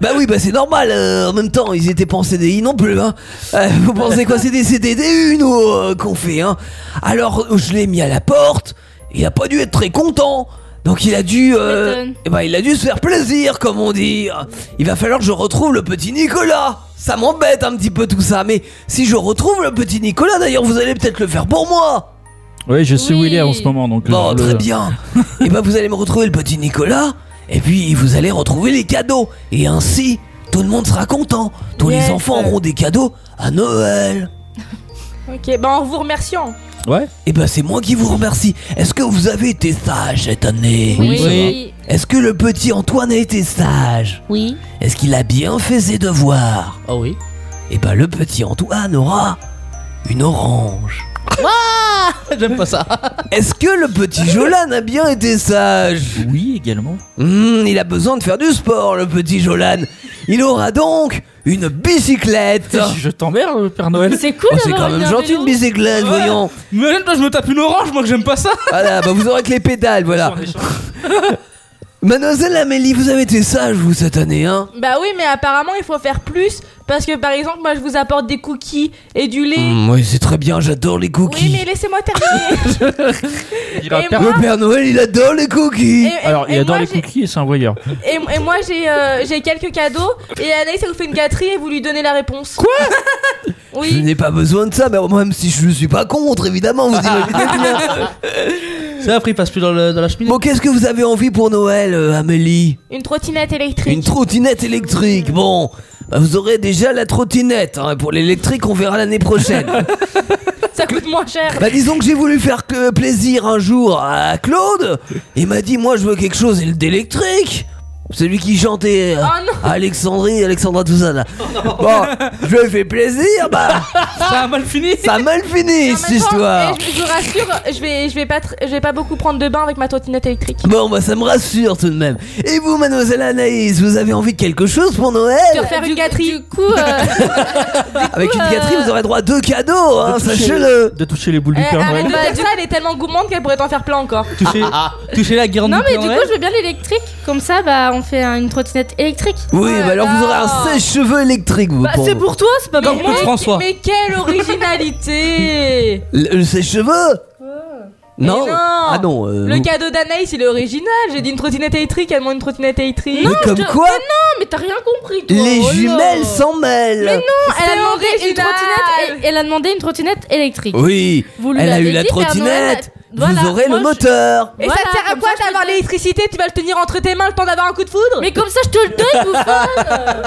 Speaker 10: Bah oui, bah c'est normal, euh, en même temps, ils étaient pas en CDI non plus, hein Euh, Vous pensez quoi, c'est des CDD une ou euh, qu'on fait, hein Alors, euh, je l'ai mis à la porte, il a pas dû être très content donc il a dû, euh, eh ben, il a dû se faire plaisir, comme on dit. Il va falloir que je retrouve le petit Nicolas. Ça m'embête un petit peu tout ça, mais si je retrouve le petit Nicolas, d'ailleurs, vous allez peut-être le faire pour moi.
Speaker 6: Ouais, je sais où il est en ce moment. Donc,
Speaker 10: Bon,
Speaker 6: euh,
Speaker 10: très
Speaker 6: le-
Speaker 10: bien. Et ben, vous allez me retrouver le petit Nicolas, et puis vous allez retrouver les cadeaux. Et ainsi, tout le monde sera content. Tous
Speaker 5: Yes.
Speaker 10: les enfants auront des cadeaux à Noël.
Speaker 5: Ok, bah en vous remerciant.
Speaker 6: Ouais.
Speaker 10: Et ben, c'est moi qui vous remercie. Est-ce que vous avez été sage cette année
Speaker 5: Oui. Oui.
Speaker 10: Est-ce que le petit Antoine a été sage
Speaker 5: Oui.
Speaker 10: Est-ce qu'il a bien fait ses devoirs
Speaker 4: Ah oui.
Speaker 10: Et ben, le petit Antoine aura une orange.
Speaker 5: Ah!
Speaker 4: J'aime pas ça.
Speaker 10: Est-ce que le petit Jolan a bien été sage
Speaker 6: Oui, également.
Speaker 10: Hmm, il a besoin de faire du sport, le petit Jolan. Il aura donc une bicyclette.
Speaker 6: Je t'emmerde,
Speaker 4: euh,
Speaker 6: Père Noël.
Speaker 5: C'est cool
Speaker 10: Oh, c'est
Speaker 5: d'avoir
Speaker 10: quand
Speaker 5: une
Speaker 10: même gentil une bicyclette, voyons.
Speaker 4: Mais même toi, je me tape une orange, moi que j'aime pas ça.
Speaker 3: Ah
Speaker 10: Voilà, bah vous aurez que les pédales, voilà. Mademoiselle Amélie, vous avez été sage, vous, cette année, hein
Speaker 5: Bah oui, mais apparemment il faut faire plus parce que par exemple moi je vous apporte des cookies et du lait.
Speaker 10: Mm, Oui, c'est très bien, j'adore les cookies.
Speaker 5: Oui, mais laissez-moi terminer.
Speaker 6: Il a
Speaker 5: Et
Speaker 6: perdu-
Speaker 5: moi-
Speaker 10: Le Père Noël, il adore les
Speaker 5: Et-
Speaker 10: cookies.
Speaker 5: et-
Speaker 6: Alors, il
Speaker 5: et
Speaker 6: adore
Speaker 5: moi,
Speaker 6: les
Speaker 5: j'ai-
Speaker 6: cookies et c'est un voyeur.
Speaker 5: et, et moi j'ai euh, j'ai quelques cadeaux et Anaïs ça vous fait une gâterie et vous lui donnez la réponse. Quoi
Speaker 10: Je
Speaker 5: Oui.
Speaker 10: n'ai pas besoin de ça, mais même si je ne suis pas contre, évidemment, vous imaginez bien.
Speaker 4: Ça, après, il passe plus dans, le- dans la cheminée.
Speaker 10: Bon, qu'est-ce que vous avez envie pour Noël, euh, Amélie
Speaker 5: Une trottinette électrique.
Speaker 10: Une trottinette
Speaker 4: Euh.
Speaker 10: électrique, bon. Bah, vous aurez déjà la trottinette. hein. Pour l'électrique, on verra l'année prochaine.
Speaker 5: Ça coûte moins cher.
Speaker 10: bah, disons que j'ai voulu faire que plaisir un jour à Claude. Il m'a dit, moi, je veux quelque chose d'électrique. Celui qui chantait euh,
Speaker 4: Ah,
Speaker 5: Oh non.
Speaker 10: Alexandrie, Alexandra, tout ça là.
Speaker 4: Oh,
Speaker 10: Bon, je lui ai fait plaisir, bah,
Speaker 4: Ça a Ah, mal fini.
Speaker 10: ça a mal fini
Speaker 5: En
Speaker 10: cette
Speaker 5: même temps,
Speaker 10: histoire.
Speaker 5: eh, je, je vous rassure, je vais, je, vais pas tr- je vais pas beaucoup prendre de bain avec ma trottinette électrique.
Speaker 10: Bon, bah ça me rassure tout de même. Et vous, mademoiselle Anaïs, vous avez envie de quelque chose pour
Speaker 5: Je vais
Speaker 10: Noël
Speaker 5: refaire une gâterie. Du coup,
Speaker 10: euh, Avec une gâterie, vous aurez droit à deux cadeaux, hein, sachez-le.
Speaker 6: De toucher les boules
Speaker 7: Eh,
Speaker 6: du Père
Speaker 5: arrête
Speaker 6: Noël.
Speaker 5: de dire ça, elle est tellement gourmande qu'elle pourrait t'en faire plein encore.
Speaker 4: Toucher,
Speaker 10: Ah,
Speaker 4: toucher la guirlande.
Speaker 7: Non,
Speaker 4: du
Speaker 7: mais
Speaker 4: Père
Speaker 7: du coup,
Speaker 4: Noël.
Speaker 7: je veux bien l'électrique. Comme ça, bah, on fait hein, une trottinette électrique.
Speaker 5: Oh
Speaker 10: Oui, bah alors vous aurez un sèche-cheveux électrique, vous.
Speaker 7: Oh Bah, c'est pour toi, c'est pas
Speaker 4: Comme
Speaker 7: pour
Speaker 4: Claude
Speaker 7: moi.
Speaker 4: François.
Speaker 5: Mais quelle originalité
Speaker 10: Le, le sèche-cheveux non.
Speaker 5: non.
Speaker 10: Ah non. euh,
Speaker 5: Le
Speaker 10: vous-
Speaker 5: cadeau d'Anaïs, il est original. J'ai dit une trottinette électrique, elle demande une trottinette électrique.
Speaker 10: Mais comme quoi,
Speaker 7: Non, mais t'as rien compris, toi.
Speaker 10: les
Speaker 7: Oh là.
Speaker 10: jumelles s'en mêlent.
Speaker 7: Mais non, elle a
Speaker 5: C'est
Speaker 7: demandé une
Speaker 5: original.
Speaker 7: trottinette. et- Elle a demandé une trottinette électrique.
Speaker 10: Oui,
Speaker 7: Vous lui
Speaker 10: elle a
Speaker 7: l'avez
Speaker 10: eu la
Speaker 7: dit, Père Noël
Speaker 10: trottinette.
Speaker 7: a- Voilà,
Speaker 10: vous aurez
Speaker 7: moi,
Speaker 10: le
Speaker 7: je-
Speaker 10: moteur.
Speaker 5: Et
Speaker 7: Voilà,
Speaker 5: ça te sert à
Speaker 7: comme
Speaker 5: quoi
Speaker 7: ça, je
Speaker 5: d'avoir
Speaker 7: le-
Speaker 5: l'électricité Tu vas le tenir entre tes mains le temps d'avoir un coup de foudre
Speaker 7: Mais comme ça, je te le donne,
Speaker 10: Ah.
Speaker 7: bouffonne.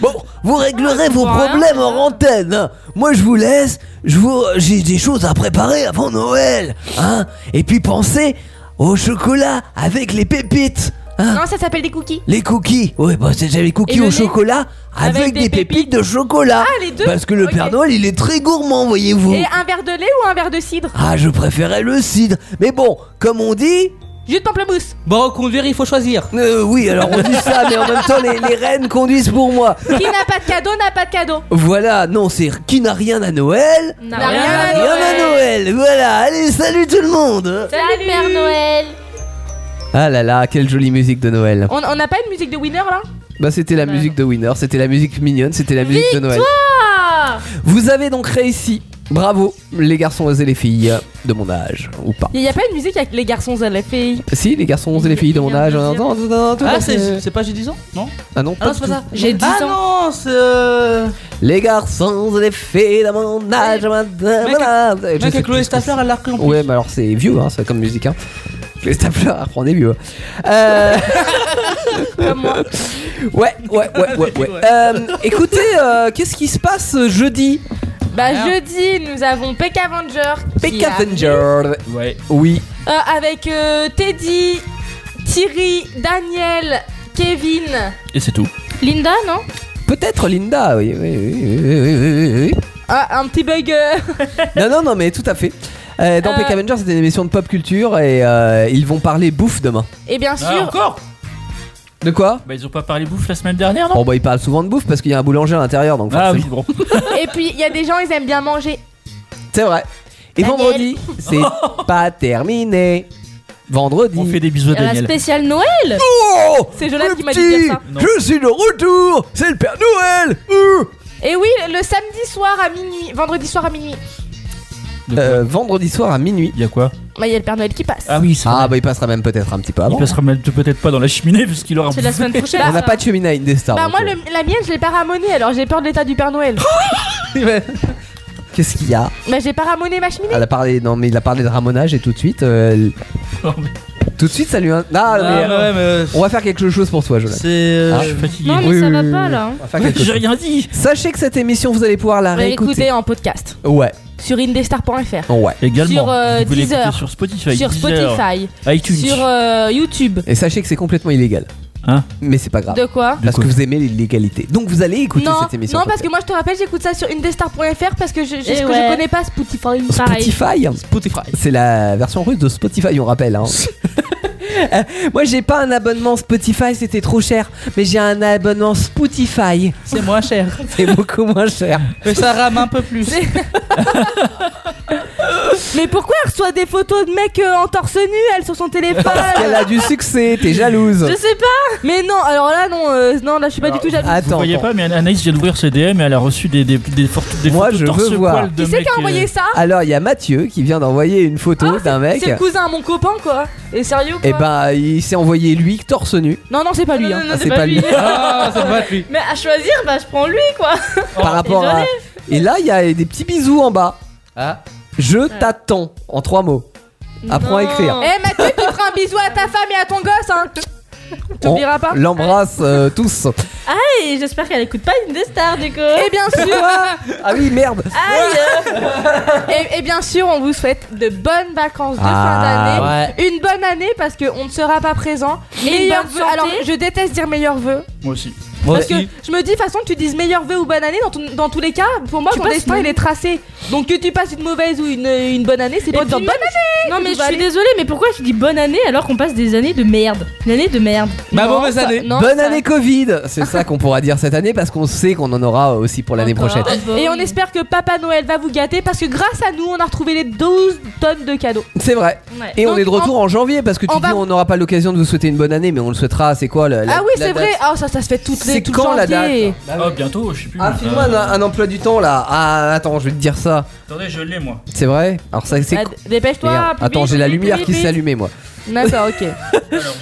Speaker 10: Bon, vous réglerez vos
Speaker 7: pour
Speaker 5: hein
Speaker 7: rien,
Speaker 10: problèmes en antenne. hein. Moi, je vous laisse. Je vous, j'ai des choses à préparer avant Noël, hein. Et puis pensez au chocolat avec les pépites, hein.
Speaker 5: Non, ça s'appelle des cookies.
Speaker 10: Les cookies, oui, bah c'est les
Speaker 5: Et
Speaker 10: cookies
Speaker 5: le
Speaker 10: au
Speaker 5: lait
Speaker 10: chocolat avec,
Speaker 5: Avec
Speaker 10: des,
Speaker 5: des
Speaker 10: pépites. de chocolat.
Speaker 5: Ah, les deux
Speaker 10: Parce que le
Speaker 5: Ok.
Speaker 10: Père Noël, il est très gourmand, voyez-vous.
Speaker 5: Et ah. un verre de lait ou un verre de cidre
Speaker 10: Ah, je préférais le cidre. Mais bon, comme on dit,
Speaker 5: Jus de pamplemousse.
Speaker 4: Bon, conduire, il faut choisir.
Speaker 10: euh, oui, alors on dit ça, mais en même temps, les, les reines conduisent pour moi.
Speaker 5: Qui n'a pas de cadeau n'a pas de cadeau.
Speaker 10: Voilà, non, c'est qui n'a rien à Noël.
Speaker 7: Non.
Speaker 5: N'a rien à
Speaker 4: Ah
Speaker 10: Rien à Noël, voilà, allez, salut tout le monde
Speaker 7: Salut, Père Noël.
Speaker 10: Ah là là, quelle jolie musique de Noël.
Speaker 5: On on n'a pas une musique de winner là
Speaker 10: Bah c'était la musique de Winner, c'était la musique mignonne, c'était la musique de Noël.
Speaker 7: Ah.
Speaker 10: Vous avez donc réussi. Bravo, les garçons et les filles de mon âge, ou pas.
Speaker 5: Il n'y a pas une musique avec les garçons et les filles.
Speaker 10: Si, les garçons et les filles de mon âge. hein, non, non, non, tout à
Speaker 4: Ah,
Speaker 10: fait.
Speaker 4: c'est c'est pas j'ai 10 ans Non
Speaker 10: Ah non,
Speaker 4: Ah
Speaker 10: pas
Speaker 4: non,
Speaker 10: du
Speaker 4: c'est pas
Speaker 10: tout.
Speaker 4: ça.
Speaker 7: J'ai 10
Speaker 4: ah
Speaker 7: ans.
Speaker 4: non, c'est. euh,
Speaker 10: Les garçons et les filles de mon âge. madame,
Speaker 4: Mec,
Speaker 10: madame. Je
Speaker 4: Mec, Chloé
Speaker 10: sais plus ce que
Speaker 4: Staffler, elle l'a repris en
Speaker 10: c'est.
Speaker 4: plus.
Speaker 10: Ouais, mais alors c'est vieux, hein, ça, comme musique. Hein. Les Staffler, apprend des vieux.
Speaker 3: hein.
Speaker 10: Euh... ouais, ouais, ouais, ouais, ouais. Euh, écoutez, euh, qu'est-ce qui se passe jeudi
Speaker 5: Bah
Speaker 4: Merde.
Speaker 5: jeudi, nous avons Peck Avenger. qui
Speaker 10: Peck
Speaker 5: a-
Speaker 10: Avenger.
Speaker 6: Ouais.
Speaker 10: Oui.
Speaker 5: Euh, avec euh, Teddy, Thierry, Daniel, Kevin,
Speaker 6: Et c'est tout.
Speaker 7: Linda, non
Speaker 3: peut-être Linda, oui, oui, oui, oui, oui, oui, oui.
Speaker 5: Ah, un petit bug. euh,
Speaker 3: Non, non, non, mais tout à fait. Euh, dans
Speaker 5: Euh.
Speaker 3: Peck Avenger, c'était une émission de pop culture et euh, ils vont parler bouffe demain.
Speaker 5: Et bien sûr.
Speaker 6: Ah, encore
Speaker 3: De quoi
Speaker 6: Bah, ils ont pas parlé bouffe la semaine dernière, non
Speaker 3: Bon, bah, ils parlent souvent de bouffe parce qu'il y a un boulanger à l'intérieur, donc
Speaker 6: Ah oui,
Speaker 3: forcément.
Speaker 5: Et puis, il y a des gens, ils aiment bien manger.
Speaker 3: C'est vrai. Et
Speaker 5: Daniel.
Speaker 3: vendredi, c'est pas terminé. Vendredi. On fait
Speaker 6: des bisous
Speaker 5: Il y a la spéciale Noël
Speaker 3: Oh
Speaker 5: C'est Jolan qui m'a dit de dire ça.
Speaker 9: Je suis de retour C'est le Père Noël Euh.
Speaker 5: Et oui, le samedi soir à minuit, vendredi soir à minuit,
Speaker 3: Euh, vendredi soir à minuit.
Speaker 6: Il y a quoi
Speaker 5: bah, il y a le Père Noël qui passe.
Speaker 6: Ah oui, c'est
Speaker 3: Ah, bah, il passera même peut-être un petit peu avant.
Speaker 6: Il passera même peut-être pas dans la cheminée puisqu'il aura.
Speaker 5: C'est la semaine prochaine.
Speaker 3: On n'a pas de cheminée à Indestar.
Speaker 5: Bah
Speaker 3: donc,
Speaker 5: moi le- la mienne je l'ai pas ramonée alors j'ai peur de l'état du Père Noël.
Speaker 3: euh, Qu'est-ce qu'il y a
Speaker 5: bah j'ai pas ramonné ma cheminée.
Speaker 3: Elle a parlé, non mais il a parlé de ramonage et tout de suite. euh, Tout de suite, ça lui. a- Ah, mais,
Speaker 4: ouais,
Speaker 6: euh,
Speaker 3: On va faire quelque chose pour toi, Jonathan. Ah.
Speaker 4: C'est. euh, je suis
Speaker 6: fatigué.
Speaker 4: Non, mais ça va pas,
Speaker 5: là. hein.
Speaker 3: On va faire quelque
Speaker 4: J'ai
Speaker 3: chose.
Speaker 4: rien
Speaker 6: dit.
Speaker 3: Sachez que cette émission, vous allez pouvoir la
Speaker 5: Vous l'écoutez
Speaker 3: réécouter.
Speaker 5: en podcast
Speaker 3: Ouais.
Speaker 5: sur indestar.fr.
Speaker 3: Ouais.
Speaker 6: Également.
Speaker 5: Sur, euh,
Speaker 6: vous pouvez l'écouter
Speaker 5: Deezer.
Speaker 6: sur Spotify.
Speaker 5: Sur
Speaker 6: Deezer,
Speaker 5: Spotify.
Speaker 6: iTunes.
Speaker 5: Sur euh, YouTube.
Speaker 3: Et sachez que c'est complètement illégal.
Speaker 6: Hein
Speaker 3: Mais c'est pas grave.
Speaker 5: De quoi
Speaker 3: Parce que vous aimez l'illégalité. Donc vous allez écouter
Speaker 5: non,
Speaker 3: cette émission.
Speaker 5: non parce que moi je te rappelle j'écoute ça sur indestar.fr parce que je, je-
Speaker 10: Eh
Speaker 5: ce que
Speaker 10: ouais.
Speaker 5: je connais pas Spotify.
Speaker 3: Spotify. C'est la version russe de Spotify, on rappelle. hein. Euh, Moi, j'ai pas un abonnement Spotify, c'était trop cher. Mais j'ai un abonnement Spotify.
Speaker 4: C'est moins cher.
Speaker 3: C'est beaucoup moins cher.
Speaker 4: Mais ça rame un peu plus.
Speaker 5: Mais pourquoi elle reçoit des photos de mecs euh, en torse nu elle sur son téléphone
Speaker 3: Elle a du succès, t'es jalouse.
Speaker 5: Je sais pas. Mais non alors là non euh, non là je suis pas du tout jalouse.
Speaker 6: vous voyez pas, mais Anaïs vient d'ouvrir ses DM et elle a reçu des, des, des, for- des
Speaker 3: Moi,
Speaker 6: photos
Speaker 3: je
Speaker 6: torse
Speaker 3: veux
Speaker 6: poil
Speaker 3: voir.
Speaker 6: de mecs, euh,
Speaker 3: Alors, il y a Mathieu qui vient d'envoyer une photo d'un mec.
Speaker 5: Ah, C'est le cousin à mon copain quoi. Et sérieux quoi
Speaker 3: Et ben, il s'est envoyé lui torse nu.
Speaker 5: Non non c'est pas lui. hein.
Speaker 3: Ah, c'est pas lui. Ah, c'est pas lui.
Speaker 10: Mais à choisir, bah je prends lui quoi.
Speaker 5: Oh,
Speaker 3: par rapport à.
Speaker 10: désolé.
Speaker 3: Et là, il y a des petits bisous en bas.
Speaker 5: Ah.
Speaker 3: Je t'attends en trois mots. Apprends à écrire.
Speaker 5: Eh Mathieu, tu feras un bisou à ta femme et à ton gosse, hein T'oublieras
Speaker 3: On
Speaker 5: pas
Speaker 3: l'embrasse euh, tous.
Speaker 10: Ah, et j'espère qu'elle écoute pas une des stars du coup. Eh
Speaker 5: bien sûr.
Speaker 3: Ah oui, merde.
Speaker 5: et, et Eh, bien sûr, on vous souhaite de bonnes vacances de
Speaker 3: Ah,
Speaker 5: fin d'année. Une bonne année parce qu'on ne sera pas présent.
Speaker 10: Et une
Speaker 5: Meilleurs
Speaker 10: bonne
Speaker 5: vœux.
Speaker 10: santé.
Speaker 5: Alors, je déteste dire meilleurs vœux.
Speaker 6: Moi aussi.
Speaker 5: Parce que je me dis, de toute façon, tu dises meilleurs vœux ou bonne année, dans, ton- dans tous les cas, pour moi,
Speaker 10: Tu
Speaker 5: ton
Speaker 10: passes
Speaker 5: destin,
Speaker 10: une-
Speaker 5: il est tracé. Donc, que tu passes une mauvaise ou une, une bonne année, c'est pas de dire bonne année
Speaker 10: Non
Speaker 5: que
Speaker 10: mais
Speaker 5: tu
Speaker 10: je
Speaker 5: vas
Speaker 10: suis
Speaker 5: aller.
Speaker 10: désolée, mais pourquoi tu dis bonne année alors qu'on passe des années de merde Une année de merde.
Speaker 5: Ma Non, Bah, mauvaise ça- année. non,
Speaker 3: Bonne
Speaker 5: ça-
Speaker 3: Bah, année Covid. C'est ça qu'on pourra dire cette année parce qu'on sait qu'on en aura aussi pour l'année prochaine.
Speaker 10: Ah,
Speaker 5: Et on espère que Papa Noël va vous gâter parce que grâce à nous, on a retrouvé les 12 tonnes de cadeaux.
Speaker 3: C'est vrai.
Speaker 5: Ouais.
Speaker 3: Et on
Speaker 5: Donc,
Speaker 3: est de retour en, janvier parce que tu
Speaker 5: on
Speaker 3: dis
Speaker 5: va-
Speaker 3: on n'aura pas l'occasion de vous souhaiter une bonne année, mais on le souhaitera. C'est quoi le, Euh, la-
Speaker 5: ah oui,
Speaker 3: la
Speaker 5: c'est
Speaker 3: date
Speaker 5: vrai. Ah ça, ça se fait toutes
Speaker 3: C'est
Speaker 5: les tout le
Speaker 3: quand, la
Speaker 5: janvier.
Speaker 6: Ah, bientôt, je sais plus.
Speaker 3: Bah Ah, file-moi un, un emploi du temps là. Ah, attends, je vais te dire ça.
Speaker 6: Attendez, je l'ai moi.
Speaker 3: C'est vrai Alors, ça, c'est.
Speaker 5: Ah, d- Dépêche-toi.
Speaker 3: Merde,
Speaker 5: plus
Speaker 3: Attends,
Speaker 5: vite,
Speaker 3: j'ai la
Speaker 5: plus vite,
Speaker 3: lumière
Speaker 5: plus
Speaker 3: qui
Speaker 5: vite.
Speaker 3: s'est allumée, moi.
Speaker 5: D'accord, ok.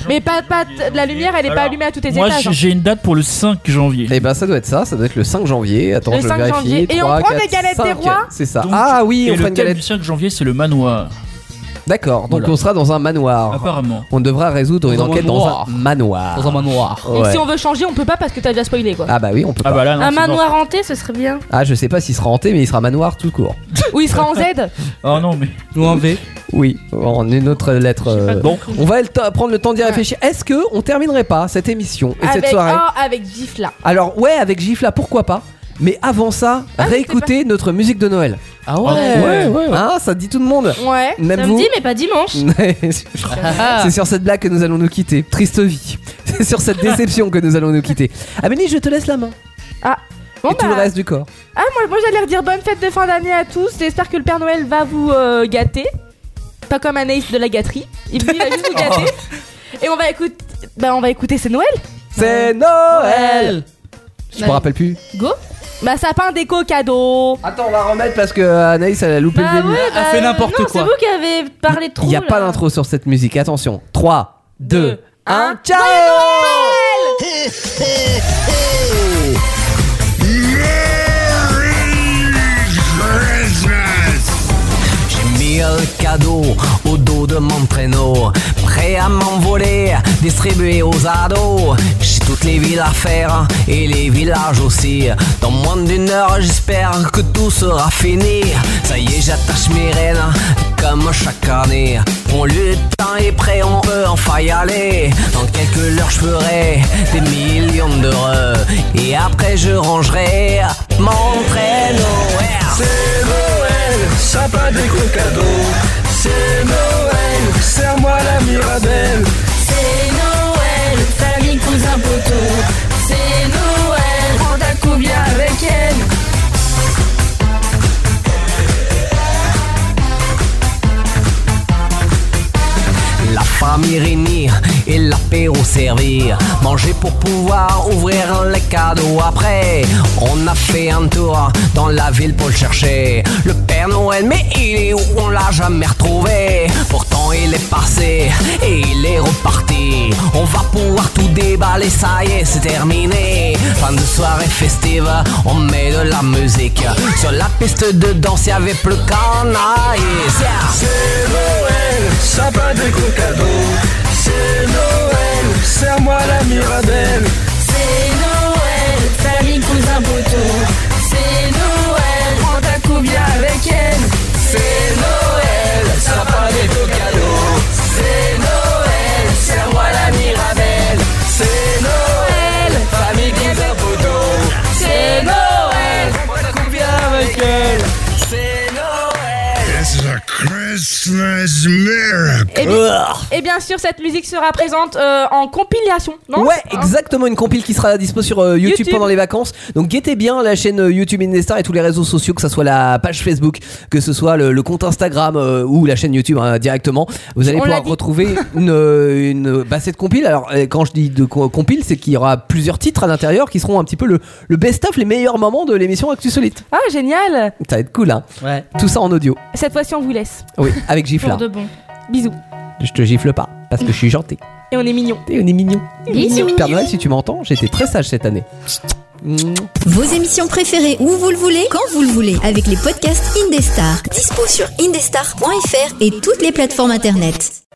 Speaker 5: Mais pas, pas la lumière, elle est pas
Speaker 6: Alors,
Speaker 5: allumée à tous tes
Speaker 6: Moi,
Speaker 5: étages.
Speaker 6: j'ai
Speaker 5: hein.
Speaker 6: j'ai une date pour le 5 janvier.
Speaker 3: Eh ben, ça doit être ça, ça doit être le 5 janvier. Attends,
Speaker 5: Le
Speaker 3: je
Speaker 5: 5
Speaker 3: vérifie.
Speaker 5: janvier. Et on
Speaker 3: 3,
Speaker 5: prend
Speaker 3: 4,
Speaker 5: des galettes des
Speaker 3: 5.
Speaker 5: rois
Speaker 3: C'est ça.
Speaker 6: Donc,
Speaker 3: ah oui,
Speaker 6: et
Speaker 3: on
Speaker 6: le
Speaker 3: prend une
Speaker 6: thème
Speaker 3: galette.
Speaker 6: du 5 janvier, c'est le manoir.
Speaker 3: D'accord, donc
Speaker 6: Voilà.
Speaker 3: on sera dans un manoir.
Speaker 6: Apparemment.
Speaker 3: On devra résoudre une
Speaker 6: Dans un
Speaker 3: enquête
Speaker 6: manoir.
Speaker 3: dans un manoir.
Speaker 4: Dans un manoir.
Speaker 5: Donc si on veut changer, on peut pas parce que t'as déjà spoilé quoi.
Speaker 3: Ah bah oui, on peut pas.
Speaker 10: un manoir hanté, ce serait bien.
Speaker 3: Ah, je sais pas s'il sera hanté, mais il sera manoir tout court.
Speaker 5: Ou il sera en Z.
Speaker 6: Oh non, mais.
Speaker 4: Ou en V.
Speaker 3: Oui, en une autre lettre. euh,
Speaker 6: Bon,
Speaker 3: on va le temps- prendre le temps d'y réfléchir. Est-ce que on terminerait pas cette émission et
Speaker 5: Avec
Speaker 3: cette soirée
Speaker 5: oh, avec Gifla.
Speaker 3: Alors ouais, avec Gifla, pourquoi pas Mais avant ça, réécoutez notre musique de Noël. Ah
Speaker 10: ouais.
Speaker 3: ouais, ouais. Ah, ça dit tout le monde.
Speaker 10: Ouais.
Speaker 3: Même
Speaker 10: Samedi,
Speaker 3: vous.
Speaker 10: mais pas dimanche.
Speaker 3: C'est sur cette blague que nous allons nous quitter. Triste vie. C'est sur cette déception que nous allons nous quitter. Amélie, je te laisse la main.
Speaker 5: Ah. Bon,
Speaker 3: et tout le
Speaker 5: bah,
Speaker 3: reste du corps.
Speaker 5: Ah, moi, moi j'allais redire bonne fête de fin d'année à tous. J'espère que le Père Noël va vous euh, gâter. Pas comme Anaïs de la gâterie. Il il va juste vous gâter. Et on va écouter. Bah, on va écouter, c'est Noël.
Speaker 3: Oh. C'est Noël Je me
Speaker 5: Allez.
Speaker 3: rappelle plus.
Speaker 5: Go. Bah, sapin, déco, cadeau.
Speaker 3: Attends, on va remettre parce que Anaïs, elle a loupé
Speaker 5: Bah
Speaker 3: le début.
Speaker 10: non, C'est vous qui avez parlé trop.
Speaker 3: Il n'y a
Speaker 10: là.
Speaker 3: pas d'intro sur cette musique. Attention. 3, 2,
Speaker 5: Hein
Speaker 3: 1. Ciao
Speaker 15: J'ai mis le cadeau au dos de mon traîneau, prêt à m'envoler, distribué aux ados. J'ai toutes les villes à faire et les villages aussi. Dans moins d'une heure, j'espère que tout sera fini. Ça y est, j'attache mes rênes comme chaque année. On le temps est prêt, on peut enfin y aller. Dans quelques heures, je ferai des millions d'heureux. Et après, je rangerai mon traîneau.
Speaker 14: C'est Noël, sapin des gros cadeaux. C'est Noël, serre-moi la Mirabelle.
Speaker 10: C'est Noël, famille, cousin, poteau. C'est Noël, on t'a combien avec elle
Speaker 15: La famille réunie et l'apéro servi. Manger pour pouvoir ouvrir les cadeaux après. On a fait un tour dans la ville pour le chercher. Le Père Noël, mais il est où On l'a jamais retrouvé. Pourtant, il est passé et il est reparti. On va pouvoir tout déballer, ça y est, c'est terminé. Fin de soirée festive, on met de la musique. Sur la piste de danse, il y avait plus qu'un aïe.
Speaker 14: C'est Noël, sapin des gros cadeaux. C'est Noël, serre-moi la Mirabelle.
Speaker 10: C'est Noël, famille, cousin, poteau. C'est Noël, on t'a combien avec elle
Speaker 14: C'est Noël, sapin des gros cadeaux. C'est Noël, serre-moi la Mirabelle. C'est Noël, famille des abodaux.
Speaker 10: C'est Noël,
Speaker 14: combien avec elle
Speaker 10: C'est
Speaker 16: It's a Christmas miracle.
Speaker 11: Eh
Speaker 5: Et Eh bien, et bien sûr, cette musique sera présente euh, en compilation, non Hein
Speaker 3: ouais, exactement, une compile qui sera à dispo sur euh, YouTube,
Speaker 5: YouTube.
Speaker 3: pendant les vacances. Donc guettez bien la chaîne euh, YouTube Indestar et tous les réseaux sociaux, que ce soit la page Facebook, que ce soit le, le compte Instagram euh, ou la chaîne YouTube hein, directement. Vous allez
Speaker 5: On l'a
Speaker 3: pouvoir
Speaker 5: dit.
Speaker 3: retrouver une, euh, une bah, cette compile. Alors euh, quand je dis de co- compile, c'est qu'il y aura plusieurs titres à l'intérieur qui seront un petit peu le, le best-of, les meilleurs moments de l'émission Actu Solite.
Speaker 5: Ah, génial
Speaker 3: Ça va être cool, hein.
Speaker 4: Ouais.
Speaker 3: Tout ça en audio.
Speaker 5: Cette fois-ci, on vous laisse.
Speaker 3: Oui, avec gifle.
Speaker 5: Pour de bon. Bisous.
Speaker 3: Je te gifle pas parce que je suis gentil.
Speaker 5: Et on est mignons.
Speaker 3: Et on est mignons.
Speaker 2: Bisous.
Speaker 3: Père Noël, si tu m'entends, j'étais très sage cette année.
Speaker 2: Vos émissions préférées où vous le voulez, quand vous le voulez, avec les podcasts Indestar. Dispo sur indestar.fr et toutes les plateformes internet.